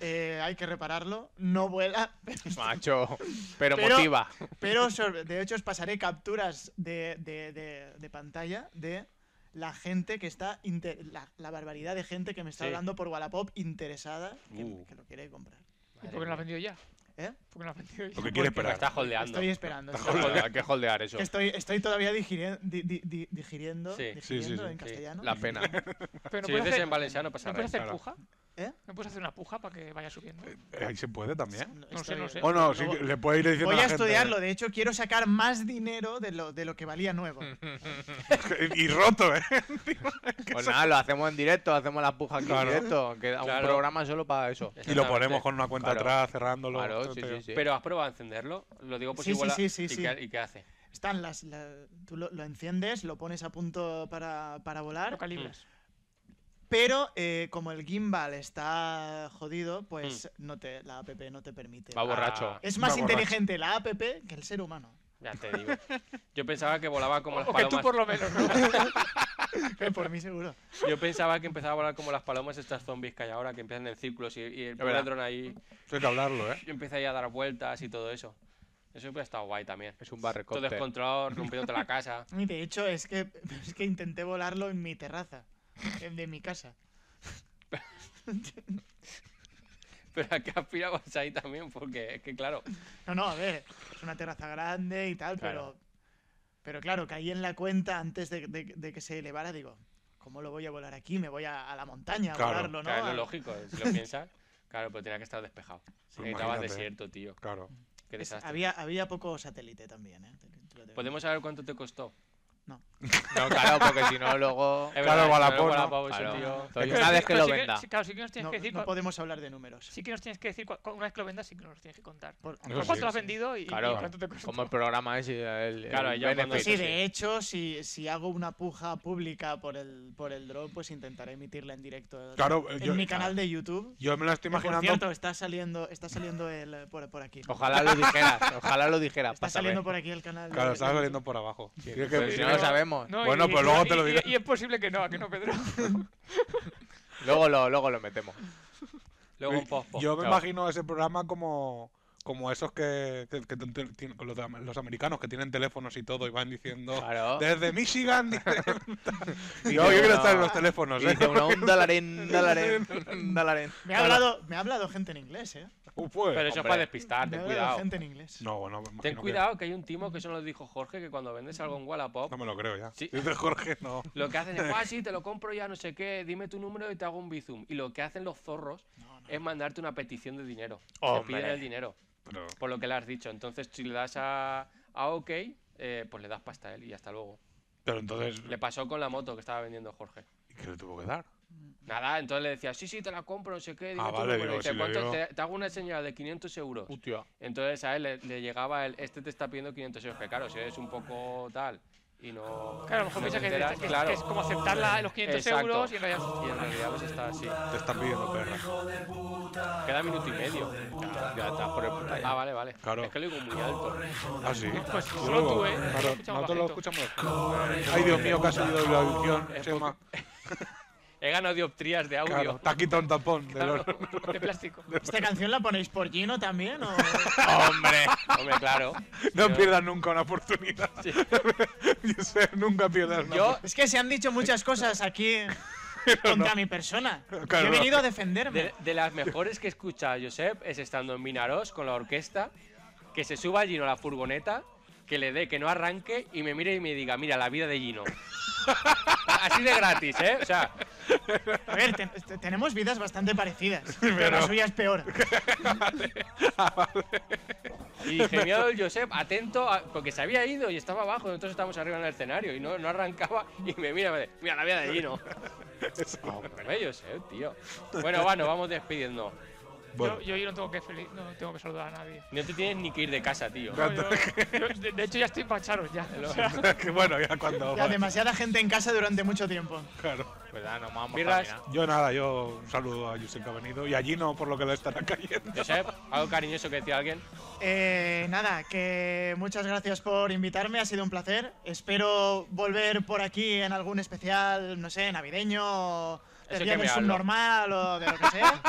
Speaker 6: eh, hay que repararlo. No vuela.
Speaker 3: Macho, pero,
Speaker 6: Pero-
Speaker 3: motiva.
Speaker 6: Pero sobre- de hecho os pasaré capturas de, de- de- de pantalla de la gente que está... inte- la, la barbaridad de gente que me está
Speaker 2: Sí.
Speaker 6: hablando por Wallapop interesada que,
Speaker 2: Uh.
Speaker 6: que lo quiere comprar.
Speaker 5: ¿Y por qué no lo has vendido ya?
Speaker 6: ¿Eh?
Speaker 5: ¿Por qué no lo has vendido ya?
Speaker 4: Lo que quiere
Speaker 2: Pero
Speaker 4: esperar.
Speaker 2: está holdeando.
Speaker 6: Estoy esperando. estoy-
Speaker 3: Joder, Hay que holdear eso.
Speaker 6: que Estoy, estoy todavía digiriendo, digiriendo,
Speaker 2: Sí. Sí,
Speaker 4: sí,
Speaker 6: digiriendo
Speaker 4: sí.
Speaker 6: en
Speaker 2: Sí.
Speaker 6: castellano.
Speaker 3: La pena.
Speaker 5: Pero no
Speaker 2: Si
Speaker 5: puedes
Speaker 2: dices
Speaker 5: hacer,
Speaker 2: en valenciano pasa
Speaker 5: ¿no
Speaker 2: nada.
Speaker 5: puedes hacer
Speaker 4: claro.
Speaker 5: puja.
Speaker 6: ¿Eh?
Speaker 5: ¿No puedes hacer una puja para que vaya subiendo?
Speaker 4: Ahí se puede también.
Speaker 6: No,
Speaker 5: sé,
Speaker 6: estoy-
Speaker 5: no sé.
Speaker 4: O Oh, no,
Speaker 6: lo-
Speaker 4: sí,
Speaker 6: lo-
Speaker 4: que le puede ir diciendo
Speaker 6: Voy
Speaker 4: a
Speaker 6: a
Speaker 4: la gente, eh.
Speaker 6: estudiarlo, de hecho quiero sacar más dinero de lo, de lo que valía nuevo.
Speaker 4: Y y roto, ¿eh?
Speaker 3: Pues nada, lo hacemos en directo, hacemos la puja aquí
Speaker 4: Claro.
Speaker 3: en directo. Queda
Speaker 2: Claro.
Speaker 3: un programa solo para eso.
Speaker 4: Y lo
Speaker 2: Exactamente.
Speaker 4: ponemos con una cuenta
Speaker 3: Claro.
Speaker 4: atrás, cerrándolo.
Speaker 3: Claro,
Speaker 4: esto
Speaker 3: sí,
Speaker 4: te-
Speaker 3: sí, sí.
Speaker 2: Pero has probado a encenderlo. Lo digo por
Speaker 6: Sí,
Speaker 2: si
Speaker 6: sí,
Speaker 2: vuela-
Speaker 6: sí, sí,
Speaker 2: ¿Y,
Speaker 6: sí.
Speaker 2: Qué, ¿Y qué hace?
Speaker 6: Están las... la- tú lo, lo enciendes, lo pones a punto para, para volar,
Speaker 5: Lo calibras.
Speaker 6: pero eh, como el gimbal está jodido, pues no te, la app no te permite.
Speaker 3: Va borracho.
Speaker 2: Ah,
Speaker 6: es más
Speaker 4: va borracho.
Speaker 6: inteligente la app que el ser humano.
Speaker 2: ya te digo. Yo pensaba que volaba como las
Speaker 5: O que tú
Speaker 2: palomas.
Speaker 5: por lo menos, ¿no?
Speaker 6: Que Por mí seguro.
Speaker 2: Yo pensaba que empezaba a volar como las palomas estas zombies que hay ahora, que empiezan en círculos y, y el pobre
Speaker 3: verdad.
Speaker 2: dron ahí
Speaker 4: Eso hay que hablarlo, ¿eh?
Speaker 2: y empieza ahí a dar vueltas y todo eso. Eso hubiera estado guay también.
Speaker 3: Es un
Speaker 2: Todo
Speaker 3: barrecóptero.
Speaker 2: descontrolado, rompiéndote la casa.
Speaker 6: Y de hecho es que, es que intenté volarlo en mi terraza, en- de mi casa.
Speaker 2: Pero aquí aspirabas ahí también, porque es que claro,
Speaker 6: No, no, a ver, es una terraza grande y tal,
Speaker 2: Claro.
Speaker 6: pero. Pero claro, caí en la cuenta antes de, de- de que se elevara, digo, ¿cómo lo voy a volar aquí? Me voy a, a la montaña a
Speaker 4: Claro,
Speaker 6: volarlo, ¿no? Ah,
Speaker 2: claro, es
Speaker 6: A-
Speaker 2: lo lógico, si lo piensas. Claro, pero tenía que estar despejado. Necesitaba
Speaker 4: imagínate.
Speaker 2: desierto, tío.
Speaker 4: Claro.
Speaker 2: Qué
Speaker 6: es-
Speaker 2: desastre.
Speaker 6: había, había poco satélite también, ¿eh? Te- te lo digo.
Speaker 2: ¿Podemos saber cuánto te costó?
Speaker 3: No, claro, porque si no, luego.
Speaker 2: Es
Speaker 4: Claro,
Speaker 2: verdad, claro,
Speaker 4: Wallapop, ¿no?
Speaker 2: Wallapop, eso,
Speaker 3: Claro.
Speaker 2: tío.
Speaker 3: Entonces, una vez que
Speaker 5: Pero
Speaker 3: lo
Speaker 5: sí
Speaker 3: venda.
Speaker 5: sí, claro, sí que nos tienes
Speaker 6: No,
Speaker 5: que decir.
Speaker 6: no
Speaker 5: cua-
Speaker 6: podemos hablar de números.
Speaker 5: sí que nos tienes que decir. cua- cua- Una vez que lo vendas, sí que nos tienes que contar.
Speaker 6: Por-
Speaker 4: Eso
Speaker 5: ¿Por
Speaker 4: sí.
Speaker 5: cuánto lo has vendido y, y
Speaker 3: Claro.
Speaker 5: cuánto te costó?
Speaker 3: Como el programa ese, el, el
Speaker 2: Claro, ya cuando-
Speaker 3: benefit.
Speaker 6: Sí,
Speaker 2: sí.
Speaker 6: de hecho, si, si hago una puja pública por el, por el drone, pues intentaré emitirla en directo
Speaker 4: Claro,
Speaker 6: en
Speaker 4: yo- ah,
Speaker 6: mi canal de YouTube.
Speaker 4: Yo me lo estoy
Speaker 6: Que, Por
Speaker 4: imaginando.
Speaker 6: cierto, está saliendo, está saliendo el, eh, por, por aquí.
Speaker 3: Ojalá lo dijeras, ojalá lo dijeras.
Speaker 6: Está
Speaker 3: pásame.
Speaker 6: saliendo por aquí el canal. de-
Speaker 4: Claro,
Speaker 6: de
Speaker 4: estaba
Speaker 6: YouTube.
Speaker 4: saliendo por abajo. Tienes
Speaker 3: Pero
Speaker 4: que-
Speaker 3: si no lo sabemos.
Speaker 5: No,
Speaker 4: Bueno, pues luego te lo
Speaker 5: y-
Speaker 4: diré.
Speaker 5: Y, y es posible que no, ¿a que no, Pedro?
Speaker 3: Luego lo, luego lo metemos.
Speaker 2: Luego un pospo.
Speaker 4: Yo me
Speaker 3: claro.
Speaker 4: imagino ese programa como, como esos que, que- que te- te- con los, de- los americanos que tienen teléfonos y todo y van diciendo
Speaker 3: Claro.
Speaker 4: desde Michigan. dice-
Speaker 3: Y
Speaker 4: yo, yo quiero estar en
Speaker 3: uno-
Speaker 4: los teléfonos.
Speaker 3: y
Speaker 4: ¿eh?
Speaker 3: dice uno, un dalarín, un dalarín, un dalarín.
Speaker 6: Me ha, hablado, me ha hablado gente en inglés, ¿eh?
Speaker 4: Uh, pues.
Speaker 2: Pero eso es
Speaker 3: hombre.
Speaker 2: para despistar,
Speaker 6: Me
Speaker 2: ten
Speaker 6: ha hablado
Speaker 2: cuidado.
Speaker 6: gente en inglés.
Speaker 4: No, bueno, me imagino
Speaker 2: Ten
Speaker 4: que-
Speaker 2: cuidado, que hay un timo que eso nos lo dijo Jorge, que cuando vendes algo en Wallapop,
Speaker 4: No me lo creo ya.
Speaker 2: Sí.
Speaker 4: Dice Jorge, no.
Speaker 2: lo que hacen es, ah, sí, te lo compro ya, no sé qué, dime tu número y te hago un bizum. Y lo que hacen los zorros
Speaker 6: No, no.
Speaker 2: es mandarte una petición de dinero. Te
Speaker 3: Hombre.
Speaker 2: piden el dinero,
Speaker 4: Pero
Speaker 2: por lo que le has dicho. Entonces, si le das a, a OK, eh, pues le das pasta a él y hasta luego.
Speaker 4: Pero entonces,
Speaker 2: Le pasó con la moto que estaba vendiendo Jorge.
Speaker 4: ¿y ¿qué le tuvo que dar?
Speaker 2: Nada, entonces le decía, sí, sí, te la compro, no sé qué. Dime
Speaker 4: Ah,
Speaker 2: tu
Speaker 4: vale,
Speaker 2: número". Y
Speaker 4: digo,
Speaker 2: dice,
Speaker 4: si le
Speaker 2: "¿Cuánto?
Speaker 4: digo-
Speaker 2: Te, te hago una señal de 500 euros.
Speaker 3: Hostia.
Speaker 2: Entonces a él le, le llegaba el, este te está pidiendo 500 euros, que claro, si eres un poco tal y no...
Speaker 5: Claro, a lo mejor
Speaker 2: no te
Speaker 5: piensa que,
Speaker 2: enteras,
Speaker 5: que- que
Speaker 2: claro.
Speaker 5: es como aceptar la- los 500
Speaker 2: Exacto.
Speaker 5: euros y en realidad.
Speaker 2: Y en realidad pues está así.
Speaker 4: Te están pidiendo perra.
Speaker 2: Queda minuto y medio.
Speaker 3: Ya está, por el puta ya.
Speaker 2: Ah, vale, vale.
Speaker 4: Claro.
Speaker 2: Es que lo digo muy alto.
Speaker 4: Ah, sí.
Speaker 5: Pues
Speaker 4: Yo
Speaker 5: solo
Speaker 4: lo-
Speaker 5: tú, ¿eh?
Speaker 4: Claro,
Speaker 5: Escuchamos
Speaker 4: nosotros lo
Speaker 5: bajito.
Speaker 4: escuchamos. Ay, Dios mío, casi ha salido la audición.
Speaker 2: Es
Speaker 4: Chema.
Speaker 2: He ganado dioptrías de audio.
Speaker 4: Claro, te ha quitado un tampón. de
Speaker 2: Claro.
Speaker 4: los-
Speaker 5: De plástico.
Speaker 6: ¿Esta canción la ponéis por Gino también? O...
Speaker 3: Hombre.
Speaker 2: Hombre, claro.
Speaker 4: No
Speaker 2: Pero-
Speaker 4: pierdas nunca una oportunidad.
Speaker 2: Sí.
Speaker 4: Yo sé, nunca pierdas una
Speaker 2: Yo,
Speaker 6: Oh, es que se han dicho muchas cosas aquí. contra mi persona.
Speaker 4: Claro,
Speaker 6: Yo
Speaker 4: no.
Speaker 6: he venido a defenderme.
Speaker 2: De, de las mejores que escucha Josep es estando en Minarós con la orquesta, que se suba Gino a la furgoneta, que le dé que no arranque y me mire y me diga, mira, la vida de Gino. Así de gratis, ¿eh? O sea,
Speaker 6: A ver, te- te- tenemos vidas bastante parecidas. Pero, la suya es peor.
Speaker 2: y genial Josep, atento, a- porque se había ido y estaba abajo, nosotros estábamos arriba en el escenario y no, no arrancaba y me mira, y me dice, mira, la vida de Gino. Oh, Hombre, Josep, tío. Bueno, va, nos vamos despidiendo.
Speaker 4: Bueno,
Speaker 5: Yo, yo, yo no, tengo que fel- no tengo que saludar a nadie.
Speaker 2: No te tienes ni que ir de casa, tío.
Speaker 5: No, yo- yo- de, de hecho, ya estoy para echaros ya. O sea,
Speaker 4: que bueno, ya cuando.
Speaker 6: Ya, demasiada gente en casa durante mucho tiempo.
Speaker 4: claro.
Speaker 3: ¿Verdad? Nos vamos
Speaker 2: Birras.
Speaker 3: Camina.
Speaker 4: Yo nada, yo saludo a Yusef que ha venido y a Gino por lo que le estará cayendo.
Speaker 2: Josep, algo cariñoso que decir a alguien.
Speaker 6: Eh, nada, que muchas gracias por invitarme, ha sido un placer. Espero volver por aquí en algún especial, no sé, navideño, o
Speaker 2: Eso
Speaker 6: del
Speaker 2: que
Speaker 6: Día
Speaker 2: me
Speaker 6: del
Speaker 2: habla.
Speaker 6: Subnormal o de lo que sea.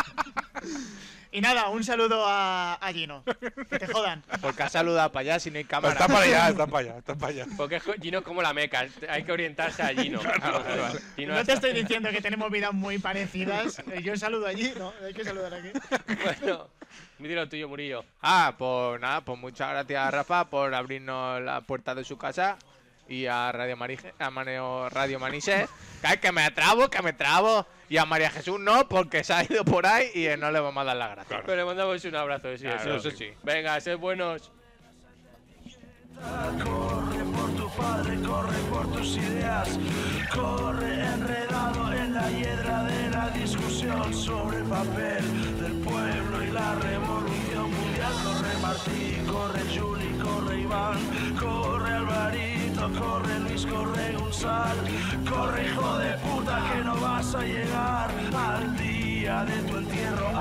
Speaker 6: y nada, un saludo a, a Gino. Que te jodan.
Speaker 3: Porque ha saludado para allá si no hay cámara.
Speaker 4: Está para allá, está para allá, está para allá.
Speaker 2: Porque es co- Gino es como la meca, es- hay que orientarse a Gino. Gino
Speaker 6: No te
Speaker 2: está-
Speaker 6: estoy diciendo que tenemos vidas muy parecidas. Eh, Yo saludo allí, no, hay que saludar aquí.
Speaker 2: Bueno, di lo tuyo, Murillo.
Speaker 3: Ah, pues nada, pues muchas gracias a Rafa por abrirnos la puerta de su casa y a Radio Marige, a Maneo Radio Manises. Que, que me trabo, que me trabo. Y a María Jesús no, porque se ha ido por ahí y eh, no le vamos a dar la gracia.
Speaker 2: Pero le mandamos un abrazo, sí,
Speaker 3: Claro,
Speaker 2: eso.
Speaker 3: eso sí.
Speaker 2: Venga, sed buenos.
Speaker 7: Corre por tu padre, corre por tus ideas. Corre enredado en la hiedra de la discusión sobre el papel del pueblo y la revolución mundial. Corre Martín, corre Juli, corre Iván, corre Alvarito, corre Luis, corre Gonzalo. Corre hijo de puta que no vas a llegar al día de tu entierro.